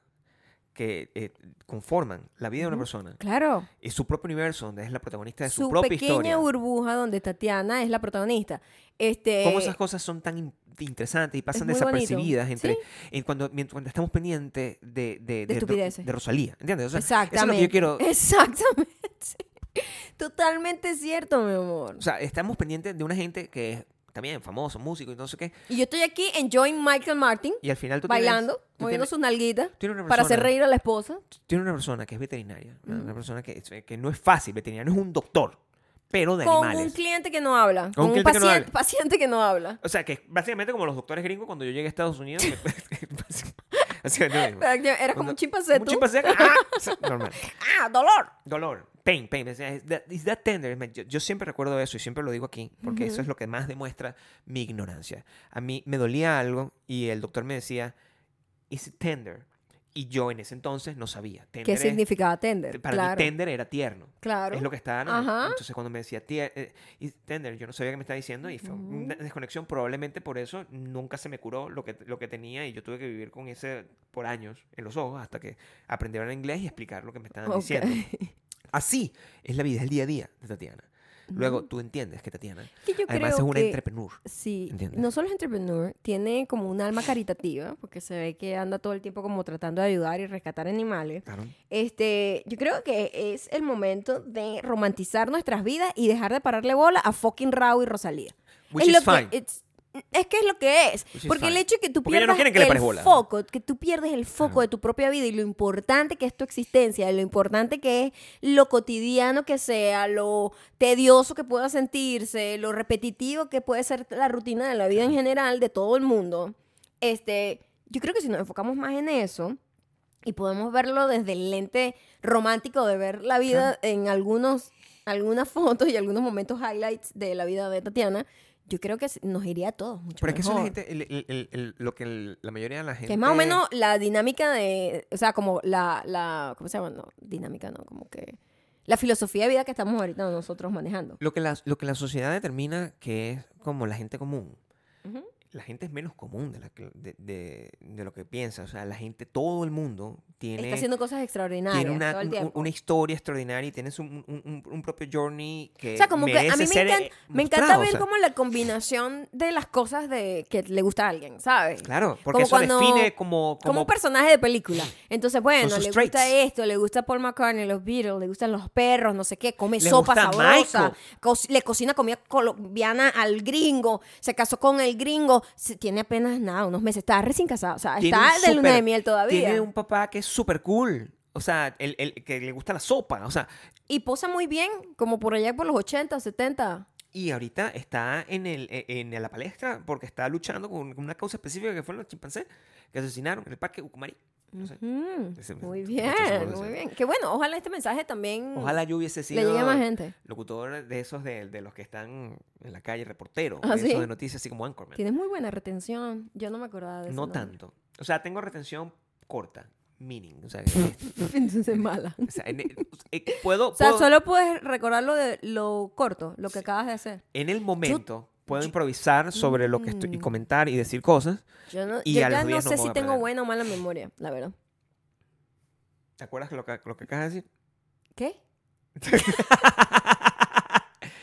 Speaker 2: que eh, conforman la vida de una persona
Speaker 1: Claro.
Speaker 2: y su propio universo, donde es la protagonista de su,
Speaker 1: Su
Speaker 2: propia
Speaker 1: pequeña
Speaker 2: historia.
Speaker 1: burbuja donde Tatiana es la protagonista. Este,
Speaker 2: Cómo esas cosas son tan in- interesantes y pasan
Speaker 1: muy bonito.
Speaker 2: desapercibidas entre,
Speaker 1: Sí.
Speaker 2: en cuando, mien- cuando estamos pendientes de, de,
Speaker 1: estupideces.
Speaker 2: de Rosalía. ¿Entiendes? O sea,
Speaker 1: Exactamente.
Speaker 2: Eso es lo que yo quiero.
Speaker 1: Exactamente. Totalmente cierto, mi amor.
Speaker 2: O sea, estamos pendientes de una gente que es también famoso, músico y no sé qué.
Speaker 1: Y yo estoy aquí enjoying Michael Martin,
Speaker 2: Y al final tú tienes-
Speaker 1: bailando,
Speaker 2: tú
Speaker 1: moviendo
Speaker 2: tienes-
Speaker 1: sus nalguitas
Speaker 2: tú tienes una
Speaker 1: para hacer
Speaker 2: persona-
Speaker 1: reír a la esposa.
Speaker 2: tiene una persona que es veterinaria, una- una persona que, es- que no es fácil, veterinaria, no es un doctor, pero de
Speaker 1: Con un
Speaker 2: animales.
Speaker 1: cliente que no habla. Con un,
Speaker 2: un cliente que no
Speaker 1: paciente,
Speaker 2: habla.
Speaker 1: paciente que no habla.
Speaker 2: O sea, que es básicamente como los doctores gringos cuando yo llegué a Estados Unidos. me- básicamente lo mismo.
Speaker 1: Era como
Speaker 2: Cuando-
Speaker 1: un chimpancé.
Speaker 2: como un
Speaker 1: tú.
Speaker 2: chimpancé, ¡ah! O sea, normal.
Speaker 1: ¡Ah, dolor!
Speaker 2: Dolor, pain, pain. Es es that, is that tender. Yo, yo siempre recuerdo eso y siempre lo digo aquí, porque eso es lo que más demuestra mi ignorancia. A mí me dolía algo y el doctor me decía, is it tender? Y yo en ese entonces no sabía. Tender
Speaker 1: ¿Qué
Speaker 2: es-
Speaker 1: significaba tender?
Speaker 2: Para
Speaker 1: claro.
Speaker 2: mí tender era tierno.
Speaker 1: claro.
Speaker 2: Es lo que estaba. ¿no?
Speaker 1: Ajá.
Speaker 2: Entonces, cuando me decía tie- eh, y Tender, yo no sabía qué me estaba diciendo y fue una desconexión. Probablemente por eso nunca se me curó lo que, lo que tenía y yo tuve que vivir con ese por años en los ojos hasta que aprendí a hablar inglés y explicar lo que me estaban
Speaker 1: Ok.
Speaker 2: diciendo. Así es la vida, es el día a día de Tatiana. Luego, tú entiendes que Tatiana,
Speaker 1: Que yo
Speaker 2: además,
Speaker 1: creo
Speaker 2: es una
Speaker 1: que-
Speaker 2: entrepreneur.
Speaker 1: Sí,
Speaker 2: ¿Entiendes?
Speaker 1: no solo es entrepreneur, tiene como un alma caritativa, porque se ve que anda todo el tiempo como tratando de ayudar y rescatar animales.
Speaker 2: Claro.
Speaker 1: Este, yo creo que es el momento de romantizar nuestras vidas y dejar de pararle bola a fucking Raúl y Rosalía.
Speaker 2: Which
Speaker 1: es
Speaker 2: is
Speaker 1: lo que-
Speaker 2: fine.
Speaker 1: it's- es que es lo que es.
Speaker 2: Which is
Speaker 1: Porque el
Speaker 2: fine.
Speaker 1: hecho de que tú
Speaker 2: Porque ellos no
Speaker 1: pierdas
Speaker 2: quieren que le pares
Speaker 1: el
Speaker 2: bola.
Speaker 1: foco, que tú pierdes el foco
Speaker 2: Ajá.
Speaker 1: de tu propia vida y lo importante que es tu existencia, lo importante que es lo cotidiano que sea, lo tedioso que pueda sentirse, lo repetitivo que puede ser la rutina de la vida en general de todo el mundo. Este, yo creo que si nos enfocamos más en eso, y podemos verlo desde el lente romántico de ver la vida en algunos algunas fotos y algunos momentos highlights de la vida de Tatiana, yo creo que nos iría a todos mucho
Speaker 2: Pero es que eso es la
Speaker 1: mejor.
Speaker 2: gente, el- el- el- el- lo que el- la mayoría de la gente.
Speaker 1: Que es más o menos la dinámica de, o sea, como la, la ¿cómo se llama? No, dinámica, no, como que la filosofía de vida que estamos ahorita nosotros manejando.
Speaker 2: Lo que, la, lo que la sociedad determina que es como la gente común.
Speaker 1: Ujú.
Speaker 2: La gente es menos común de, la que- de, de- de lo que piensa. O sea, la gente, todo el mundo tiene,
Speaker 1: Está haciendo cosas extraordinarias
Speaker 2: tiene una,
Speaker 1: todo el
Speaker 2: un- un-
Speaker 1: tiempo.
Speaker 2: una historia extraordinaria y tienes un, un- un- un propio journey que.
Speaker 1: o sea, como que a mí me,
Speaker 2: merece ser,
Speaker 1: encan-
Speaker 2: eh,
Speaker 1: me encanta
Speaker 2: mostrado, o
Speaker 1: ver
Speaker 2: sea,
Speaker 1: como la combinación de las cosas de que le gusta a alguien, ¿sabes?
Speaker 2: Claro, porque
Speaker 1: como
Speaker 2: eso
Speaker 1: cuando-
Speaker 2: define
Speaker 1: como
Speaker 2: como. como,
Speaker 1: un personaje de película. Entonces, bueno,
Speaker 2: sus
Speaker 1: le gusta
Speaker 2: traits.
Speaker 1: esto, le gusta Paul McCartney, los Beatles, le gustan los perros, no sé qué, come
Speaker 2: Le
Speaker 1: sopa
Speaker 2: gusta
Speaker 1: sabrosa,
Speaker 2: Michael.
Speaker 1: co- le cocina comida colombiana al gringo, se casó con el gringo, se- tiene apenas nada, unos meses, está recién casado, o sea,
Speaker 2: tiene
Speaker 1: está
Speaker 2: un
Speaker 1: de luna de
Speaker 2: súper-
Speaker 1: miel todavía.
Speaker 2: Tiene un papá que es súper cool. O sea, el, el que le gusta la sopa. O sea,
Speaker 1: Y posa muy bien, como por allá por los 80, 70.
Speaker 2: Y ahorita está en, el, e- en la palestra porque está luchando con con una causa específica que fueron los chimpancés que asesinaron en el parque Ucumari. No sé.
Speaker 1: Mm,
Speaker 2: Ese-
Speaker 1: muy
Speaker 2: mucho
Speaker 1: bien,
Speaker 2: sabor,
Speaker 1: muy
Speaker 2: sí.
Speaker 1: bien. Que bueno, ojalá este mensaje también
Speaker 2: Ojalá yo hubiese sido
Speaker 1: le llegue a más gente.
Speaker 2: locutor de esos de, de los que están en la calle, reportero,
Speaker 1: ¿Ah,
Speaker 2: de esos
Speaker 1: sí?
Speaker 2: de noticias, así como Anchorman.
Speaker 1: Tienes muy buena retención, yo no me acordaba de eso.
Speaker 2: No tanto. O sea, tengo retención corta, meaning. O sea, que-
Speaker 1: Entonces mala.
Speaker 2: o sea, en- eh, puedo,
Speaker 1: O sea,
Speaker 2: puedo-
Speaker 1: solo puedes recordar lo, de, lo corto, lo que acabas de hacer.
Speaker 2: en el momento puedo improvisar sobre lo que estoy y
Speaker 1: Mm.
Speaker 2: comentar y decir cosas.
Speaker 1: Yo, no,
Speaker 2: Y
Speaker 1: yo
Speaker 2: a los
Speaker 1: ya no
Speaker 2: días no
Speaker 1: sé
Speaker 2: me voy
Speaker 1: si
Speaker 2: a
Speaker 1: tengo
Speaker 2: aprender.
Speaker 1: buena o mala memoria, la verdad.
Speaker 2: ¿Te acuerdas lo que, lo que acabas de decir?
Speaker 1: ¿Qué? no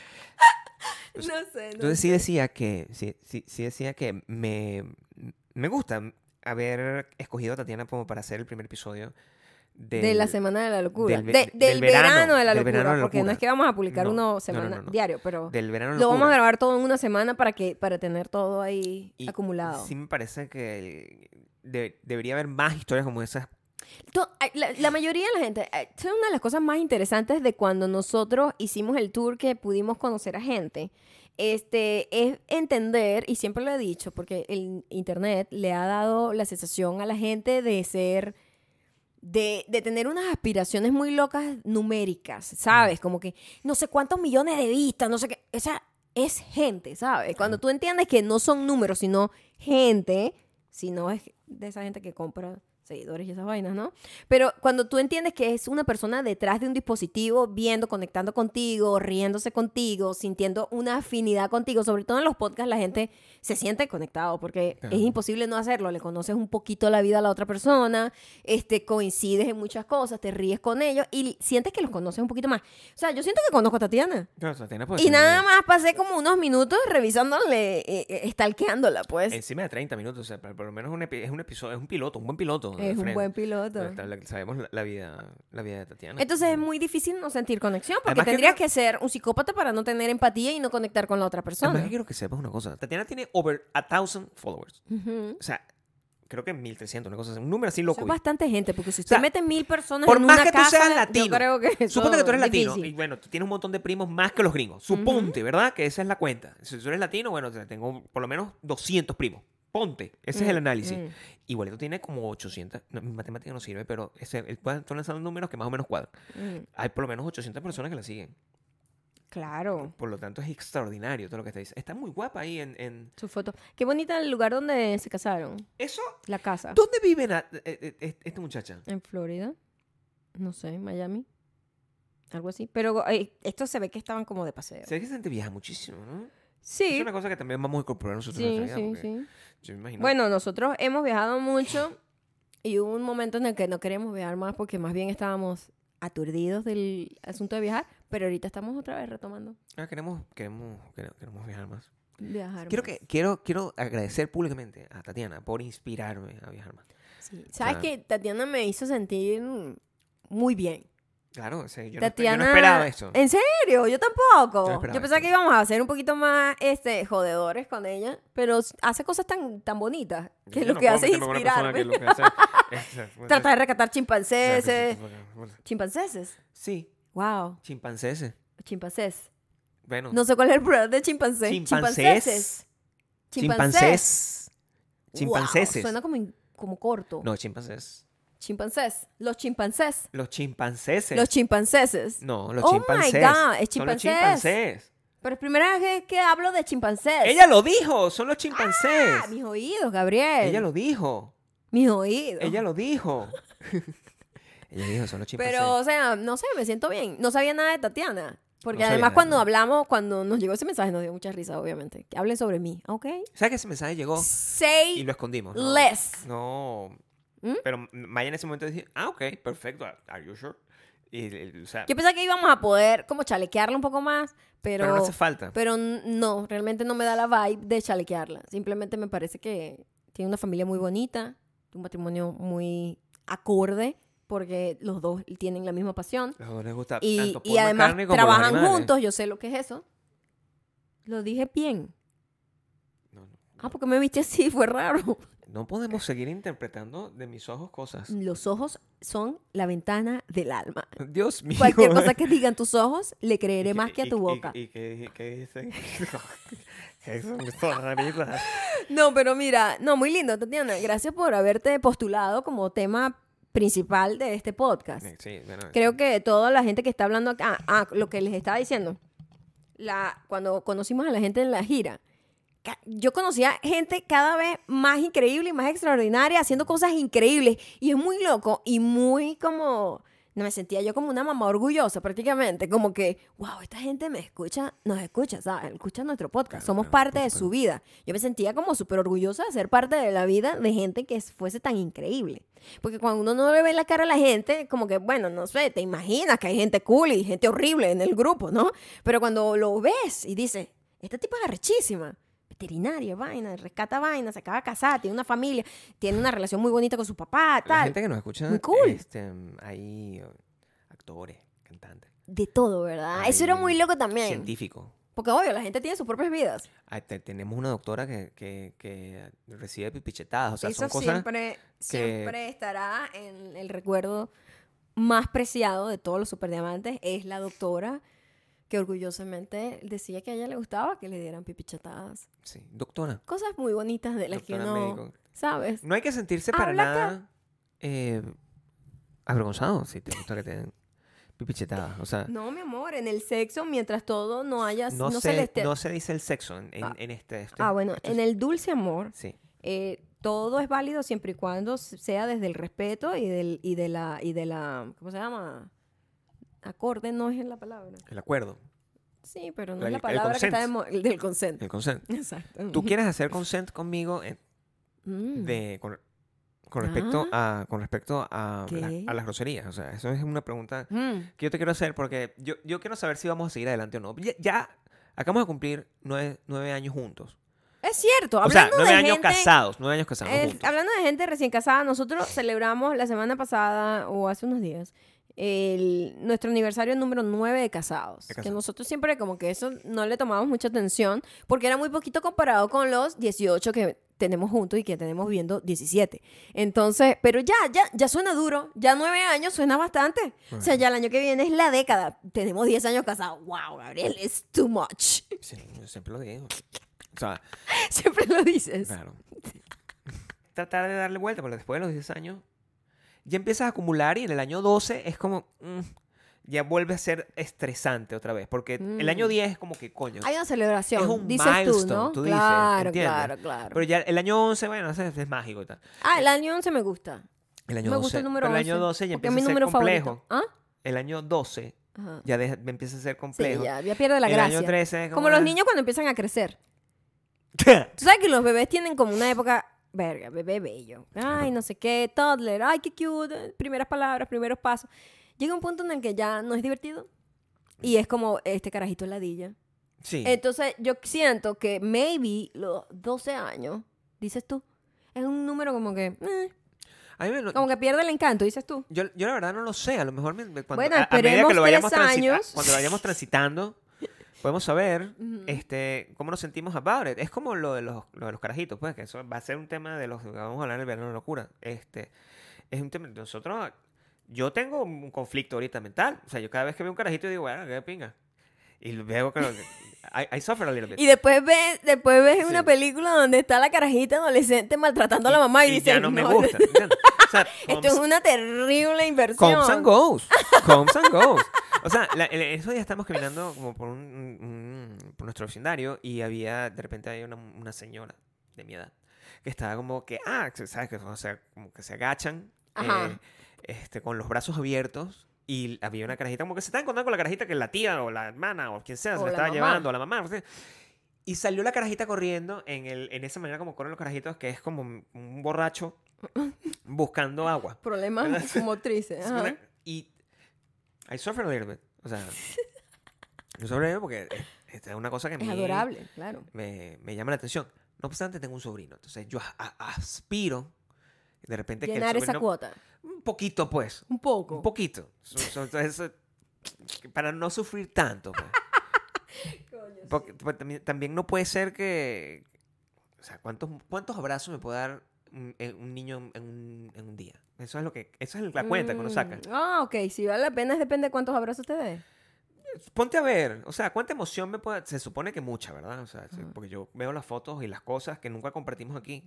Speaker 2: Pues,
Speaker 1: sé. No
Speaker 2: Entonces
Speaker 1: sé.
Speaker 2: sí decía que, sí, sí, sí decía que me, me gusta haber escogido a Tatiana como para hacer el primer episodio del-
Speaker 1: de la semana de la locura.
Speaker 2: del ve-
Speaker 1: De-
Speaker 2: del
Speaker 1: del verano, de la
Speaker 2: del
Speaker 1: locura.
Speaker 2: verano de la
Speaker 1: porque no
Speaker 2: locura.
Speaker 1: es que vamos a publicar
Speaker 2: No, no,
Speaker 1: uno
Speaker 2: no,
Speaker 1: semana
Speaker 2: no, no.
Speaker 1: diario, pero
Speaker 2: del verano
Speaker 1: lo vamos a
Speaker 2: locura.
Speaker 1: grabar todo en una semana para que para tener todo ahí
Speaker 2: Y
Speaker 1: acumulado.
Speaker 2: Sí me parece que de- debería haber más historias como esas.
Speaker 1: To- ay, La, la mayoría de la gente, eh, esa es una de las cosas más interesantes de cuando nosotros hicimos el tour que pudimos conocer a gente. Este, es entender, y siempre lo he dicho, porque el internet le ha dado la sensación a la gente de ser, de, de tener unas aspiraciones muy locas numéricas, ¿sabes? Como que no sé cuántos millones de vistas, no sé qué. Esa es gente, ¿sabes? Cuando tú entiendes que no son números, sino gente, si no es de esa gente que compra seguidores y esas vainas, ¿no? Pero cuando tú entiendes que es una persona detrás de un dispositivo, viendo, conectando contigo, riéndose contigo, sintiendo una afinidad contigo, sobre todo en los podcasts la gente se siente conectado porque
Speaker 2: Claro.
Speaker 1: es imposible no hacerlo, le conoces un poquito la vida a la otra persona, este, coincides en muchas cosas, te ríes con ellos y sientes que los conoces un poquito más. O sea, yo siento que conozco a Tatiana.
Speaker 2: Claro, Tatiana puede
Speaker 1: Y
Speaker 2: ser mi
Speaker 1: nada
Speaker 2: idea.
Speaker 1: más pasé como unos minutos revisándole, eh, eh, stalkeándola, pues.
Speaker 2: Encima de 30 minutos, o sea, por, por lo menos un epi- es un episodio, es un piloto, un buen piloto. de
Speaker 1: Es un
Speaker 2: Friends.
Speaker 1: buen piloto.
Speaker 2: Donde está la- sabemos la, la vida, la vida de Tatiana.
Speaker 1: Entonces es muy difícil no sentir conexión porque
Speaker 2: Además que
Speaker 1: tendrías
Speaker 2: no-
Speaker 1: que ser un psicópata para no tener empatía y no conectar con la otra persona.
Speaker 2: Además, quiero que sepas una cosa. Tatiana tiene over a thousand followers.
Speaker 1: Ujú.
Speaker 2: O sea, creo que 1300, una cosa así. Un número así
Speaker 1: Eso
Speaker 2: loco.
Speaker 1: es bastante gente porque si usted
Speaker 2: sea,
Speaker 1: mete mil personas
Speaker 2: Por
Speaker 1: en
Speaker 2: más
Speaker 1: una
Speaker 2: que tú
Speaker 1: casa,
Speaker 2: seas latino.
Speaker 1: yo creo que eso
Speaker 2: Suponte que tú eres
Speaker 1: es
Speaker 2: latino.
Speaker 1: difícil.
Speaker 2: Y bueno, tú tienes un montón de primos más que los gringos. Suponte, ¿verdad? Que esa es la cuenta. Si tú eres latino, bueno, o sea, tengo por lo menos 200 primos. Ponte. Ese es el
Speaker 1: Mm,
Speaker 2: análisis.
Speaker 1: mm.
Speaker 2: Igualito tiene como 800. No, mi matemática no sirve, pero ese, el- están lanzando números que más o menos cuadran.
Speaker 1: Mm,
Speaker 2: Hay por lo menos 800 personas que la siguen.
Speaker 1: claro,
Speaker 2: Por lo tanto, es extraordinario todo lo que está diciendo. Está muy guapa ahí en... en-
Speaker 1: su foto. Qué bonita el lugar donde se casaron,
Speaker 2: Eso...
Speaker 1: la casa.
Speaker 2: ¿Dónde vive la- eh, eh, eh, esta muchacha?
Speaker 1: En Florida, no sé, Miami, algo así. Pero eh, esto se ve que estaban como de paseo.
Speaker 2: Se ve que esa gente viaja muchísimo, ¿no?
Speaker 1: Eh.
Speaker 2: Es
Speaker 1: Sí,
Speaker 2: una cosa que también vamos a incorporar nosotros en
Speaker 1: sí,
Speaker 2: nuestra vida.
Speaker 1: sí,
Speaker 2: porque
Speaker 1: sí.
Speaker 2: Yo me imagino...
Speaker 1: Bueno, nosotros hemos viajado mucho y hubo un momento en el que no queríamos viajar más porque más bien estábamos aturdidos del asunto de viajar, pero ahorita estamos otra vez retomando
Speaker 2: Ah, queremos, queremos, queremos, queremos viajar más.
Speaker 1: viajar.
Speaker 2: Quiero,
Speaker 1: más.
Speaker 2: que, quiero, quiero agradecer públicamente a Tatiana por inspirarme a viajar más.
Speaker 1: Sí. Sabes
Speaker 2: Claro.
Speaker 1: que Tatiana me hizo sentir mm, muy bien.
Speaker 2: Claro, o sea, yo, no espe- yo
Speaker 1: Tatiana, eh,
Speaker 2: no, esperaba eso.
Speaker 1: ¿En serio? Yo tampoco.
Speaker 2: Yo no esperaba
Speaker 1: yo pensaba
Speaker 2: esto.
Speaker 1: que íbamos a ser un poquito más este jodedores con ella, pero hace cosas tan tan bonitas que
Speaker 2: Yo
Speaker 1: lo
Speaker 2: no
Speaker 1: que
Speaker 2: puedo
Speaker 1: hace es
Speaker 2: meterme con una persona
Speaker 1: inspirarme.
Speaker 2: que lo que hace es-
Speaker 1: Trata de rescatar
Speaker 2: es-
Speaker 1: chimpancéses.
Speaker 2: es-
Speaker 1: ¿Chimpancéses?
Speaker 2: Sí,
Speaker 1: Wow,
Speaker 2: chimpancés.
Speaker 1: chimpancés.
Speaker 2: Bueno,
Speaker 1: No sé cuál es el plural de chimpancé.
Speaker 2: chimpancés.
Speaker 1: Chimpancés.
Speaker 2: Chimpancés.
Speaker 1: Wow,
Speaker 2: Chimpancéses.
Speaker 1: suena como, in- como corto.
Speaker 2: No, chimpancés.
Speaker 1: Chimpancés. Los chimpancés.
Speaker 2: Los chimpancéses.
Speaker 1: Los chimpanceses.
Speaker 2: no, los
Speaker 1: Oh my
Speaker 2: chimpancés.
Speaker 1: God, es
Speaker 2: Son los
Speaker 1: chimpancés.
Speaker 2: chimpancés.
Speaker 1: Pero es primera vez que hablo de chimpancés.
Speaker 2: Ella lo dijo, son los chimpancés.
Speaker 1: Ah, mis oídos, Gabriel.
Speaker 2: Ella lo dijo.
Speaker 1: Mis oídos.
Speaker 2: Ella lo dijo. Ella dijo, son los chimpancés.
Speaker 1: Pero, o sea, no sé, me siento bien. No sabía nada de Tatiana. Porque
Speaker 2: No sabía
Speaker 1: además
Speaker 2: nada,
Speaker 1: cuando
Speaker 2: ¿no?
Speaker 1: hablamos, cuando nos llegó ese mensaje, nos dio mucha risa, obviamente. Que hablen sobre mí, ¿ok?
Speaker 2: ¿Sabes que ese mensaje llegó y
Speaker 1: Say
Speaker 2: lo escondimos? No.
Speaker 1: less.
Speaker 2: No.
Speaker 1: ¿Mm?
Speaker 2: Pero Maya en ese momento dijo, ah, ok, perfecto. ¿Are you sure? Y, y, o sea,
Speaker 1: Yo pensaba que íbamos a poder como chalequearlo un poco más,
Speaker 2: pero, no hace falta.
Speaker 1: Pero n- no, realmente no me da la vibe de chalequearla. Simplemente me parece que tiene una familia muy bonita, un matrimonio muy acorde, porque los dos tienen la misma pasión.
Speaker 2: Los dos les gusta
Speaker 1: Y,
Speaker 2: tanto
Speaker 1: y
Speaker 2: Paul
Speaker 1: además
Speaker 2: McCartney como los
Speaker 1: trabajan
Speaker 2: animales.
Speaker 1: juntos, yo sé lo que es eso. Lo dije bien.
Speaker 2: No, no.
Speaker 1: Ah, porque me viste así, fue raro.
Speaker 2: No podemos seguir interpretando de mis ojos cosas.
Speaker 1: Los ojos son la ventana del alma.
Speaker 2: Dios mío.
Speaker 1: Cualquier cosa que digan tus ojos, le
Speaker 2: ¿Y
Speaker 1: creeré
Speaker 2: qué-
Speaker 1: más que a
Speaker 2: y-
Speaker 1: tu
Speaker 2: y-
Speaker 1: boca.
Speaker 2: ¿Y, qué, qué dicen? Que son estas raritas.
Speaker 1: No, pero mira, no, muy lindo, Tatiana. Gracias por haberte postulado como tema principal de este podcast.
Speaker 2: Sí, bueno,
Speaker 1: Creo que toda la gente que está hablando acá, ah, lo que les estaba diciendo, la, cuando conocimos a la gente en la gira, ca- yo conocía gente cada vez más increíble y más extraordinaria, haciendo cosas increíbles. Y es muy loco y muy como... No me sentía yo como una mamá orgullosa prácticamente, como que, wow, esta gente me escucha, nos escucha, ¿sabes? Escucha nuestro podcast,
Speaker 2: Claro,
Speaker 1: somos
Speaker 2: claro,
Speaker 1: parte
Speaker 2: por
Speaker 1: de su vida. Yo me sentía como súper orgullosa de ser parte de la vida de gente que fuese tan increíble. Porque cuando uno no le ve la cara a la gente, como que, bueno, no sé, te imaginas que hay gente cool y gente horrible en el grupo, ¿no? Pero cuando lo ves y dices, esta tipa es arrechísima, veterinaria, vaina, rescata vaina, se acaba de casar, tiene una familia, tiene una relación muy bonita con su papá,
Speaker 2: La
Speaker 1: tal.
Speaker 2: gente que nos escucha,
Speaker 1: Muy cool.
Speaker 2: este, hay eh, actores, cantantes,
Speaker 1: De todo, ¿verdad?
Speaker 2: Ay,
Speaker 1: Eso era muy loco también.
Speaker 2: científicos.
Speaker 1: Porque, obvio, la gente tiene sus propias vidas.
Speaker 2: Ah, te- tenemos una doctora que, que, que recibe pichetadas, o sea,
Speaker 1: Eso
Speaker 2: son cosas...
Speaker 1: siempre, siempre estará en el recuerdo más preciado de todos los superdiamantes. Es la doctora que orgullosamente decía que a ella le gustaba que le dieran pipichatadas.
Speaker 2: Sí, doctora.
Speaker 1: Cosas muy bonitas de las que
Speaker 2: Doctora
Speaker 1: no...
Speaker 2: médico.
Speaker 1: ¿Sabes?
Speaker 2: No hay que sentirse para
Speaker 1: Habla acá.
Speaker 2: nada eh, avergonzado si te gusta que te den pichetadas, o sea...
Speaker 1: No, mi amor, en el sexo, mientras todo no haya...
Speaker 2: Ah. No,
Speaker 1: No, se
Speaker 2: se,
Speaker 1: le esté-
Speaker 2: no se dice el sexo en, en-
Speaker 1: Ah.
Speaker 2: en este, este-
Speaker 1: Ah, bueno,
Speaker 2: esto
Speaker 1: en el dulce amor
Speaker 2: Sí.
Speaker 1: eh, todo es válido siempre y cuando sea desde el respeto y del y de la y de la ¿cómo se llama? Acorde no es en la palabra.
Speaker 2: El acuerdo,
Speaker 1: Sí, pero no
Speaker 2: El-
Speaker 1: es la
Speaker 2: el
Speaker 1: palabra que está de
Speaker 2: consent.
Speaker 1: mo- del consent.
Speaker 2: el consent.
Speaker 1: Exacto.
Speaker 2: Tú quieres hacer consent conmigo eh,
Speaker 1: Mm. Ah.
Speaker 2: de con, con respecto a con respecto a, la-
Speaker 1: ¿Qué?
Speaker 2: a las groserías, o sea, eso es una pregunta
Speaker 1: Mm.
Speaker 2: que yo te quiero hacer porque yo, yo quiero saber si vamos a seguir adelante o no. Ya, ya acabamos de cumplir nueve, nueve años juntos.
Speaker 1: Es cierto,
Speaker 2: o sea,
Speaker 1: hablando
Speaker 2: nueve
Speaker 1: de
Speaker 2: años
Speaker 1: gente,
Speaker 2: casados, nueve años casados
Speaker 1: el-
Speaker 2: juntos.
Speaker 1: hablando de gente recién casada, nosotros celebramos la semana pasada o hace unos días el- nuestro aniversario número 9 de casados.
Speaker 2: De
Speaker 1: Que
Speaker 2: casados.
Speaker 1: nosotros siempre como que eso no le tomábamos mucha atención porque era muy poquito comparado con los 18 que tenemos juntos y que tenemos viendo 17. Entonces, pero ya, ya, ya suena duro. Ya nueve años suena bastante. O sea, ya el año que viene es la década. Tenemos 10 años casados. Wow, Gabriel, es too much.
Speaker 2: Sí, yo siempre lo digo. O sea,
Speaker 1: Siempre lo dices.
Speaker 2: claro. Tratar de darle vuelta, pero después de los 10 años ya empiezas a acumular y en el año 12 es como mm, ya vuelve a ser estresante otra vez, porque el
Speaker 1: Mm.
Speaker 2: año 10 es como que coño.
Speaker 1: Hay una celebración.
Speaker 2: Es un
Speaker 1: dices tú,
Speaker 2: milestone,
Speaker 1: ¿no?
Speaker 2: tú dices,
Speaker 1: claro,
Speaker 2: ¿entiendes?
Speaker 1: claro, claro.
Speaker 2: Pero ya el año 11, bueno, ese es, es mágico y tal.
Speaker 1: Ah, el año 11 me gusta.
Speaker 2: El año
Speaker 1: me
Speaker 2: 12,
Speaker 1: gusta el número
Speaker 2: pero
Speaker 1: 11.
Speaker 2: el año 12 ya
Speaker 1: porque
Speaker 2: empieza
Speaker 1: es mi
Speaker 2: a ser
Speaker 1: número
Speaker 2: complejo.
Speaker 1: favorito. ¿Ah?
Speaker 2: El año 12
Speaker 1: Ajá.
Speaker 2: ya deja- empieza a ser
Speaker 1: Sí,
Speaker 2: complejo.
Speaker 1: ya, ya pierde la
Speaker 2: el
Speaker 1: gracia.
Speaker 2: año 13 es
Speaker 1: como los niños cuando empiezan a crecer. Tú sabes que los bebés tienen como una época, verga, bebé bello. Ay, no sé qué, toddler, ay, qué cute, eh, primeras palabras, primeros pasos. Llega un punto en el que ya no es divertido y es como este carajito es ladilla.
Speaker 2: sí.
Speaker 1: Entonces, yo siento que maybe los 12 años, dices tú, es un número como que, eh,
Speaker 2: A mí me lo-
Speaker 1: como que pierde el encanto, dices tú.
Speaker 2: yo, yo la verdad no lo sé. A lo mejor me- me- cuando,
Speaker 1: Bueno,
Speaker 2: a- a medida que
Speaker 1: esperemos
Speaker 2: lo vayamos
Speaker 1: tres
Speaker 2: transita-
Speaker 1: años.
Speaker 2: cuando lo vayamos transitando, podemos saber este, cómo nos sentimos about it. Es como lo de los, lo de los carajitos, pues, que eso va a ser un tema de los que vamos a hablar en el verano de locura. Este, es un tema. Nosotros, yo tengo un conflicto ahorita mental. O sea, yo cada vez que veo un carajito digo, bueno, qué pinga. Y veo que lo- I, I suffer a little bit.
Speaker 1: Y después ves, después ves
Speaker 2: Sí.
Speaker 1: una película donde está la carajita adolescente maltratando a la mamá y, dices,
Speaker 2: ya no me gusta. ¿entiendes? O sea,
Speaker 1: Esto es una terrible inversión.
Speaker 2: Comes and goes. Comes and goes. O sea, la- el- esos días estamos caminando como por, un, un- un- por nuestro vecindario y había, de repente había una, una señora de mi edad que estaba como que, ah, que- ¿sabes? Que, o sea, como que se agachan
Speaker 1: Ajá.
Speaker 2: eh, este, con los brazos abiertos y había una carajita, como que se estaban contando con la carajita que la tía o la hermana o quien sea
Speaker 1: O
Speaker 2: se la
Speaker 1: la
Speaker 2: estaba
Speaker 1: mamá.
Speaker 2: llevando, o la mamá. no sé. Y salió la carajita corriendo en, el, en esa manera como corren los carajitos, que es como un- un borracho buscando agua.
Speaker 1: Problemas motrices.
Speaker 2: Es
Speaker 1: ajá.
Speaker 2: una- y I suffer a little bit. O sea, yo sufro a little bit porque eh, esta es una cosa que a
Speaker 1: Es
Speaker 2: mí
Speaker 1: adorable, claro.
Speaker 2: Me, me llama la atención. No obstante, tengo un sobrino. Entonces yo a- a- aspiro de repente
Speaker 1: Llenar
Speaker 2: que el
Speaker 1: esa
Speaker 2: sobrino...
Speaker 1: cuota. Oh.
Speaker 2: Un poquito, pues.
Speaker 1: Un poco.
Speaker 2: Un poquito. So- so- Entonces, eh, para no sufrir tanto. pues. Porque, pues, también, también no puede ser que... O sea, ¿cuántos, cuántos abrazos me puede dar un, en- un niño en, en un, en un día? Eso es lo que... Esa es la cuenta que uno
Speaker 1: Mm.
Speaker 2: saca.
Speaker 1: Ah, ok. Si vale la pena, depende de cuántos abrazos te dé.
Speaker 2: Ponte a ver, o sea, ¿cuánta emoción me puede...? Se supone que mucha, ¿verdad? O sea, sí, porque yo veo las fotos y las cosas que nunca compartimos aquí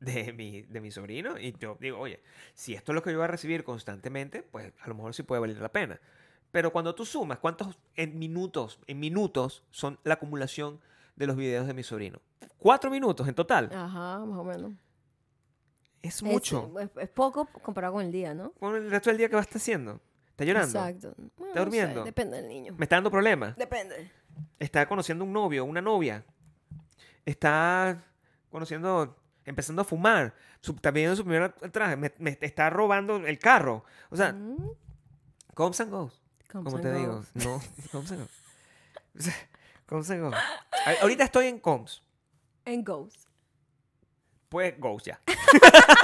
Speaker 2: de mi, de mi sobrino y yo digo, oye, si esto es lo que yo voy a recibir constantemente, pues a lo mejor sí puede valer la pena. Pero cuando tú sumas, ¿cuántos en minutos, en minutos son la acumulación de los videos de mi sobrino? Cuatro minutos en total.
Speaker 1: Ajá, más o menos. Ah, Es-
Speaker 2: Es mucho.
Speaker 1: Es, es poco comparado con el día, ¿no?
Speaker 2: Con el resto del día, ¿qué vas a estar haciendo? ¿Está llorando?
Speaker 1: Exacto. Bueno, no sé,
Speaker 2: durmiendo?
Speaker 1: depende del niño.
Speaker 2: ¿Me está dando problemas?
Speaker 1: Depende.
Speaker 2: está conociendo un novio, una novia. Está conociendo, empezando a fumar. Su, está pidiendo su primer traje. Me, me está robando el carro. O sea,
Speaker 1: Mm,
Speaker 2: comes and goes.
Speaker 1: comes
Speaker 2: Como
Speaker 1: and
Speaker 2: te digo.
Speaker 1: goes.
Speaker 2: No, comes and goes. O sea, Comes and goes. A- Ahorita estoy en comes.
Speaker 1: And goes.
Speaker 2: Pues goes ya.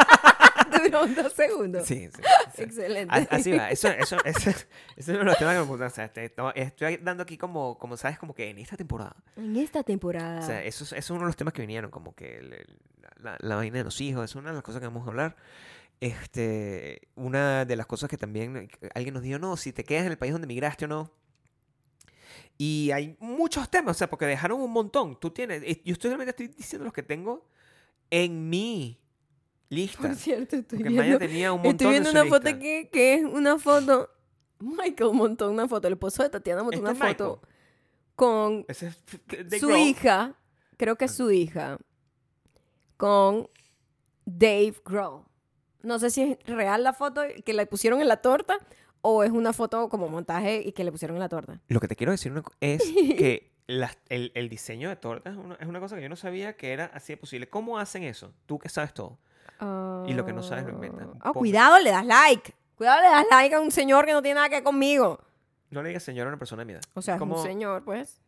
Speaker 1: Duró dos segundos.
Speaker 2: Sí, sí. sí.
Speaker 1: Excelente.
Speaker 2: A- Así va, eso, eso, eso, eso es uno de los temas que me gustan. O sea, este, no, estoy dando aquí como, como sabes, como que en esta temporada.
Speaker 1: En esta temporada.
Speaker 2: O sea, eso es, eso es uno de los temas que vinieron, como que el- el- la, la vaina de los hijos, es una de las cosas que vamos a hablar. Este, una de las cosas que también eh, que alguien nos dijo, no, si te quedas en el país donde migraste o no. Y hay muchos temas, o sea, porque dejaron un montón. Tú tienes, eh, yo estoy- solamente estoy diciendo los que tengo en mi lista.
Speaker 1: Por cierto, estoy
Speaker 2: Porque Maya
Speaker 1: viendo,
Speaker 2: tenía un montón
Speaker 1: estoy viendo
Speaker 2: en su
Speaker 1: una foto
Speaker 2: lista.
Speaker 1: aquí que es una foto. Michael montó una foto, el esposo de Tatiana montó
Speaker 2: Este
Speaker 1: una
Speaker 2: es Michael.
Speaker 1: foto con
Speaker 2: Ese es- they
Speaker 1: su
Speaker 2: grow.
Speaker 1: hija, creo que es su hija, con Dave Grohl. No sé si es real la foto que la pusieron en la torta o es una foto como montaje y que le pusieron en la torta.
Speaker 2: Lo que te quiero decir una co- es que las- el, el diseño de tortas es una, es una cosa que yo no sabía que era así de posible. ¿Cómo hacen eso? Tú que sabes todo. Y lo que no sabes lo inventas.
Speaker 1: Ah,
Speaker 2: Ponme.
Speaker 1: cuidado, le das like. Cuidado, le das like a un señor que no tiene nada que ver conmigo.
Speaker 2: No le digas señora a una persona de mi edad.
Speaker 1: O sea, es
Speaker 2: Como,
Speaker 1: un señor, pues.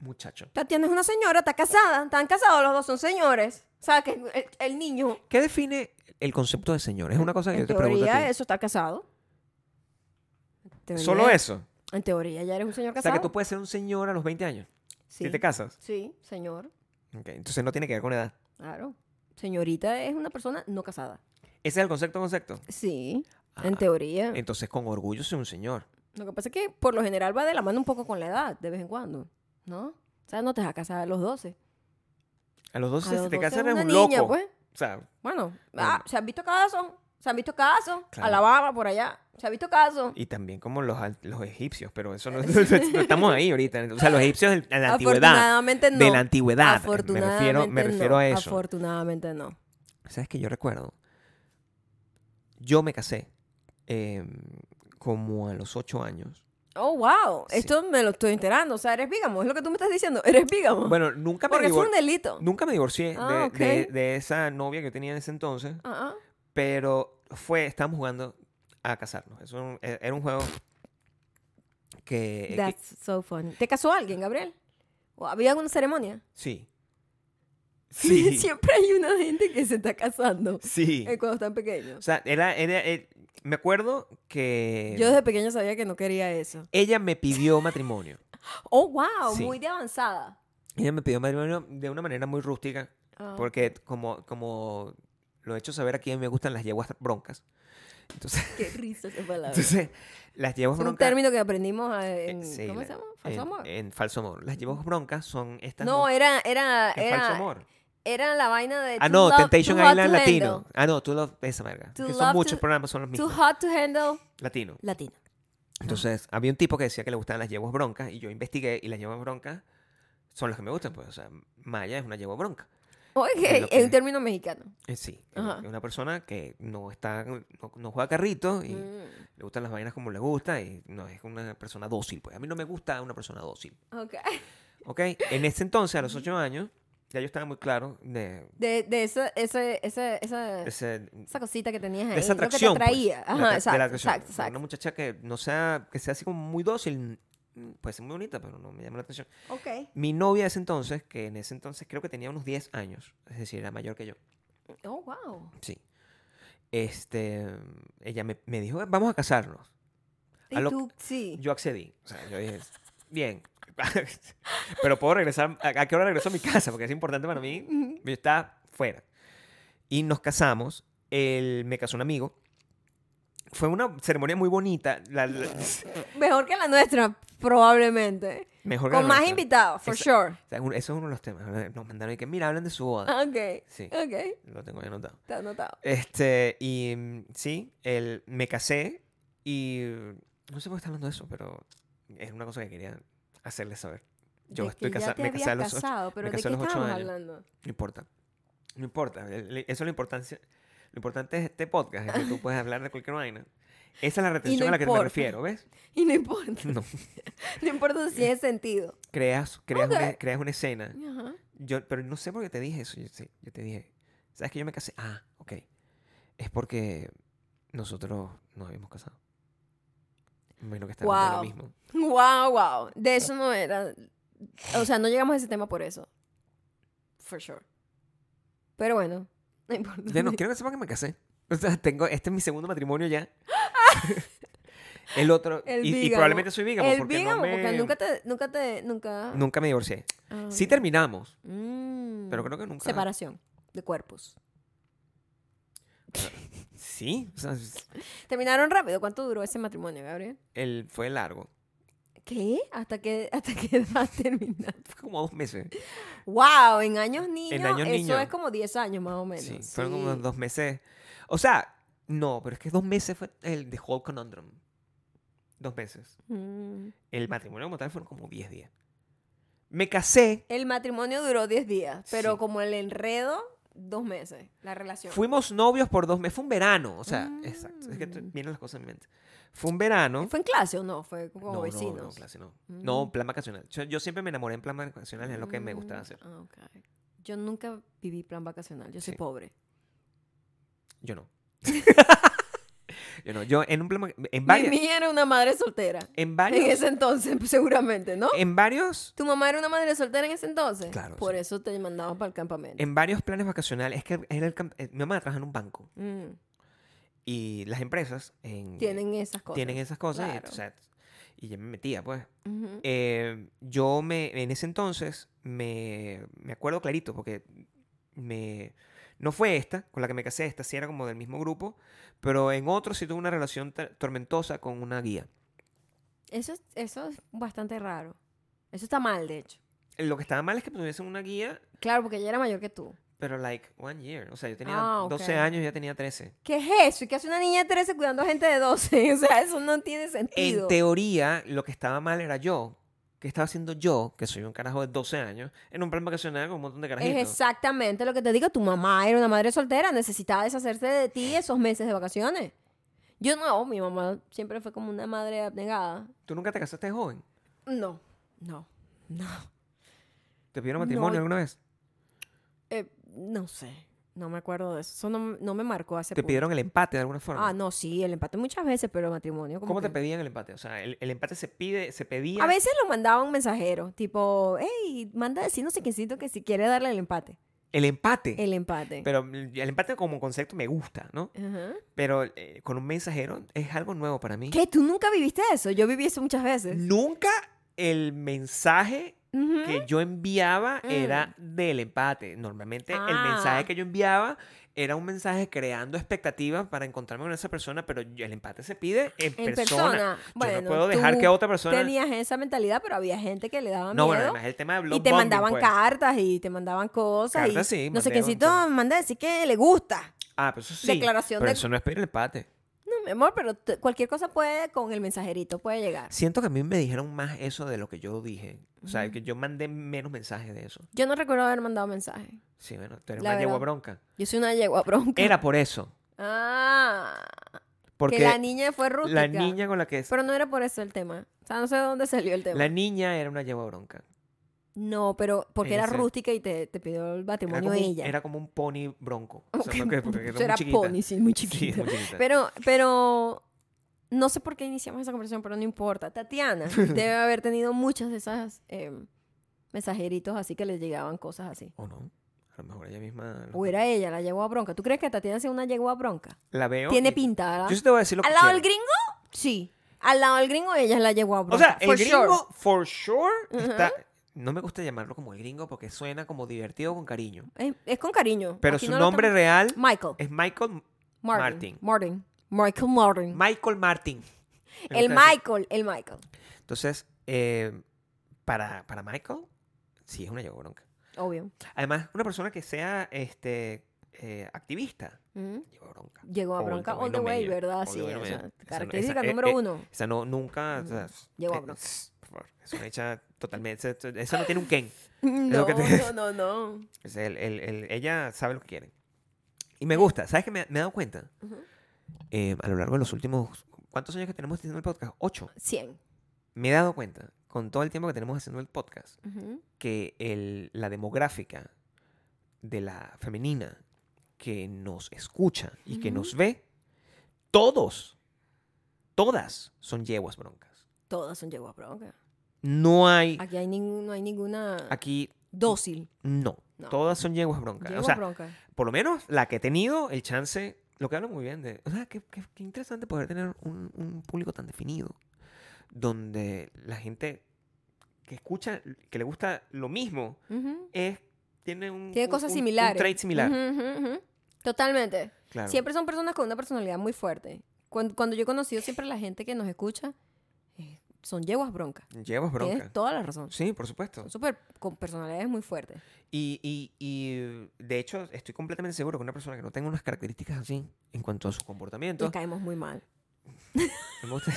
Speaker 2: Muchacho.
Speaker 1: Tú tienes una señora, está casada, están casados los dos, son señores. O sea, que el, el niño,
Speaker 2: ¿Qué define el concepto de señor? Es una cosa que
Speaker 1: en
Speaker 2: yo te pregunto. a
Speaker 1: teoría,
Speaker 2: ti.
Speaker 1: eso está casado. En teoría-
Speaker 2: Solo eso.
Speaker 1: En teoría, ya eres un señor
Speaker 2: O sea,
Speaker 1: casado.
Speaker 2: que tú puedes ser un señor a los 20 años
Speaker 1: sí.
Speaker 2: si te casas.
Speaker 1: Sí, señor,
Speaker 2: Ok, Entonces no tiene que ver con edad.
Speaker 1: claro. Señorita es una persona no casada.
Speaker 2: Ese es el concepto, concepto.
Speaker 1: Sí, en
Speaker 2: Ah,
Speaker 1: teoría.
Speaker 2: Entonces con orgullo soy un señor.
Speaker 1: Lo que pasa es que por lo general va de la mano un poco con la edad, de vez en cuando, ¿no? O sea, no te vas a casar a los 12.
Speaker 2: A los 12
Speaker 1: a los
Speaker 2: si te
Speaker 1: 12
Speaker 2: casas
Speaker 1: es
Speaker 2: eres un
Speaker 1: una niña,
Speaker 2: loco.
Speaker 1: pues.
Speaker 2: O sea,
Speaker 1: Bueno,
Speaker 2: Bueno.
Speaker 1: ah, se han visto casos, se han visto casos,
Speaker 2: Claro.
Speaker 1: Alabama por allá, se han visto casos.
Speaker 2: y también como los, al- los egipcios, pero eso no,
Speaker 1: Eh,
Speaker 2: no estamos ahí ahorita. O sea, los egipcios del- de la antigüedad.
Speaker 1: Afortunadamente no.
Speaker 2: De la antigüedad. Me
Speaker 1: Afortunadamente
Speaker 2: refiero, me
Speaker 1: no.
Speaker 2: refiero a eso.
Speaker 1: Afortunadamente no.
Speaker 2: ¿Sabes que Yo recuerdo. Yo me casé eh, como a los 8 años.
Speaker 1: Oh, wow.
Speaker 2: Sí.
Speaker 1: Esto me lo estoy enterando. O sea, eres bígamo. Es lo que tú me estás diciendo. Eres bígamo.
Speaker 2: Bueno, nunca
Speaker 1: Ah.
Speaker 2: me,
Speaker 1: Porque eso
Speaker 2: divor-
Speaker 1: es un delito.
Speaker 2: nunca me divorcié
Speaker 1: Ah,
Speaker 2: de,
Speaker 1: ok.
Speaker 2: de- de esa novia que tenía en ese entonces,
Speaker 1: Ah, ah.
Speaker 2: pero fue, estábamos jugando a casarnos. Eso era un- e, era un juego Eh, que... que-
Speaker 1: That's so funny. ¿Te casó alguien, Gabriel? ¿O había alguna ceremonia?
Speaker 2: sí. Sí.
Speaker 1: Siempre hay una gente que se está casando
Speaker 2: sí. em.
Speaker 1: eh, cuando están
Speaker 2: O
Speaker 1: pequeños.
Speaker 2: sea, era... era- eh, me acuerdo que...
Speaker 1: Yo desde pequeña sabía que no quería eso.
Speaker 2: Ella me pidió matrimonio.
Speaker 1: Oh, wow.
Speaker 2: Sí.
Speaker 1: Muy de avanzada.
Speaker 2: Ella me pidió matrimonio de una manera muy rústica,
Speaker 1: Ah.
Speaker 2: porque como, como lo he hecho saber aquí, a mí me gustan las yeguas broncas. Entonces,
Speaker 1: Qué risa esa palabra.
Speaker 2: entonces las yeguas
Speaker 1: es un
Speaker 2: broncas...
Speaker 1: término que aprendimos eh,
Speaker 2: Eh,
Speaker 1: en...
Speaker 2: sí,
Speaker 1: ¿Cómo
Speaker 2: la-
Speaker 1: se llama? ¿Falso
Speaker 2: en,
Speaker 1: amor? Mm.
Speaker 2: En falso amor. Las llevamos broncas son estas.
Speaker 1: No,
Speaker 2: mu-
Speaker 1: era, era,
Speaker 2: en falso
Speaker 1: era,
Speaker 2: amor.
Speaker 1: era la vaina de...
Speaker 2: Ah,
Speaker 1: Too
Speaker 2: no,
Speaker 1: Love-
Speaker 2: Temptation
Speaker 1: Too Hot
Speaker 2: Island
Speaker 1: to
Speaker 2: latino.
Speaker 1: Handle.
Speaker 2: Ah, no, tú lo. Esa verga.
Speaker 1: To
Speaker 2: Que son
Speaker 1: Love to-
Speaker 2: muchos programas, son los
Speaker 1: Too
Speaker 2: mismos.
Speaker 1: hot to handle.
Speaker 2: Latino.
Speaker 1: Latino.
Speaker 2: Entonces, había un tipo que decía que le gustaban las yeguas broncas y yo investigué y las yeguas broncas son las que me gustan. Pues, o sea, Maya es una yegua bronca.
Speaker 1: Ok,
Speaker 2: Es lo
Speaker 1: es
Speaker 2: que-
Speaker 1: un término mexicano.
Speaker 2: Eh, sí, es
Speaker 1: Ajá.
Speaker 2: una persona que no está, no, no juega carrito y
Speaker 1: Mm,
Speaker 2: le gustan las vainas como le gusta y no es una persona dócil. Pues a mí no me gusta una persona dócil.
Speaker 1: ok.
Speaker 2: ¿Ok? En ese entonces, a los ocho años, ya yo estaba muy claro de
Speaker 1: De, de esa, esa, esa, esa,
Speaker 2: ese-
Speaker 1: esa cosita que tenías Eh. ahí.
Speaker 2: de
Speaker 1: lo
Speaker 2: esa
Speaker 1: que te
Speaker 2: atracción. pues,
Speaker 1: atraía.
Speaker 2: de la
Speaker 1: Ajá,
Speaker 2: atra- de
Speaker 1: exacto,
Speaker 2: la atracción.
Speaker 1: exacto,
Speaker 2: Una
Speaker 1: exacto.
Speaker 2: muchacha que no sea, que sea así como muy dócil, mm, puede ser muy bonita, pero no me llama la atención.
Speaker 1: Ok.
Speaker 2: Mi novia de ese entonces, que en ese entonces creo que tenía unos 10 años, es decir, era mayor que yo,
Speaker 1: Oh, wow.
Speaker 2: sí. Este, ella me, me dijo, vamos a casarnos.
Speaker 1: Y
Speaker 2: A lo-
Speaker 1: tú, sí.
Speaker 2: Yo accedí. O sea, yo dije, bien. Pero puedo regresar. ¿A a qué hora regreso a mi casa? Porque es importante para mí.
Speaker 1: Ujú.
Speaker 2: Yo estaba fuera. Y nos casamos. Él me casó un amigo. Fue una ceremonia muy bonita. la- la-
Speaker 1: Mejor que la nuestra, probablemente.
Speaker 2: mejor que la
Speaker 1: Con más
Speaker 2: nuestra.
Speaker 1: invitados, for
Speaker 2: Esa-
Speaker 1: sure.
Speaker 2: O sea, un- Eso es uno de los temas. ¿verdad? Nos mandaron y que, mira, hablan de su boda.
Speaker 1: Ok.
Speaker 2: Sí.
Speaker 1: Ok.
Speaker 2: Lo tengo ahí anotado.
Speaker 1: Está anotado.
Speaker 2: Este, y mm, sí, el, me casé y no sé por qué está hablando de eso, pero es una cosa que quería hacerles saber. Yo
Speaker 1: De
Speaker 2: estoy
Speaker 1: que ya
Speaker 2: casa-
Speaker 1: te
Speaker 2: me casé a
Speaker 1: habías
Speaker 2: los ocho-
Speaker 1: casado, pero ¿de
Speaker 2: casé
Speaker 1: qué
Speaker 2: a los ocho
Speaker 1: estábamos
Speaker 2: años.
Speaker 1: hablando?
Speaker 2: No importa. No importa. el- el- Eso es lo importante. Lo importante de este podcast, es que tú puedes hablar de cualquier vaina. Esa es la retención a la que me
Speaker 1: importa.
Speaker 2: refiero, ¿ves?
Speaker 1: Y no importa.
Speaker 2: No.
Speaker 1: No importa si tiene sentido.
Speaker 2: Creas, creas, una,
Speaker 1: Ok.
Speaker 2: creas una escena.
Speaker 1: Ajá.
Speaker 2: Yo, pero no sé por qué te dije eso. Yo, sí, yo te dije, ¿sabes que yo me casé? Ah, ok. Es porque nosotros nos habíamos casado. Me imagino que está hablando de lo
Speaker 1: Guau.
Speaker 2: mismo.
Speaker 1: Wow, wow. De eso no era. O sea, no llegamos a ese tema por eso. For sure. Pero bueno, no importa.
Speaker 2: Ya no, quiero que sepan que me casé. O sea, tengo, este es mi segundo matrimonio ya. El otro.
Speaker 1: El
Speaker 2: y- y,
Speaker 1: bígamo.
Speaker 2: probablemente soy bígamo.
Speaker 1: El
Speaker 2: porque no
Speaker 1: bígamo,
Speaker 2: me-
Speaker 1: porque nunca te. Nunca te. Nunca.
Speaker 2: Nunca me divorcié.
Speaker 1: Ah,
Speaker 2: Sí
Speaker 1: ok.
Speaker 2: terminamos,
Speaker 1: Mm.
Speaker 2: pero creo que nunca.
Speaker 1: Separación de cuerpos.
Speaker 2: Sí, o sea, es-
Speaker 1: Terminaron rápido. ¿Cuánto duró ese matrimonio, Gabriel?
Speaker 2: el, fue largo.
Speaker 1: ¿Qué? ¿Hasta qué, hasta qué edad terminaron?
Speaker 2: Fue como dos meses.
Speaker 1: ¡Wow! En años niños.
Speaker 2: años
Speaker 1: eso
Speaker 2: niños.
Speaker 1: es como 10 años más o menos.
Speaker 2: sí, fueron como
Speaker 1: Sí.
Speaker 2: unos dos meses. O sea, no, pero es que dos meses fue el de Whole Conundrum. Dos meses.
Speaker 1: Mm.
Speaker 2: El matrimonio como tal fueron como diez días. Me casé.
Speaker 1: El matrimonio duró 10 días, pero
Speaker 2: Sí.
Speaker 1: como el enredo dos meses la relación.
Speaker 2: Fuimos novios por dos meses. Fue un verano. O sea, exacto. Es que t- vienen las cosas en mi mente. Fue un verano.
Speaker 1: Mm. ¿Fue en clase o no? Fue como
Speaker 2: no,
Speaker 1: vecinos. Mm.
Speaker 2: No, no, clase no. No, plan vacacional. Yo, yo siempre me enamoré en plan vacacional, es lo que me gustaba hacer.
Speaker 1: Ah, ok. Yo nunca viví plan vacacional, yo soy
Speaker 2: Sí.
Speaker 1: pobre.
Speaker 2: Yo no. yo no. Yo en un plan. vac- En,
Speaker 1: Mi
Speaker 2: varias,
Speaker 1: Mimi era una madre soltera.
Speaker 2: en
Speaker 1: En
Speaker 2: varios.
Speaker 1: ese entonces, seguramente, ¿no?
Speaker 2: En varios.
Speaker 1: ¿Tu mamá era una madre soltera en ese entonces?
Speaker 2: Claro,
Speaker 1: Por
Speaker 2: sí. Em,
Speaker 1: eso te mandaban para el campamento.
Speaker 2: En varios planes vacacionales. Es que era el camp- eh, mi mamá trabaja en un banco.
Speaker 1: Mm,
Speaker 2: eh, Y las empresas en-
Speaker 1: Tienen esas cosas.
Speaker 2: tienen esas cosas. y,
Speaker 1: Claro.
Speaker 2: o sea, y yo me metía, pues.
Speaker 1: Ujú.
Speaker 2: Eh, yo me, en ese entonces me, me acuerdo clarito porque me, no fue esta con la que me casé, esta sí era como del mismo grupo, pero en otro sí tuve una relación ta- tormentosa con una guía.
Speaker 1: Eso, es, eso es bastante raro. Eso está mal, de hecho.
Speaker 2: Eh, Lo que estaba mal es que tuviesen una guía,
Speaker 1: Claro, porque ella era mayor que tú.
Speaker 2: pero like one year. O sea, yo tenía
Speaker 1: Ah,
Speaker 2: 12
Speaker 1: ok.
Speaker 2: años y ya tenía 13.
Speaker 1: ¿Qué es eso? ¿Y qué hace una niña de 13 cuidando a gente de 12? O sea, eso no tiene sentido.
Speaker 2: En teoría, lo que estaba mal era yo. ¿Qué estaba haciendo yo, que soy un carajo de 12 años, en un plan vacacional con un montón de
Speaker 1: es
Speaker 2: carajitos?
Speaker 1: exactamente lo que te digo. Tu mamá era una madre soltera, necesitaba deshacerse de ti esos meses de vacaciones. Yo no, mi mamá siempre fue como una madre abnegada.
Speaker 2: ¿Tú nunca te casaste de joven?
Speaker 1: No, no, no.
Speaker 2: ¿Te pidieron
Speaker 1: No,
Speaker 2: matrimonio alguna vez?
Speaker 1: Eh, no sé, no me acuerdo de eso. Eso no, no me marcó hace
Speaker 2: ¿Te pidieron el empate de alguna forma?
Speaker 1: Ah, no, sí, el empate muchas veces, pero el matrimonio. como
Speaker 2: ¿Cómo te
Speaker 1: que-
Speaker 2: pedían el empate? O sea, el, el empate se pide, se pedía.
Speaker 1: A veces lo mandaba un mensajero, tipo, hey, manda a decir no sé quiéncito que si quiere darle el empate.
Speaker 2: El empate.
Speaker 1: El empate.
Speaker 2: Pero el empate como concepto me gusta, ¿no?
Speaker 1: Ajá.
Speaker 2: Pero eh, con un mensajero es algo nuevo para mí.
Speaker 1: ¿Qué? ¿Tú nunca viviste eso? Yo viví eso muchas veces.
Speaker 2: Nunca el mensaje
Speaker 1: Ujú.
Speaker 2: que yo enviaba
Speaker 1: Mm.
Speaker 2: era del empate. Normalmente el
Speaker 1: Ah.
Speaker 2: mensaje que yo enviaba era un mensaje creando expectativas para encontrarme con esa persona, pero yo- el empate se pide en,
Speaker 1: En
Speaker 2: persona.
Speaker 1: persona.
Speaker 2: yo
Speaker 1: Bueno,
Speaker 2: no puedo dejar
Speaker 1: tú
Speaker 2: que otra persona...
Speaker 1: Tenías esa mentalidad, pero había gente que le daba
Speaker 2: No, bueno,
Speaker 1: miedo.
Speaker 2: además el tema de
Speaker 1: y
Speaker 2: blog
Speaker 1: te
Speaker 2: bombing,
Speaker 1: mandaban
Speaker 2: pues.
Speaker 1: cartas y te mandaban cosas.
Speaker 2: Cartas,
Speaker 1: y
Speaker 2: sí,
Speaker 1: no sé
Speaker 2: mandé un
Speaker 1: quiéncito
Speaker 2: montón.
Speaker 1: manda a decir que le gusta.
Speaker 2: Ah, pero eso sí.
Speaker 1: Declaración
Speaker 2: pero
Speaker 1: de-
Speaker 2: eso no es pedir el empate.
Speaker 1: No, mi amor, pero t- cualquier cosa puede con el mensajerito, puede llegar.
Speaker 2: Siento que a mí me dijeron más eso de lo que yo dije. O sea, que yo mandé menos mensajes de eso.
Speaker 1: Yo no recuerdo haber mandado mensaje.
Speaker 2: Sí, bueno, tú eres
Speaker 1: La
Speaker 2: una yegua
Speaker 1: verdad.
Speaker 2: bronca.
Speaker 1: Yo soy una yegua bronca.
Speaker 2: Era por eso.
Speaker 1: Ah,
Speaker 2: Porque
Speaker 1: que la niña fue rústica.
Speaker 2: la niña con la que...
Speaker 1: Pero no era por eso el tema. O sea, no sé de dónde salió el tema.
Speaker 2: La niña era una yegua bronca.
Speaker 1: No, pero porque era
Speaker 2: Ella se-
Speaker 1: rústica y te, te pidió el
Speaker 2: Era
Speaker 1: matrimonio
Speaker 2: como, un-
Speaker 1: ella.
Speaker 2: era como un pony bronco. O sea,
Speaker 1: Ok,
Speaker 2: porque- porque
Speaker 1: Era,
Speaker 2: muy chiquita.
Speaker 1: pony, sí, muy
Speaker 2: Sí,
Speaker 1: chiquita.
Speaker 2: muy chiquita.
Speaker 1: Pero, pero no sé por qué iniciamos esa conversación, pero no importa. Tatiana debe haber tenido muchas de esas eh, mensajeritos así que le llegaban cosas así.
Speaker 2: O no. A lo mejor ella misma... lo-
Speaker 1: O era ella, la yegua bronca. ¿Tú crees que Tatiana sea una yegua bronca?
Speaker 2: La veo.
Speaker 1: Tiene
Speaker 2: y-
Speaker 1: pinta, ¿verdad?
Speaker 2: Yo sí te voy a decir lo que
Speaker 1: ¿Al lado del
Speaker 2: quiero.
Speaker 1: gringo? Sí. Al lado del gringo ella es la yegua bronca.
Speaker 2: O sea, el
Speaker 1: for
Speaker 2: gringo,
Speaker 1: sure.
Speaker 2: for sure, está... No me gusta llamarlo como el gringo porque suena como divertido con cariño.
Speaker 1: Es, es con cariño.
Speaker 2: Pero
Speaker 1: Aquí
Speaker 2: su
Speaker 1: no lo
Speaker 2: nombre
Speaker 1: estamos-
Speaker 2: real
Speaker 1: Michael.
Speaker 2: es Michael
Speaker 1: Martin.
Speaker 2: Martin.
Speaker 1: Martin. Michael Martin.
Speaker 2: Michael Martin. Me
Speaker 1: el
Speaker 2: gusta decir.
Speaker 1: Michael, el Michael.
Speaker 2: Entonces, eh, para, para Michael, sí es una yegua bronca.
Speaker 1: Obvio.
Speaker 2: Además, una persona que sea este, eh, activista,
Speaker 1: Ujú.
Speaker 2: yegua bronca.
Speaker 1: Llegó a
Speaker 2: All the
Speaker 1: bronca
Speaker 2: way
Speaker 1: all the
Speaker 2: no
Speaker 1: way,
Speaker 2: media.
Speaker 1: ¿verdad?
Speaker 2: All
Speaker 1: Sí,
Speaker 2: the way no
Speaker 1: o
Speaker 2: media.
Speaker 1: sea,
Speaker 2: Esa no-
Speaker 1: característica
Speaker 2: esa- eh,
Speaker 1: número
Speaker 2: eh,
Speaker 1: uno.
Speaker 2: Esa no, nunca. o sea,
Speaker 1: Yegua
Speaker 2: eh,
Speaker 1: Mm, bronca.
Speaker 2: por favor, es una hecha totalmente. esa- Esa no tiene un Ken.
Speaker 1: No,
Speaker 2: lo que te-
Speaker 1: no, no, no.
Speaker 2: Es el- el- el- ella sabe lo que quiere. Y me gusta. ¿Sabes qué me, me he dado cuenta?
Speaker 1: Ujú.
Speaker 2: Eh, a lo largo de los últimos. ¿Cuántos años que tenemos haciendo el podcast? Ocho.
Speaker 1: 100.
Speaker 2: Me he dado cuenta, con todo el tiempo que tenemos haciendo el podcast, que el- la demográfica de la femenina que nos escucha y que
Speaker 1: Ujú.
Speaker 2: nos ve, todos, todas son yeguas broncas.
Speaker 1: Todas son yegua bronca.
Speaker 2: No hay
Speaker 1: Aquí hay ningún, no hay ninguna
Speaker 2: aquí,
Speaker 1: dócil.
Speaker 2: no,
Speaker 1: No.
Speaker 2: todas son yeguas broncas.
Speaker 1: Yegua
Speaker 2: o sea,
Speaker 1: bronca.
Speaker 2: por lo menos la que he tenido, el chance, lo que hablo muy bien de, o sea, qué, qué- qué interesante poder tener un, un público tan definido, donde la gente que escucha, que le gusta lo mismo,
Speaker 1: Ujú.
Speaker 2: es, tiene un...
Speaker 1: Tiene
Speaker 2: un-
Speaker 1: cosas
Speaker 2: un-
Speaker 1: similares.
Speaker 2: Un trait similar.
Speaker 1: Ujú, ujú, ujú. Totalmente.
Speaker 2: Claro.
Speaker 1: Siempre son personas con una personalidad muy fuerte. Cuando, cuando yo he conocido siempre a la gente que nos escucha, eh, son yeguas broncas.
Speaker 2: Llevas bronca.
Speaker 1: Tienes toda la razón.
Speaker 2: Sí, por supuesto.
Speaker 1: Son súper con personalidades muy fuertes.
Speaker 2: Y, y, y de hecho, estoy completamente seguro que una persona que no tenga unas características así en cuanto a su
Speaker 1: Nos
Speaker 2: comportamiento.
Speaker 1: caemos muy mal.
Speaker 2: me gusta-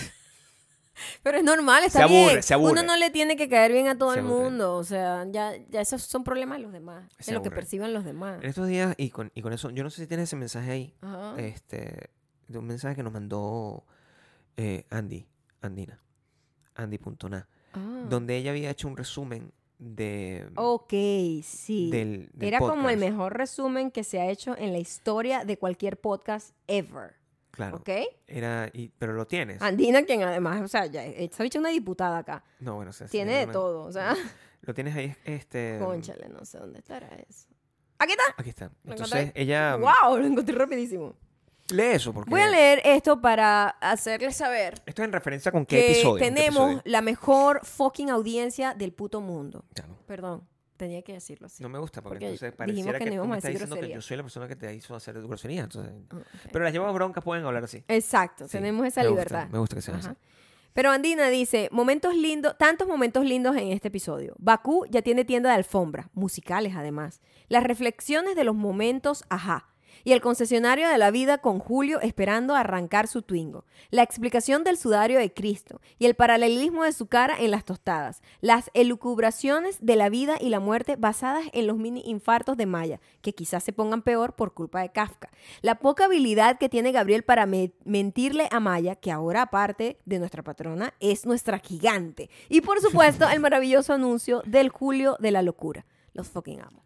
Speaker 1: Pero es normal, está
Speaker 2: Se aburre,
Speaker 1: bien.
Speaker 2: se aburre.
Speaker 1: Uno no le tiene que caer bien a todo
Speaker 2: Se
Speaker 1: el
Speaker 2: aburre.
Speaker 1: mundo. O sea, ya, ya esos son problemas de los demás.
Speaker 2: Se
Speaker 1: de lo que
Speaker 2: aburre.
Speaker 1: perciban los demás.
Speaker 2: En estos días, y con, y con eso, yo no sé si tienes ese mensaje ahí,
Speaker 1: Ajá.
Speaker 2: este, de un mensaje que nos mandó eh, Andy, Andina, Andy.na,
Speaker 1: Ah.
Speaker 2: donde ella había hecho un resumen de,
Speaker 1: Ok, sí.
Speaker 2: del, del
Speaker 1: Oh, Era como el
Speaker 2: podcast.
Speaker 1: mejor resumen que se ha hecho en la historia de cualquier podcast ever.
Speaker 2: Claro.
Speaker 1: ¿Ok?
Speaker 2: Era, y- pero lo tienes.
Speaker 1: Andina, quien además, o sea, ya está hecha una diputada acá.
Speaker 2: No, bueno, o sea, sí,
Speaker 1: Tiene
Speaker 2: no,
Speaker 1: de
Speaker 2: no,
Speaker 1: todo, o sea.
Speaker 2: Lo tienes ahí, este.
Speaker 1: Conchale, no sé dónde estará eso. ¡Aquí está!
Speaker 2: Aquí está.
Speaker 1: ¿Lo
Speaker 2: Entonces,
Speaker 1: encontraste?
Speaker 2: ella
Speaker 1: ¡Wow! Lo encontré rapidísimo.
Speaker 2: lee eso porque
Speaker 1: Voy a leer esto para hacerles saber
Speaker 2: esto es en referencia con qué
Speaker 1: que
Speaker 2: episodio. con qué
Speaker 1: tenemos
Speaker 2: episodio.
Speaker 1: la mejor fucking audiencia del puto mundo.
Speaker 2: Ya, no,
Speaker 1: Perdón, tenía que decirlo así.
Speaker 2: no me gusta porque,
Speaker 1: Porque
Speaker 2: entonces
Speaker 1: dijimos
Speaker 2: pareciera
Speaker 1: que
Speaker 2: que,
Speaker 1: no
Speaker 2: tú
Speaker 1: íbamos
Speaker 2: me
Speaker 1: a
Speaker 2: estás
Speaker 1: decir
Speaker 2: diciendo que
Speaker 1: grosería.
Speaker 2: yo soy la persona que te hizo hacer groserías. Entonces...
Speaker 1: Ah, ok.
Speaker 2: Pero las llevas broncas pueden hablar así.
Speaker 1: Exacto,
Speaker 2: Sí,
Speaker 1: tenemos esa
Speaker 2: me gusta,
Speaker 1: libertad.
Speaker 2: me gusta que sea
Speaker 1: Ajá.
Speaker 2: así.
Speaker 1: Pero Andina dice, momentos lindos, tantos momentos lindos en este episodio. Bakú ya tiene tienda de alfombra, musicales además. Las reflexiones de los momentos, ajá. Y el concesionario de la vida con Julio esperando arrancar su twingo. La explicación del sudario de Cristo y el paralelismo de su cara en las tostadas. Las elucubraciones de la vida y la muerte basadas en los mini infartos de Maya, que quizás se pongan peor por culpa de Kafka. La poca habilidad que tiene Gabriel para me- mentirle a Maya, que ahora aparte de nuestra patrona es nuestra gigante. Y por supuesto, el maravilloso anuncio del Julio de la locura. Los fucking amo.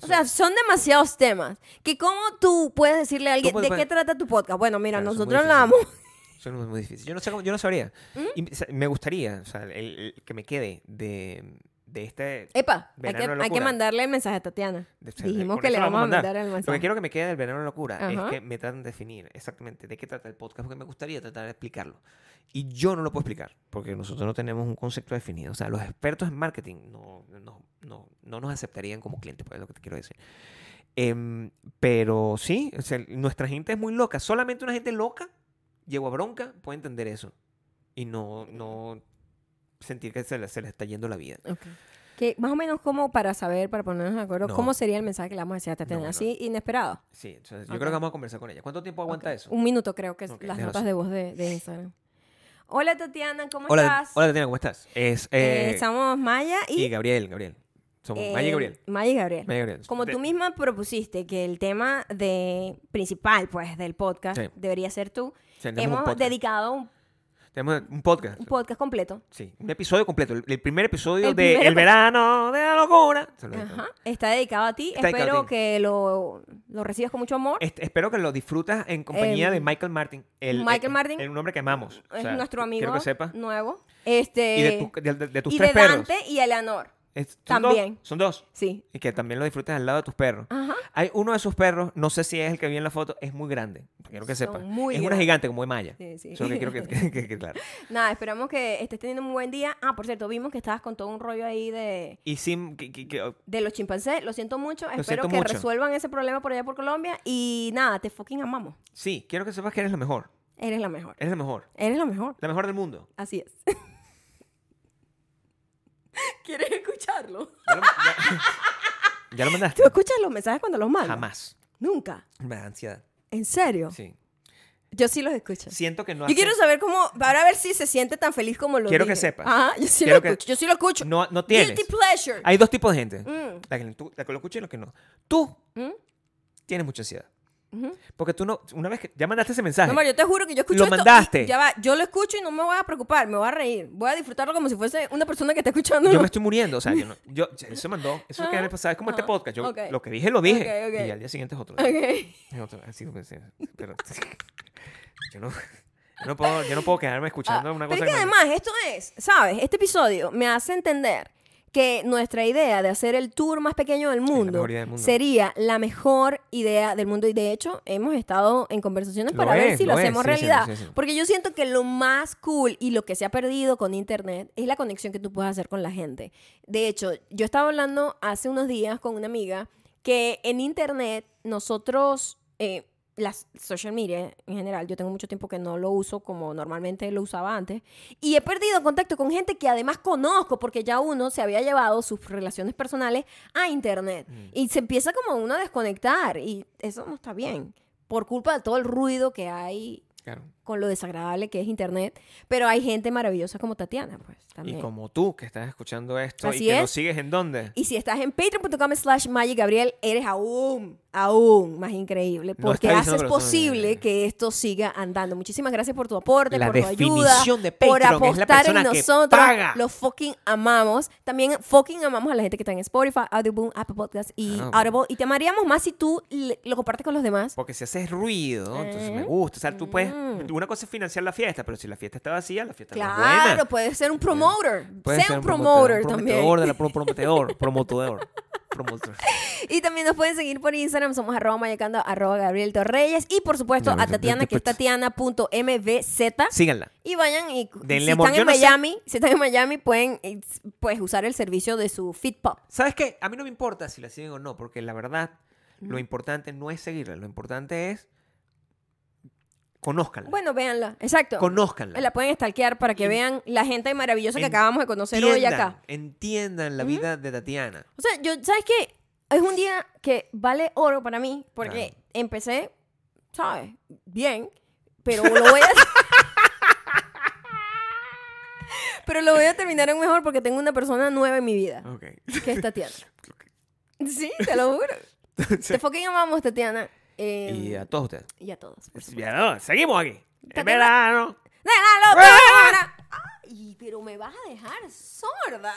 Speaker 1: O sea, son demasiados temas. Que cómo tú puedes decirle a alguien
Speaker 2: puedes
Speaker 1: de qué
Speaker 2: poner-
Speaker 1: trata tu podcast. Bueno, mira,
Speaker 2: Claro, eso es muy
Speaker 1: nosotros ¿Mm? hablamos.
Speaker 2: difícil. Eso es muy difícil. Yo no, sé cómo- yo no sabría. Y, o sea, me gustaría, o sea, el, el que me quede de, de este.
Speaker 1: Epa, hay
Speaker 2: Verano
Speaker 1: que,
Speaker 2: de
Speaker 1: hay que
Speaker 2: locura.
Speaker 1: mandarle el mensaje a Tatiana.
Speaker 2: de- o sea,
Speaker 1: Dijimos
Speaker 2: con
Speaker 1: que le
Speaker 2: eso lo
Speaker 1: vamos a mandar el
Speaker 2: Lo que
Speaker 1: mensaje.
Speaker 2: quiero que me quede del verano de locura
Speaker 1: Ajá.
Speaker 2: es que me traten de definir exactamente de qué trata el podcast, porque me gustaría tratar de explicarlo. Y yo no lo puedo explicar, porque nosotros no tenemos un concepto definido. O sea, los expertos en marketing no, no, no, no nos aceptarían como clientes, pues es lo que te quiero decir. Em, pero sí, o sea, nuestra gente es muy loca. Solamente una gente loca, llevo a bronca, puede entender eso. Y no, no sentir que se le, se le está yendo la vida.
Speaker 1: Ok. Que más o menos como para saber, para ponernos de acuerdo,
Speaker 2: No.
Speaker 1: cómo sería el mensaje que le vamos a decir a Tatiana.
Speaker 2: No, no.
Speaker 1: Así, inesperado.
Speaker 2: Sí, entonces
Speaker 1: Ok.
Speaker 2: yo creo que vamos a conversar con ella. ¿Cuánto tiempo aguanta
Speaker 1: Ok.
Speaker 2: eso?
Speaker 1: Un minuto creo que es
Speaker 2: Ok,
Speaker 1: las
Speaker 2: déjalo
Speaker 1: notas
Speaker 2: así.
Speaker 1: de voz de, de Instagram. Hola Tatiana, ¿cómo
Speaker 2: Hola,
Speaker 1: estás?
Speaker 2: hola Tatiana, ¿cómo estás? Es,
Speaker 1: Eh,
Speaker 2: eh,
Speaker 1: somos Maya
Speaker 2: y
Speaker 1: y...
Speaker 2: Gabriel, Gabriel. Somos
Speaker 1: eh,
Speaker 2: Maya y Gabriel.
Speaker 1: Maya y Gabriel.
Speaker 2: Maya y Gabriel.
Speaker 1: Como
Speaker 2: De-
Speaker 1: tú misma propusiste que el tema de principal, pues, del podcast
Speaker 2: Sí.
Speaker 1: debería ser tú,
Speaker 2: tenemos
Speaker 1: hemos
Speaker 2: un podcast.
Speaker 1: dedicado un,
Speaker 2: Tenemos un podcast.
Speaker 1: un podcast completo.
Speaker 2: Sí, un episodio completo. El, el primer episodio
Speaker 1: El
Speaker 2: de
Speaker 1: primer
Speaker 2: El
Speaker 1: epi-
Speaker 2: verano de la locura. Se lo dedicamos.
Speaker 1: Ajá. Está dedicado a ti.
Speaker 2: Está dedicado
Speaker 1: Espero
Speaker 2: a ti. Eh,
Speaker 1: que lo, lo recibas con mucho amor.
Speaker 2: Est- Este, espero que lo disfrutas en compañía de Michael Martin. El,
Speaker 1: Michael
Speaker 2: el-
Speaker 1: Martin.
Speaker 2: El, nombre que amamos. O
Speaker 1: es
Speaker 2: sea,
Speaker 1: nuestro amigo
Speaker 2: Quiero que sepas.
Speaker 1: nuevo. Este,
Speaker 2: y de, tu- de- de- de tus
Speaker 1: y
Speaker 2: tres
Speaker 1: de Dante
Speaker 2: perros.
Speaker 1: y Eleanor.
Speaker 2: Es- son dos,
Speaker 1: también. Ah.
Speaker 2: son dos.
Speaker 1: Sí.
Speaker 2: Y que también lo disfrutes al lado de tus perros.
Speaker 1: Ajá.
Speaker 2: Hay uno de sus perros, no sé si es el que vi en la foto, es muy grande. Quiero que
Speaker 1: Son
Speaker 2: sepas.
Speaker 1: muy
Speaker 2: es una
Speaker 1: grandes.
Speaker 2: gigante como de Maya.
Speaker 1: Sí, sí.
Speaker 2: Eso es lo que quiero que, que- que- que- claro.
Speaker 1: Nada, esperamos que estés teniendo un buen día. Ah, por cierto, vimos que estabas con todo un rollo ahí de,
Speaker 2: Y sin que- que- que-
Speaker 1: de los chimpancés. Lo siento mucho. Espero
Speaker 2: siento
Speaker 1: que
Speaker 2: mucho.
Speaker 1: resuelvan ese problema por allá por Colombia. Y nada, te fucking amamos.
Speaker 2: sí, quiero que sepas que eres la mejor.
Speaker 1: Eres la mejor.
Speaker 2: Eres la mejor.
Speaker 1: Eres la mejor.
Speaker 2: La mejor del mundo.
Speaker 1: Así es. ¿Quieres escucharlo?
Speaker 2: Ya lo, ya- ya lo
Speaker 1: ¿Tú
Speaker 2: mandaste.
Speaker 1: escuchas los mensajes cuando los mandas?
Speaker 2: Jamás.
Speaker 1: Nunca.
Speaker 2: Me da ansiedad.
Speaker 1: ¿En serio?
Speaker 2: Sí.
Speaker 1: Yo sí los escucho.
Speaker 2: Siento que no
Speaker 1: Yo
Speaker 2: hace-
Speaker 1: quiero saber cómo, para ver si se siente tan feliz como lo
Speaker 2: Quiero
Speaker 1: dije.
Speaker 2: que sepas.
Speaker 1: Ajá, yo sí
Speaker 2: Quiero
Speaker 1: lo
Speaker 2: que-
Speaker 1: escucho, yo sí lo escucho.
Speaker 2: No, no tienes.
Speaker 1: Guilty pleasure.
Speaker 2: Hay dos tipos de gente.
Speaker 1: Mm,
Speaker 2: La que, tú- la que lo escucha y la que no. Tú
Speaker 1: ¿Mm?
Speaker 2: tienes mucha ansiedad.
Speaker 1: ujú.
Speaker 2: Porque tú no. Una vez que. Ya mandaste ese mensaje.
Speaker 1: No, Mario, yo te juro que yo escucho
Speaker 2: Lo
Speaker 1: esto y-
Speaker 2: mandaste.
Speaker 1: ya va, yo lo escucho y no me voy a preocupar, me voy a reír. Voy a disfrutarlo como si fuese una persona que está escuchando.
Speaker 2: yo me estoy muriendo. O sea, yo no. Yo, él se mandó. Eso es lo que
Speaker 1: Ajá,
Speaker 2: me pasaba. Es como este
Speaker 1: Ah, ajá,
Speaker 2: podcast. Yo
Speaker 1: ok.
Speaker 2: lo que dije, lo dije.
Speaker 1: Ok, ok.
Speaker 2: Y al día siguiente es otro. día.
Speaker 1: Ok.
Speaker 2: Es otro- así como decía, pero- yo no. yo no puedo, yo no puedo quedarme escuchando
Speaker 1: Ah,
Speaker 2: una cosa
Speaker 1: pero es que
Speaker 2: me-
Speaker 1: además, esto es, ¿sabes? Este episodio me hace entender que nuestra idea de hacer el tour más pequeño del mundo,
Speaker 2: mejor idea del mundo.
Speaker 1: sería la mejor idea del mundo. Y de hecho, hemos estado en conversaciones
Speaker 2: Lo
Speaker 1: para ver
Speaker 2: es,
Speaker 1: si lo,
Speaker 2: lo es,
Speaker 1: hacemos
Speaker 2: sí, sí,
Speaker 1: realidad.
Speaker 2: sí, sí.
Speaker 1: Porque yo siento que lo más cool y lo que se ha perdido con internet es la conexión que tú puedes hacer con la gente. De hecho, yo estaba hablando hace unos días con una amiga que en internet nosotros, eh, las social media en general, yo tengo mucho tiempo que no lo uso como normalmente lo usaba antes, y he perdido contacto con gente que además conozco porque ya uno se había llevado sus relaciones personales a internet y se empieza como uno a desconectar y eso no está bien por culpa de todo el ruido que hay
Speaker 2: Claro.
Speaker 1: con lo desagradable que es Internet, pero hay gente maravillosa como Tatiana, pues también.
Speaker 2: Y como tú que estás escuchando esto
Speaker 1: Así
Speaker 2: y que
Speaker 1: es.
Speaker 2: nos sigues en dónde.
Speaker 1: Y si estás en patreon.com slash Magic Gabriel, eres aún, aún más increíble.
Speaker 2: No
Speaker 1: Porque
Speaker 2: está diciendo,
Speaker 1: haces
Speaker 2: pero son-
Speaker 1: posible que esto siga andando. Muchísimas gracias por tu aporte,
Speaker 2: La
Speaker 1: por tu ayuda.
Speaker 2: definición de
Speaker 1: por
Speaker 2: Patreon es la
Speaker 1: apostar en
Speaker 2: persona que
Speaker 1: nosotros.
Speaker 2: paga.
Speaker 1: Los fucking amamos. También fucking amamos a la gente que está en Spotify, Audioboom, Apple Podcast y
Speaker 2: Ah, bueno.
Speaker 1: Audible. Y te amaríamos más si tú le- lo compartes con los demás.
Speaker 2: Porque si haces ruido, entonces me
Speaker 1: ¿Eh?
Speaker 2: gusta. O sea, tú puedes.
Speaker 1: Mm.
Speaker 2: Una cosa es financiar la fiesta, pero si la fiesta está vacía, la fiesta no es buena.
Speaker 1: Claro, puedes ser un promoter.
Speaker 2: Puede
Speaker 1: sea
Speaker 2: ser
Speaker 1: un promoter,
Speaker 2: promotor, un
Speaker 1: también.
Speaker 2: prometedor de la- pro- prometedor, promotor, promotor.
Speaker 1: Y también nos pueden seguir por Instagram, somos arroba mayacando, arroba Gabriel Torreyes. Y por supuesto a Tatiana, que es tatiana.mvz.
Speaker 2: Síganla.
Speaker 1: Y vayan y cu-
Speaker 2: Denle
Speaker 1: si
Speaker 2: amor.
Speaker 1: están
Speaker 2: Yo
Speaker 1: en
Speaker 2: no sé-
Speaker 1: Miami, si están en Miami, pueden eh, s- pues, usar el servicio de su Fitpop.
Speaker 2: ¿Sabes qué? A mí no me importa si la siguen o no, porque la verdad,
Speaker 1: Mm.
Speaker 2: lo importante no es seguirla, lo importante es conózcanla.
Speaker 1: Bueno, véanla, exacto.
Speaker 2: conózcanla.
Speaker 1: La pueden stalkear para que
Speaker 2: En-
Speaker 1: vean la gente maravillosa que
Speaker 2: en-
Speaker 1: acabamos de conocer hoy acá.
Speaker 2: entiendan la vida de Tatiana.
Speaker 1: O sea, yo, ¿sabes qué? Es un día que vale oro para mí porque
Speaker 2: Claro.
Speaker 1: empecé, ¿sabes? Bien, pero lo voy a... pero lo voy a terminar aún mejor porque tengo una persona nueva en mi vida,
Speaker 2: Ok.
Speaker 1: que es Tatiana. sí, te lo juro. Te fucking amamos, Tatiana. Eh,
Speaker 2: y a todos ustedes.
Speaker 1: y a todos. por supuesto.
Speaker 2: Ya no, seguimos aquí.
Speaker 1: Tatiana-
Speaker 2: En verano.
Speaker 1: ¡Déjalo, Tatiana! Ay, pero me vas a dejar sorda.